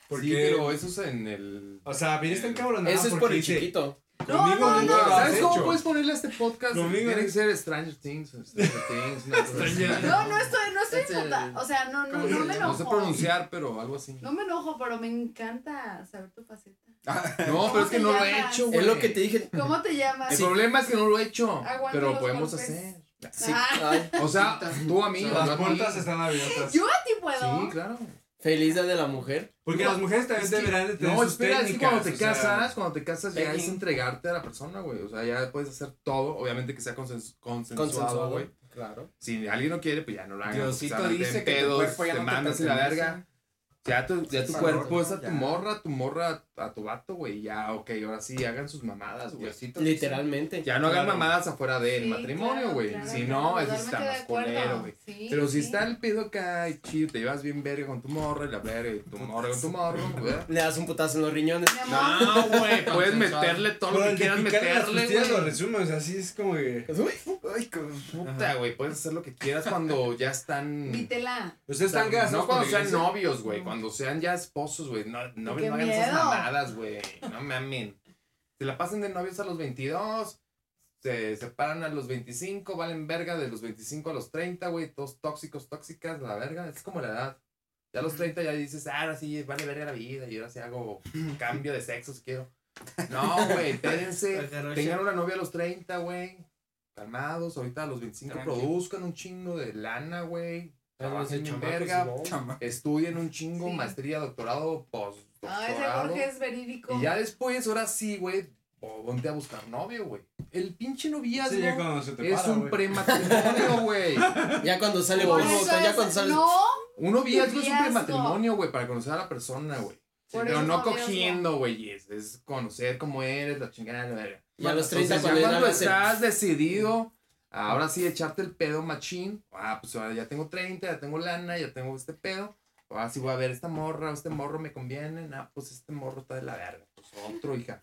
Porque, Sí, pero eso es en el. o sea, bien está encabronada Eso es por porque el dice, chiquito. Conmigo No, no no, No, lo has ¿Sabes cómo hecho. puedes ponerle a este podcast? Conmigo. Tiene que ser Stranger Things. o Stranger Things. una cosa así. Stranger- No, no estoy, no estoy Este- imputa. O sea, no, no, ¿Cómo Pues, no se me llama? No sé enojo. pronunciar, pero algo así. No me enojo, pero me encanta saber tu faceta. No, pero es que se no lo he llama? hecho, güey. Es lo que te dije. ¿Cómo te llamas? El problema es que no lo he hecho, Aguanta pero los lo podemos golpes. hacer. Sí, Ah, ay, O sea, tú a mí, yo Las a ti. puertas están abiertas. Yo a ti Sí, puedo. claro. feliz día de la mujer. Porque las mujeres también deberán de tener No, sus espera, técnicas. es que cuando te o sea, casas, cuando te casas ya es Pegging. entregarte a la persona, güey. O sea, ya puedes hacer todo, obviamente que sea consensu- consensuado, güey. Consensuado. Claro. Si alguien no quiere, pues ya no lo hagas. Diosito porque se van a dice meter que tu pedos, cuerpo ya te no te mames y la pertenece. verga. Ya tu, ya tu Sí, cuerpo no, es a ya. tu morra, tu morra a tu vato, güey. Ya, ok, ahora sí, hagan sus mamadas, güey. Diosito. Literalmente. Ya no hagan Claro. mamadas afuera del Sí, matrimonio, claro, güey. claro, si claro, no, eso totalmente está de más acuerdo. culero, güey. Sí, Pero si sí. está el pedo acá, y chido, te llevas bien verga con tu morra y la verga, y tu morra con tu morro, güey. Le das un putazo en los riñones. Mi amor, No, güey, puedes Consensuado. meterle todo lo Pero que el de quieras picarle las meterle, costillas lo güey. resumes, así es como que... Uy, Ay, cabrón. Puta, güey, puedes hacer lo que quieras cuando ya están... Vítela. Ustedes O sea, están casados no por cuando "Mm". la sean iglesia. novios, güey, cuando sean ya esposos, güey. No, no, ¡Qué no hagan esas miedo! mamadas, güey. No mamen. Se la pasan de novios a los 22, se separan a los 25, valen verga de los 25 a los 30, güey. Todos tóxicos, tóxicas, la verga. Es como la edad. Ya a los 30 ya dices, ah, ahora sí, vale verga la vida y ahora sí hago cambio de sexo si quiero. No, güey, espérense. Tengan una novia a los 30, güey. Calmados, ahorita a los 25 Tranqui. produzcan un chingo de lana, güey. Ah, Vamos Trabajen de bien chamacos, verga, ¿no? Chama- estudien un chingo, Sí. maestría, doctorado, Ah, ese postdoctorado. Jorge es verídico. y ya después, ahora sí, güey, po- ponte a buscar novio, güey. El pinche noviazgo Sí, ya cuando se te es para, un güey. prematrimonio, güey. Ya cuando sale Por por eso boca, ya es- cuando sale. No, Un noviazgo es un Noviazgo. prematrimonio, güey, para conocer a la persona, güey. Por Pero eso no noviazgo. cogiendo, güey, es, es conocer cómo eres, la chingada, la verga. Y a los 30 Entonces, ya cuando ya cuando la se- estás decidido, ahora sí echarte el pedo machín, ah, pues ahora ya tengo 30, ya tengo lana, ya tengo este pedo, ahora sí voy a ver esta morra, este morro me conviene, ah, pues este morro está de la verga, pues otro, hija.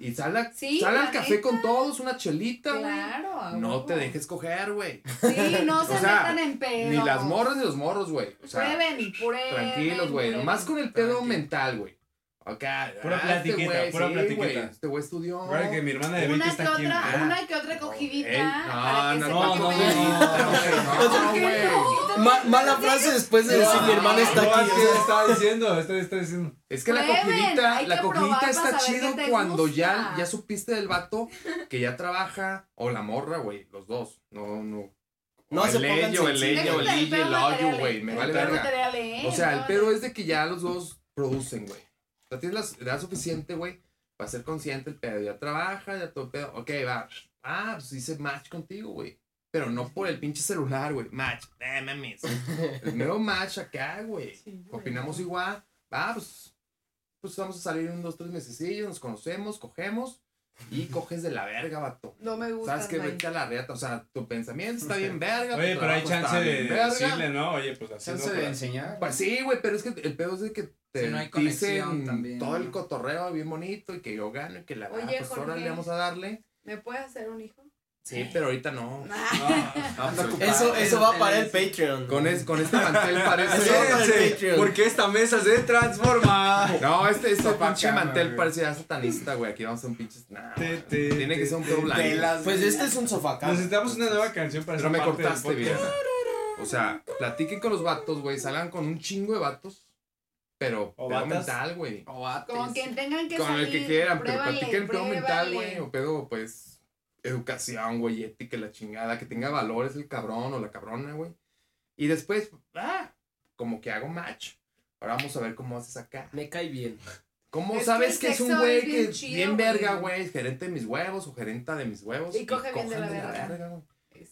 Y sal, a- Sí, sal al la café neta. con todos, una chelita, güey. Claro. a No huevo. te dejes coger, güey. Sí, no se O sea, metan en pedo. Ni las morras ni los morros, güey. O sea, prueben, prueben. Tranquilos, güey. prueben. Nomás con el pedo mental, güey. Acá. Pura platiquita, güey, pura platiquita. güey, Este güey estudió. Ahora que mi hermana de 20 Una que está aquí. otra, güey. una que otra cogidita. para que no, se no, no, quede no, bien. no, ¿Por güey. qué no? Ma- mala frase después de decir mi hermana está No, aquí. es que estaba diciendo, estaba, estaba diciendo. Es que la Prueben, cogidita, hay la que cogidita probar está para saber chido qué te cuando ya, gusta. ya supiste del vato que ya trabaja, o la morra, güey, los dos. No, no. No O se el pongan ello, el sensibles. ello, el Déjense del illo, el pedo hoyo, material, güey. Me el vale pedo verga. material, ¿eh? O sea, el No, pedo no. es de que ya los dos producen, güey. O sea, tienes la edad suficiente, güey, para ser consciente el pedo. Ya trabaja, ya todo el pedo. Ok, va. Ah, pues hice match contigo, güey. Pero no por el pinche celular, güey. Match. Eh, mames. El mero match acá, güey. Sí, güey. Opinamos igual. Va, pues. Pues vamos a salir unos tres mesecillos, nos conocemos, cogemos y coges de la verga, vato. No me gusta. Sabes que vete a la reata, o sea, tu pensamiento está bien verga. tu Oye, pero hay Pues trabajo está chance de bien verga. decirle, ¿no? Oye, pues así no. Chance de enseñar. Pues sí, güey, pero es que el pedo es de que te Si no hay dicen conexión también, todo el ¿no? cotorreo bien bonito y que yo gano y que la Oye, verdad, pues ahora Jorge. le vamos a darle. ¿Me puedes hacer un hijo? Sí, pero ahorita no. Ah, Ah, pues ahorita- Eso, eso va para el Patreon. Con, es- con este mantel parece. Eso va para el Espérense, Patreon. porque esta mesa se transforma. No, este, este Sopa pinche cama, mantel güey. parece ya satanista, güey. Aquí vamos a un pinche. Nah, Te, güey. te, tiene que te, ser un pedo blanco. Telas, Pues güey. este es un sofá cama. Necesitamos una nueva canción para Pero ser me parte del cortaste, podcast. vieja. O sea, platiquen con los vatos, güey. Salgan con un chingo de vatos. Pero O pedo vatas. mental, güey. O ates. Con quien tengan que con salir. el que quieran, pero pruébale, platiquen pedo mental, pruébale. güey, o pedo, pues, educación, güey, ética, y la chingada, que tenga valores el cabrón o la cabrona, güey. Y después, ah, como que hago match. Ahora vamos a ver cómo haces acá. Me cae bien. ¿Cómo Es que sabes el que es un sexo güey es bien que es chido, bien güey. verga, güey, gerente de mis huevos o gerenta de mis huevos? Y coge bien de cojan la verga. güey.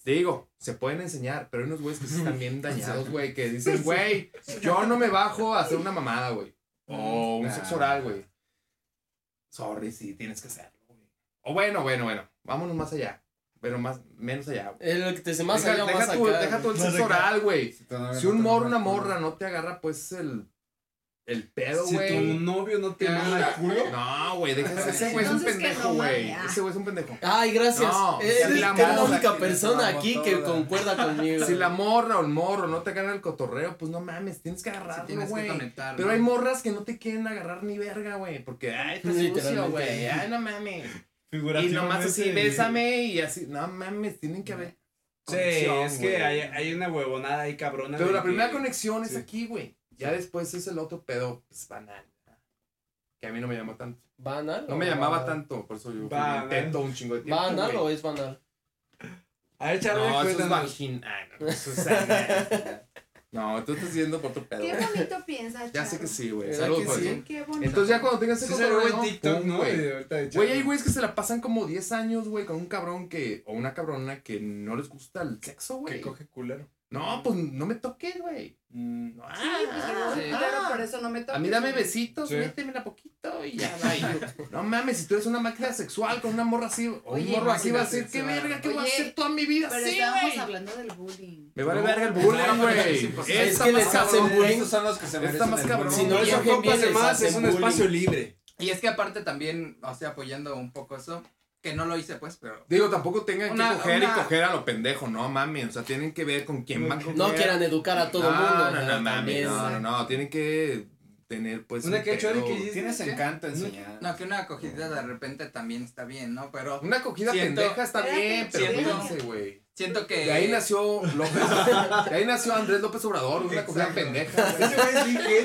Te Digo, se pueden enseñar, pero hay unos güeyes que sí están bien dañados, güey, que dicen, güey, yo no me bajo a hacer una mamada, güey. O Mm, un Nah. sexo oral, güey. Sorry, sí, tienes que hacerlo, güey. O bueno, bueno, bueno, vámonos más allá. Pero más, menos allá, güey. Es lo que te dice más deja, allá, deja más tu, acá. deja tu el Más sexo acá. oral, güey. Si tu novia Si no un te morro, manda una culo. morra no te agarra, pues el el pedo, Si güey. tu novio no te manda el culo, No, güey, déjese. Ese güey es un Entonces, que pendejo, no güey. vaya. Ese güey es un pendejo. Ay, gracias. No, si Eh, es la la que es la morra única que persona nos aquí amamos que todas. concuerda conmigo. Si la morra o el morro no te gana el cotorreo, pues no mames, tienes que Si agarrarlo, tienes que güey. conectar. Pero ¿no? hay morras que no te quieren agarrar ni verga, güey. Porque, ay, estás sucio, Literalmente. güey. Ay, no mames. Y Figurativamente. nomás así, bésame y así. No mames, tienen que haber. sí, conexión, es que güey. hay, hay una huevonada ahí cabrona. Pero de la que- primera conexión es sí. aquí, güey. Ya después es el otro pedo, pues banal. Que a mí no me llamó tanto. ¿Banal? No o me llamaba banal? tanto, por eso yo Banal. intento un chingo de tiempo. ¿Banal güey. o es banal? A ver, Charlie, No, eso es cuéntanos. vagina. No, eso es anal. No, tú estás yendo por tu pedo. Qué bonito piensas, Ya sé que Charro. sí, güey. ¿Verdad Saludos, que pues, güey. sí? Qué bonito. Entonces ya cuando tengas Sí ese se ve en cotorreo, TikTok, pum, ¿no? güey. De ahorita de Güey, Charlie. hay güeyes que se la pasan como 10 años, güey, con un cabrón que, o una cabrona que no les gusta el sexo, Que güey. coge culero. No, pues no me toques, güey. Mm, No, Sí, pues que no, ah, claro, por eso no me toques. A mí dame besitos, Sí. métemela poquito y ya va. Y yo, no mames, si tú eres una máquina sexual con una morra así, o un morro así va a decir, qué sexual. verga, qué voy a Oye, hacer toda mi vida Pero así, estábamos güey. hablando del bullying. Me vale No, verga el no, bullying, no, güey. no, es Esta que más les hacen cabrón. bullying. Estos son los que se Está merecen. más el cabrón. bullying. Si no Y les en ojen bien, Compas de les Más es hacen un bullying. espacio libre. Y es que aparte también, o sea, apoyando un poco eso, que no lo hice pues, pero Digo, tampoco tengan Una- que coger una- y coger a lo pendejo, no mames. O sea, tienen que ver con quién van a coger. No quieran educar a todo no, mundo. No, no, ¿verdad? mames, También. no, no, no, tienen que tener pues Una un que ocho de pedo. que hiciste. Tienes encanto enseñar. no, que una acogida de repente también está bien, ¿no? Pero Una cogida Siento- Eh, pendeja está Espérate, bien, pero siento- fíjense, güey. siento que De ahí nació López, de ahí nació Andrés López Obrador, una cogida pendeja. güey. Ese güey es bien genio,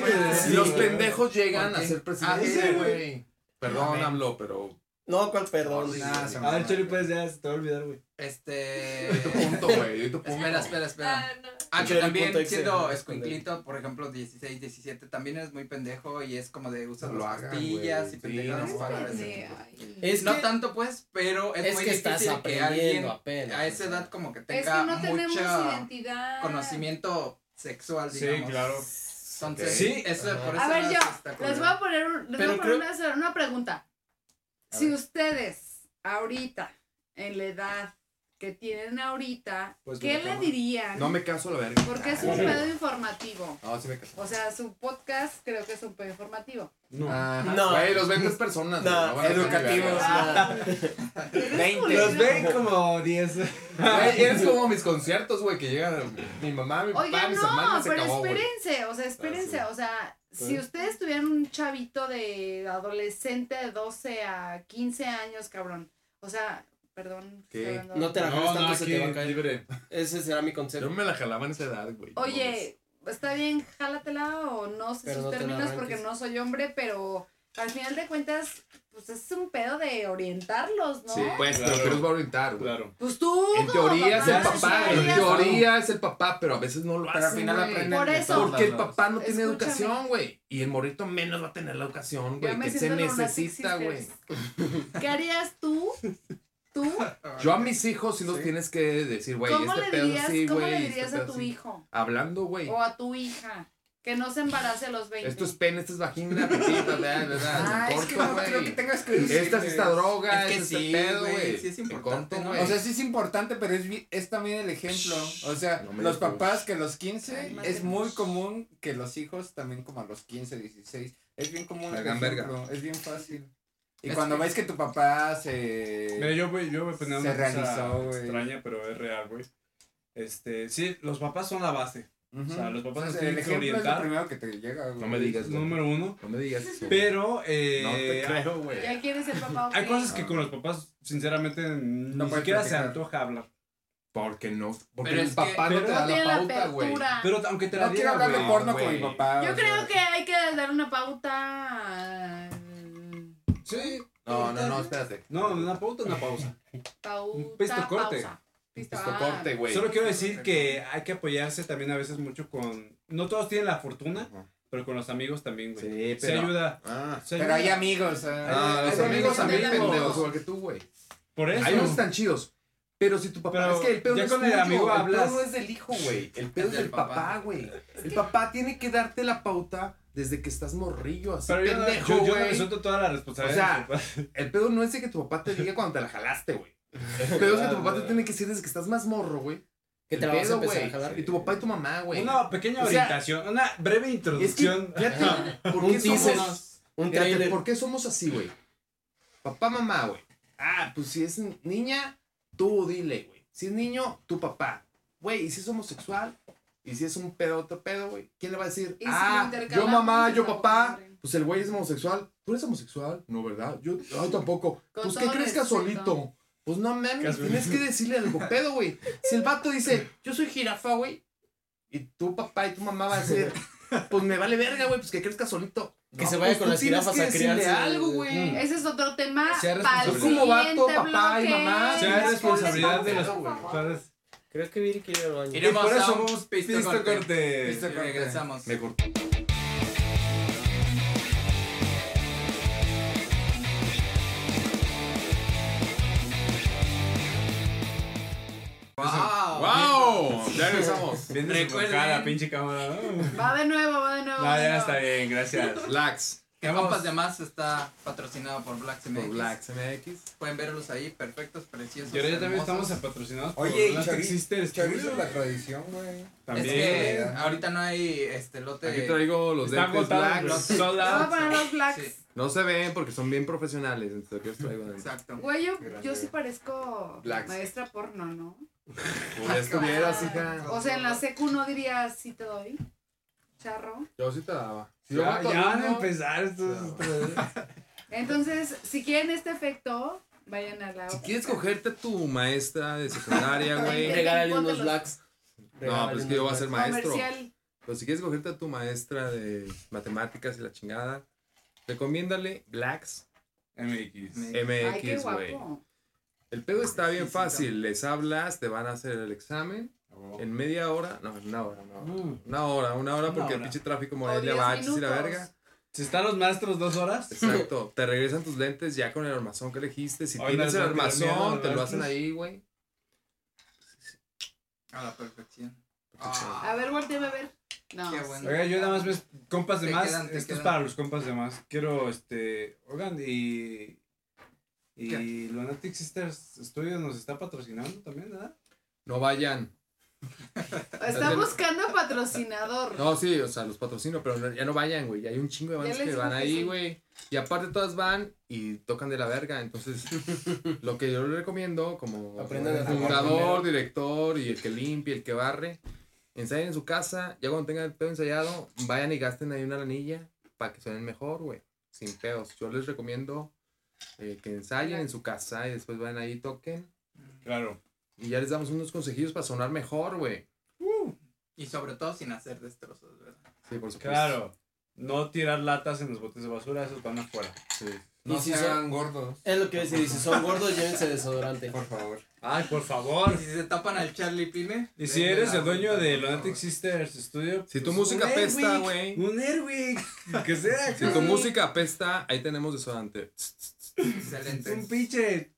Y güey. los pendejos llegan ¿Por a qué? ser Ah, sí, presidente, güey. güey. Perdón, Amén. AMLO, pero No, cuál perdón. Nah, se me A ver, va. Charlie, pues ya se te va a olvidar, güey. este doy tu punto, güey, doy tu punto. Espera, espera, espera. Ah, no. Ah, que Yo era el también punto exe, siendo ajá, escuinclito, por ejemplo, 16, 17, también es muy pendejo y es como de usar No lo las hagan, pastillas güey. y Sí, pendejadas no, para no, ese sí. tipo. Es que, no tanto pues, pero es, es muy que estás difícil que aprendiendo alguien apenas. a esa edad como que Es que tenga no tenemos mucho identidad. conocimiento sexual, Sí, digamos. claro. Entonces, Sí. eso por eso A ver, no yo Pues, ah, está les culero. voy a poner, un- les Pero voy a poner una, una pregunta. A Si ver. ustedes, ahorita, en la edad que tienen ahorita, Pues, ¿qué mira, le cama. dirían? No me caso a la verga. Porque es un pedo informativo. No, sí me caso. O sea, su podcast creo que es un pedo informativo. Ah. No. Ajá, No. Ah, Güey, los 20 personas. güey, No, van a ser educativos. ni verga. nada. Los ven como 10. Ah. Güey, eres como mis conciertos, güey, que llegan mi mamá, mi papá, Oigan, mis no, hermanos, se pero acabó, güey. Ah, Pues espérense, o sea, espérense, o sea, si ustedes tuvieran un chavito de adolescente de 12 a 15 años, cabrón, o sea, perdón. ¿Qué? estoy hablando- No te la No, jalas no, tanto, se aquí te va a caer. libre. Ese será mi consejo. Yo me la jalaba en esa edad, güey. Oye, está bien, jálatela o no sé Pero sus no te la términos porque arranques. no soy hombre, pero al final de cuentas, pues es un pedo de orientarlos, ¿no? Sí, pues, pero Claro. que los va a orientar, güey. Claro. Pues tú. En como teoría es el papá, papá, sí, en ya- teoría es el papá, pero a veces no lo hace. Pero al final aprenden. Por de eso. todos Porque el lados. papá no tiene Escúchame. educación, güey. Y el morrito menos va a tener la educación, ya güey, me que se siento en una necesita, Sixty güey. Fairs. ¿Qué harías tú? ¿Tú? Yo a mis hijos sí los Sí. tienes que decir, güey, Ah, ¿Cómo este le pedo dirías, así, cómo güey. le este dirías pedo a tu así. hijo Hablando, güey. o a tu hija que no se embarace a los 20? Esto es pene, esto es vagina, pipita, ¿verdad? ¿verdad? Ay, En Ah, es que corto, no creo güey. que tengas que decir. Esta es esta droga, Es que este es este sí, pedo, güey, güey. sí es En importante, corto, ¿no? güey. O sea, sí es importante, pero es, vi- es también el ejemplo. O sea, No me los digas. papás que a los 15 Ay, madre es mía. muy común que los hijos también como a los 15, 16. Es bien común. el Verga, verga. ejemplo, Es bien fácil. Y Es cuando que- ves que tu papá Mira, se... yo voy, yo voy a poner Se una cosa realizó, güey. extraña, pero es real, güey. Este, sí, los papás son la base. Ujú. O sea, los papás Entonces, nos el tienen que ejemplo es lo orientar. primero que te llega. güey. No me digas, güey. Número uno. No me digas eso. Pero, eh, No te creo, güey. Ya quieres ser papá. hay ok. cosas que con los papás, sinceramente, No ni puedes siquiera se platicar. antoja hablar. Porque no. Porque Pero el es papá que- no te no da tiene la la pauta, güey. apertura. Pero aunque te la No diera, quiero hablar de güey. porno con güey. mi papá. Yo o creo sea, que hay que dar una pauta. mm, Sí. No, no, no, espérate. No, una pauta, una pausa. Pauta. pisto corte. pausa. Pisto- Esto ah, corte, güey. Solo quiero decir que hay que apoyarse también a veces mucho con... No todos tienen la fortuna, Ajá. pero con los amigos también, güey. Sí, Se ayuda. Ah. se Pero ayuda. hay amigos. ah, Ah, Hay los de amigos amigos también pendejos. pendejos, igual que tú, güey. Por eso. Hay unos están chidos. Pero si tu papá. Pero es que el pedo ya no es con el tuyo, amigo hablas. pedo no es del hijo, güey. El pedo es Es del del papá. papá, güey. El papá tiene que darte la pauta desde que estás morrillo, así Pero yo, no- pendejo, yo, yo no güey. me suelto toda la responsabilidad. de O mis El pedo no es de que tu papá te diga cuando te la jalaste, güey. El pedo es que tu papá te tiene que decir desde que estás más morro, güey. Que te El la vas a pedo, empezar güey. a jalar. Y tu papá y tu mamá, güey. Una pequeña O sea, orientación, una breve Es que, introducción. fíjate, ¿por qué Un teaser. somos Un Fíjate, trailer. ¿por qué somos así, güey? Papá, mamá, güey. Ah, pues si es niña, tú dile, güey. Si es niño, tu papá. Güey, y si es homosexual, y si es un pedo, otro pedo, güey. ¿Quién le va a decir? Y si ah, lo yo mamá, intercalamos, yo tampoco papá. madre. Pues el güey es homosexual. ¿Tú eres homosexual? No, ¿verdad? Yo ay, tampoco. Con pues que todo crezca respeto. solito. Pues no mames, Casual. tienes que decirle algo pedo, güey. Si el vato dice, yo soy jirafa, güey. Y tu papá y tu mamá van a decir, pues me vale verga, güey, pues que crezca solito. Que se vaya con pues tú tienes las jirafas que a criar decirle su- algo, güey. Ese es otro tema. Sea pa'l responsable. Tú como vato, siguiente papá y bloque. mamá. Sea Las responsabilidad cosas- de las- güey. ¿sabes? Creo que Viri quiere ir al baño. Iremos por a eso, un pisto Listo, corte. corte. Y regresamos. Me cortó. Wow. ¡Wow! Ya regresamos. Viene su Recuerden- cara, pinche cámara. Va de nuevo, va de nuevo. No, va de ya nuevo. está bien, gracias. Lax. Que Compas de Más está patrocinado por Black CMX. Por Lax MX. Pueden verlos ahí, perfectos, preciosos. Y ahora ya también hermosos. estamos patrocinados por Oye, y Black Sister Chavis, Studio. Chavis es la tradición, güey. También. Es que También. ahorita no hay este lote. Aquí traigo los Está lentes agotado, Lax. pero Te sold voy a out. poner los blacks. Sí, No se ven porque son bien profesionales. Entonces aquí los traigo de exacto. Güey, yo, yo Grande. sí parezco Blacks. maestra porno, ¿no? Como ya estuvieras, hija. O sea, en la secu no dirías si te doy. Charro. Yo sí te daba. Si yo Ya, mato ya van a alumno, empezar estos. No. estos- Entonces, si quieren este efecto, vayan a la. Si quieres cogerte a tu maestra de secundaria, güey. Regálale unos Póntelos. blacks. No, pues es que yo voy a ser maestro. Comercial. Pero si quieres cogerte a tu maestra de matemáticas y la chingada, recomiéndale Blacks MX. Ay, qué MX, güey. guapo. El pedo está bien Sí, sí, fácil. Les hablas, te van a hacer el examen. En media hora, no, en una hora, no. Mm. Una hora, una hora Una porque el hora. pinche tráfico O Morelia 10 va a y la minutos. verga. Si están los maestros dos horas. Exacto. te regresan tus lentes ya con el armazón que elegiste. Si Hoy tienes les el va a tirar miedo a armazón, los te lo hacen maestros. ahí, güey. A la perfección. Ah, A ver, volteame a ver. No. Qué bueno. Oiga, yo nada más ves compas de Te más. quedan, te Esto quedan. es para los compas de más. Quiero, este. Oigan, y. Y Lunatic Sisters Studios nos está patrocinando también, ¿verdad? No vayan. Está buscando patrocinador. No, sí, o sea, los patrocino, pero no- ya no vayan, güey. Hay un chingo de bandas les que van dije que ahí, sí. güey. Y aparte todas van y tocan de la verga. Entonces, lo que yo le recomiendo como Aprendan a tocar fundador, director y el que limpia, el que barre, ensayen en su casa. Ya cuando tengan el pedo ensayado, vayan y gasten ahí una lanilla para que suenen mejor, güey. Sin pedos. Yo les recomiendo eh, que ensayen en su casa y después vayan ahí y toquen. Claro. Y ya les damos unos consejillos para sonar mejor, güey. Y sobre todo sin hacer destrozos, ¿verdad? Sí, por supuesto. Pues, Claro. No tirar latas en los botes de basura, esos van afuera. Sí. No Y si sean gordos, Es lo que iba a decir. Si son gordos, llévense desodorante. por favor. Ay, por favor. Y si se tapan al Charlie Pime. Y si denle eres la el dueño vuelta, de por Lunatic favor. Sisters Studio, Si tu pues, música un apesta, Airwick, güey. Un Airwick, que sea. Si tu música apesta, ahí tenemos desodorante. Un Excelente. pinche.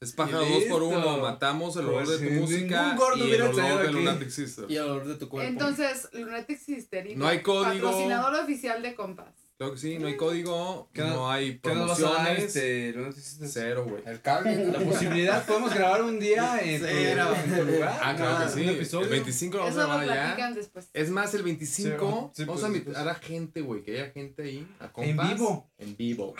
Es pájaro Y dos por uno. listo. Matamos el olor Pues, de tu si música ningún gordo y el hubiera olor traído de aquí. Lunatic Sisters. Y el olor de tu cuerpo. Entonces, Lunatic Sisterina. No hay código. Patrocinador oficial de compas. Claro que sí, no ¿Eh? hay código, ¿Qué- no hay ¿Qué nos vas a dar promociones. este Lunatic Sisters? Cero, güey. Ah, El cable. La posibilidad, podemos grabar un día en tu, Cero. en tu lugar. Ah, claro que un sí. El episodio. 25 lo vamos a Eso lo grabar allá. platican después. Es más, el 25 Sí, sí, vamos pues, a sí, invitar a gente, güey, que haya gente ahí. A En compas. vivo. Ah, En vivo.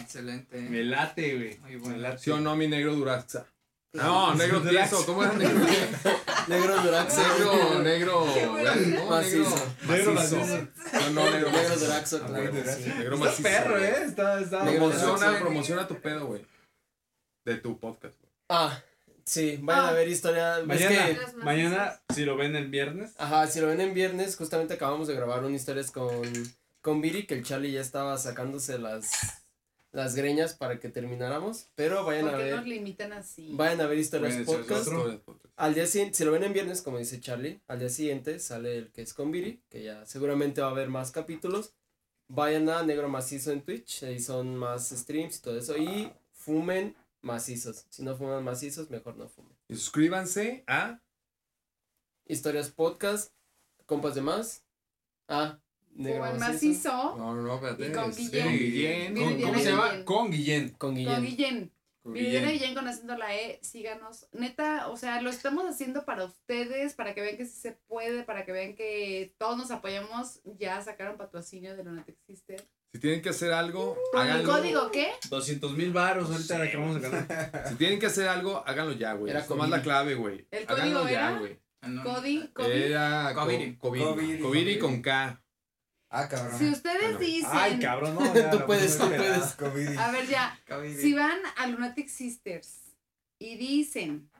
Excelente. Me late, güey. Muy bueno. Me late. ¿Sí o no, mi negro Duraxa? No, negro tieso. ¿Cómo era negro? Negro Duraxo. Negro, negro. Qué bueno. No, negro. Macizo. Negro macizo. macizo. No, no, negro Negro macizo. Duraxo, Ah, claro. güey, sí. sí, Negro Está macizo. perro, güey. ¿eh? Está, está. Negro Promociona, Duraxo. promociona tu pedo, güey. De tu podcast, güey. Ah, sí. Vayan Ah. a ver historia. Mañana, Es que. mañana, si lo ven el viernes, Ajá, si lo ven en viernes, justamente acabamos de grabar un historias con, con Viri, que el Charlie ya estaba sacándose las, las greñas para que termináramos. Pero vayan a Porque ver. nos limitan así. Vayan a ver historias Vayan a hacer podcast. otro. Historias, podcast. Al día siguiente, si lo ven en viernes, como dice Charlie, al día siguiente sale el que es con Viri, que ya seguramente va a haber más capítulos. Vayan a Negro Macizo en Twitch, ahí son más streams y todo eso. Y fumen macizos. Si no fuman macizos, mejor no fumen. Y suscríbanse a. Historias podcast, compas de más. Ah, Negro Como el Macizo. macizo. No, no, no, espérate. Y con este, Guillén. Guillén. Viene ¿Cómo- bien cómo ahí. se llama? Guillén. Con Guillén. Con Guillén. Con Guillén. Vidriera y Jen con acento la E, síganos. Neta, o sea, lo estamos haciendo para ustedes, para que vean que sí se puede, para que vean que todos nos apoyamos. Ya sacaron patrocinio de lo que existe. Si tienen que hacer algo, ¿Con el háganlo. código qué? 200 mil baros ahorita que vamos a ganar. Si tienen que hacer algo, háganlo ya, güey. Era Era más la Coviri. clave, güey. ¿El Háganlo ya, código era? güey. Ah, Eh, Cody, Cody. Era Coviri. Coviri. Coviri. Coviri. Coviri con K. Ah, Si cabrón. ustedes Bueno. dicen. Ay, cabrón, no. ya, Tú la puedes, verdad tú es que- puedes. Coviri. A ver, ya. Coviri. Si van a Lunatic Sisters y dicen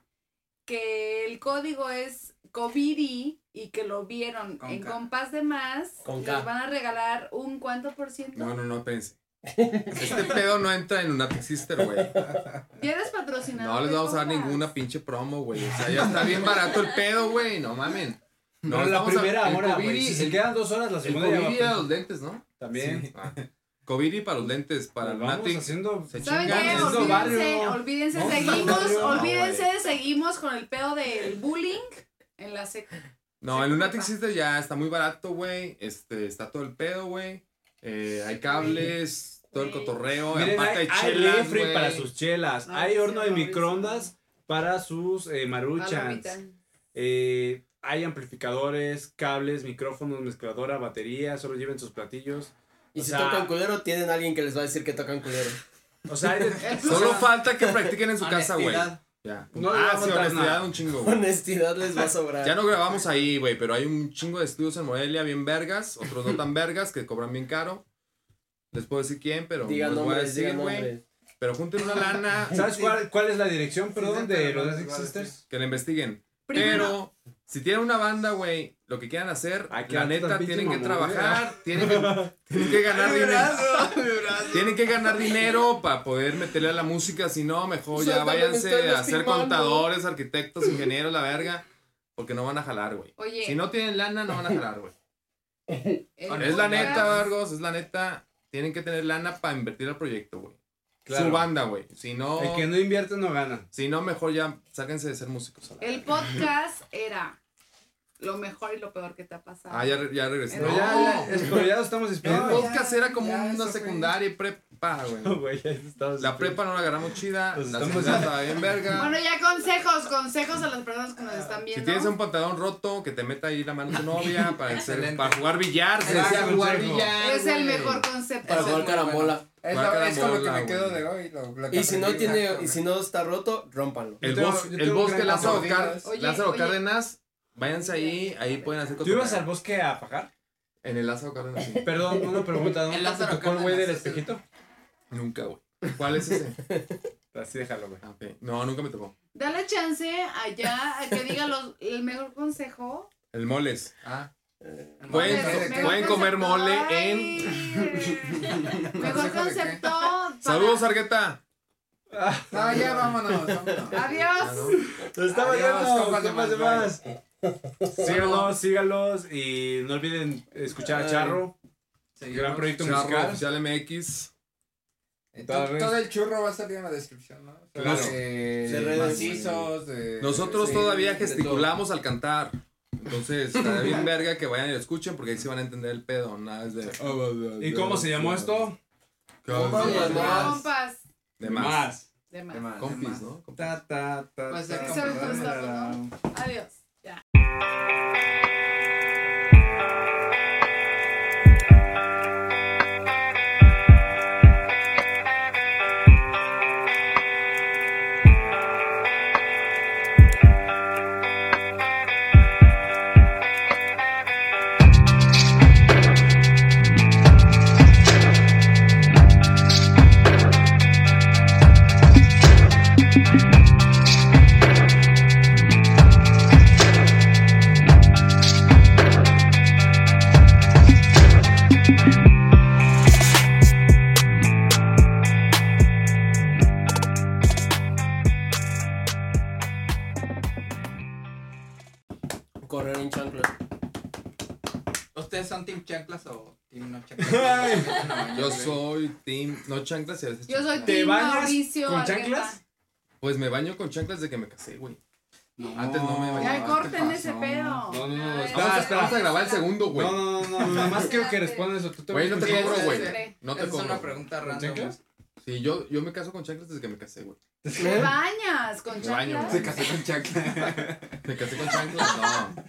que el código es COVIDI y que lo vieron Con en K. Compás de Más, Con les K. van a regalar un cuánto por ciento. No, no, no, pense. Este pedo no entra en una Sister, güey. Ya eres patrocinador. No les de vamos a dar Compás. ninguna pinche promo, güey. O sea, ya está bien barato el pedo, güey. No mamen. No, la estamos a- primera el hora, güey. Coviri- Si se el- quedan dos horas, la El segunda ya va Coviri a a pensar. los lentes, ¿no? También. Ah. Coviri para los lentes, para Pues el vamos Natic. haciendo... Se ¿Saben chingan, qué? es lo Olvídense, barrio. olvídense, No, seguimos, barrio. No, olvídense, seguimos con el pedo del bullying en la sec. No, Sí, el Lunatic papá. Sister ya está muy barato, güey. Este, está todo el pedo, güey. Eh, hay cables, todo el Güey. cotorreo, Miren, aparte hay, hay hay chelas, refri güey. para sus chelas, No, hay sí, horno de no, sí. microondas para sus eh, maruchans, Palomita. eh, hay amplificadores, cables, micrófonos, mezcladora, batería, solo lleven sus platillos. Y O si sea- tocan culero, tienen alguien que les va a decir que tocan culero. O sea, hay de- Solo falta que practiquen en su casa, güey. Honestidad. Ya. No le va ah, a sí, faltar honestidad, nada. un chingo, güey. Honestidad les va a sobrar. Ya no grabamos ahí, güey, pero hay un chingo de estudios en Morelia bien vergas, otros no tan vergas, que cobran bien caro. Les puedo decir quién, pero no Digan les voy a nombres, decir, digan güey. nombres. Pero junten una lana, ¿sabes cuál, cuál es la dirección, perdón, sí, de pero los no Dancing les voy a decir. Sisters? que la investiguen. Primero, Pero si tienen una banda, güey, lo que quieran hacer, Ay, la claro, tú neta, tan tienen que pinche mamón, trabajar, tienen que, tienen que ganar dinero. Tienen que ganar dinero para poder meterle a la música, si no, mejor ya Suéltame, me estoy váyanse a ser lastimando. contadores, arquitectos, ingenieros, la verga, porque no van a jalar, güey. oye, Si no tienen lana, no van a jalar, güey. el Es la podcast- neta, Vargos, es la neta. Tienen que tener lana para invertir al proyecto, güey. Claro. Su banda, güey. Si no, El que no invierte no gana. si no, mejor ya sáquense de ser músicos. a la El verga. podcast era lo mejor y lo peor que te ha pasado. Ah, ya, re- ya regresé. No. Pero ya, ya, es- pero ya lo estamos El despidiendo. podcast era como ya, eso una fue. secundaria y prepa, güey. Güey, ya estamos La despidiendo. prepa no la agarramos chida, Pues la estamos- secundaria estaba bien Bueno, verga. ya consejos, consejos a las personas que nos están Ah, Si viendo. tienes un pantalón roto, que te meta ahí la mano tu novia para, hacer- Excelente. para jugar billar. Se Ese decía consejo. jugar billar. es el güey. mejor concepto. Para Es el jugar mejor. carambola. Es, Va a lo, quedar es con lo que mola, me quedo güey. de hoy. Lo, lo que Y si no aprendí, tiene, exacto, y si no está roto, rómpanlo. El, Yo tengo- bos- yo el tengo un bosque gran Lázaro, amigo. Car- Oye, Lázaro oye. Cárdenas. Váyanse ahí, ahí pueden hacer ¿Tú ibas al cotorreo. bosque a pagar? En el Lázaro Cárdenas, sí. Perdón, una pregunta. ¿Dónde El te Lázaro tocó el güey del Cárdenas, ese- espejito? Nunca, güey. ¿Cuál es ese? Así déjalo, güey. Ah, ok. No, nunca me tocó. Dale chance allá a que diga los, el mejor consejo. El moles. Ah, Pueden, Moles, pueden mejor comer mole en. en. Mejor ¿Consejo de qué? concepto. para- Saludos, Argueta. no, Ah, ya vámonos. vámonos. Adiós. Nos estamos Adiós, viendo, compas de compas de más. más, Síganos, síganos y no olviden escuchar a Charro. Gran Seguimos. proyecto Charro musical. Oficial MX. Eh, to- Tal vez. Todo el churro va a salir en la descripción, ¿no? O sea, Claro. De, De redes. macizos, Eh, de... Nosotros sí. todavía de gesticulamos al cantar. Entonces, está bien verga que vayan y lo escuchen porque ahí sí van a entender el pedo. Nada es de. ¿Y cómo se llamó esto? Compas de más. Compas. De más. De más. De más. Compis, ¿no? Ta, ta, ta, Pues, ta, ¿qué ta, sabes cómo ta, estamos, ta. Adiós. Ya. Correr en chancla. ¿Ustedes son Team Chanclas o Team No Chanclas? Yo soy team. No chanclas y a veces Yo soy chanclas. ¿Te Team bañas Mauricio. con Argueta. chanclas? Pues me baño con chanclas desde que me casé, güey. No, Antes no me bañaba. Ya ¿qué corten pasó? ese pedo. No, no, no, Ay, espera, Vamos, a- espera. vamos a grabar el segundo, güey. No, no, no, no, nada más quiero que respondas eso. Tú te Güey, no te ves- cobro, sí, güey. sí. No Esa te es una cobro. pregunta ¿Con random. chanclas? Sí, yo, yo me caso con chanclas desde que me casé, güey. Te bañas con Me baño, chanclas. Se casó con chancla. Me casé con chanclas, no.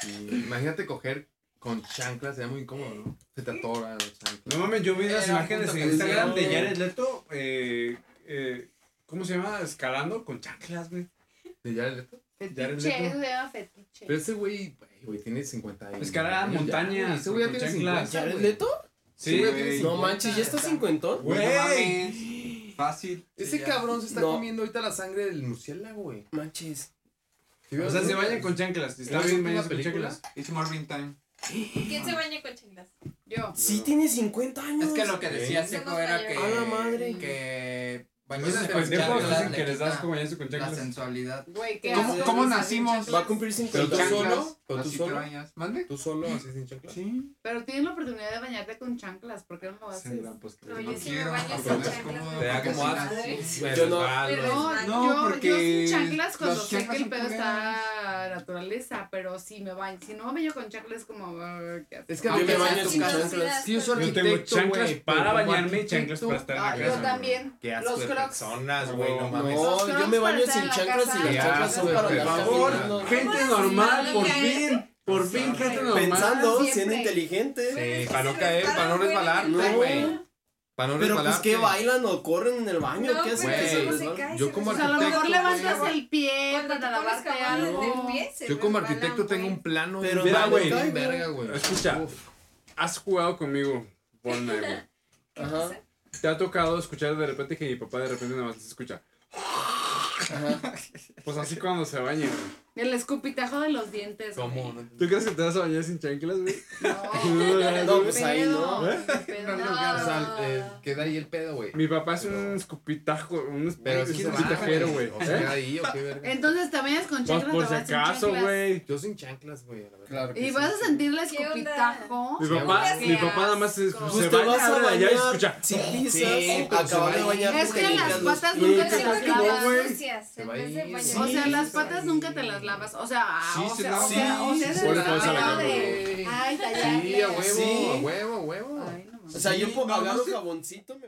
Sí, Imagínate coger con chanclas, sería muy incómodo, ¿no? Se te atora la No chancla. mames, yo vi las Era un imágenes punto en que Instagram de decía, güey. Jared Leto, eh, eh, ¿cómo se llama? Escalando con chanclas, güey. De Jared Leto. Fetiche, eso se llama fetiche. Pero ese güey, güey, güey, tiene 50 años. Escalar güey, ya, montañas güey, Ese güey ya con tiene chanclas. 50. ¿Jared güey. Leto? Sí, güey, güey. No manches, ¿ya está cincuentón? Güey. No mames. Fácil. Ese cabrón se está No. comiendo ahorita la sangre del murciélago, güey. Manches. ¿Sí vieron O sea, eso? se bañan con chanclas. Está ¿Es bien, una bañarse con película? chanclas. It's morning time. ¿Quién se baña con chingas? Yo. Sí, tiene 50 años. Es que lo que decía Sí. Seco era que. A la madre. Que. Bueno, Esos se Pues, pendejos escala, dicen le que les das quita como bañarse con La chanclas. sensualidad. Güey, ¿qué ¿Cómo- haces? cómo ¿Salen nacimos? chanclas? Va a cumplir Pero tú 50 años. solo, pero tú Así te solo, bañas. ¿Mande? tú solo así sin chanclas. Sí. Pero tienes la oportunidad de bañarte con chanclas, ¿por qué no lo haces? Será, pues, que No, no yo sí me quiero, baño porque sin no es chanclas. cómodo, Te da porque como sí. asco. Me Yo no- resbalo. Pero- No, Ay, no, yo, porque yo sin chanclas cuando las sé que chanclas el son pedo culeras. está naturaleza, pero si me baño, si no me baño con chanclas como ah, ¿qué haces? Es que a Yo mí me me baño baño sin sin chanclas. chanclas. Sí, yo soy Yo tengo arquitecto, chanclas güey, para pero como bañarme y chanclas arquitecto- para estar en Ah, la yo casa. güey. también. Qué asco Los de crocs. personas, güey, no mames. Pues, No, yo me baño Crocs sin para chanclas estar y en las la chanclas casa. son para Por andar favor, caminando. Gente Vamos, normal, por nalga, ¿eh? fin. Por fin, gente normal. Pensando, Siempre. siendo inteligente. Sí, eh, para no caer, para no resbalarte, No. güey. Para no Pero pues resbalarte. que bailan o corren en el baño, No, ¿qué hacen? pero que eso se no se resbalan? cae, Yo se como O sea, a lo arquitecto, mejor levantas güey, el pie Cuando para te pones lavarte jabones algo. del pie, se Yo como resbalan, arquitecto tengo güey. un plano. Pero bien vale, bien caigo. verga, güey. Escucha. Uf, Has jugado conmigo. Fortnite, güey. Ajá. Te ha tocado escuchar de repente que mi papá de repente nada más se escucha. Pues así cuando se baña, güey. El escupitajo de los dientes. ¿Cómo? güey. No? ¿Tú crees que te vas a bañar sin chanclas, güey? No, pues ahí pedo, no. qué pedo. O sea, eh, queda ahí el pedo, güey. Mi papá es Pero- un escupitajo, un Pero es que se escupitajero, güey. O sea, ¿Eh? queda ahí, o qué verga. Entonces te bañas con Pues chanclas. por te si vas sin acaso, chanclas. güey. Yo sin chanclas, güey, la verdad. Claro que Y sí. vas a sentir el ¿Qué onda? escupitajo. Mi Sí, papá, güey. mi papá nada más se, Pues se Pues te vas baña, a abre la llave y bañar escucha. sin Sí, prisas, pero se acabas de baña. bañarte, Es que te las limpias los patas pies. nunca Sí, se las porque van lavas. sucias, Se en va vez de ahí, bañarse. se O sea, Sí, las sí, patas sí. nunca te las lavas. O sea, ah, Sí, o se sea, lavan. o sea, o sea, Sí, es se el lavan. pedo Sí, de. Ay, ah, Sí, a tallarle. huevo, Sí. a huevo, a huevo. Ay, no mames. O sea, yo Sí, po- no, no agarro sé. jaboncito, me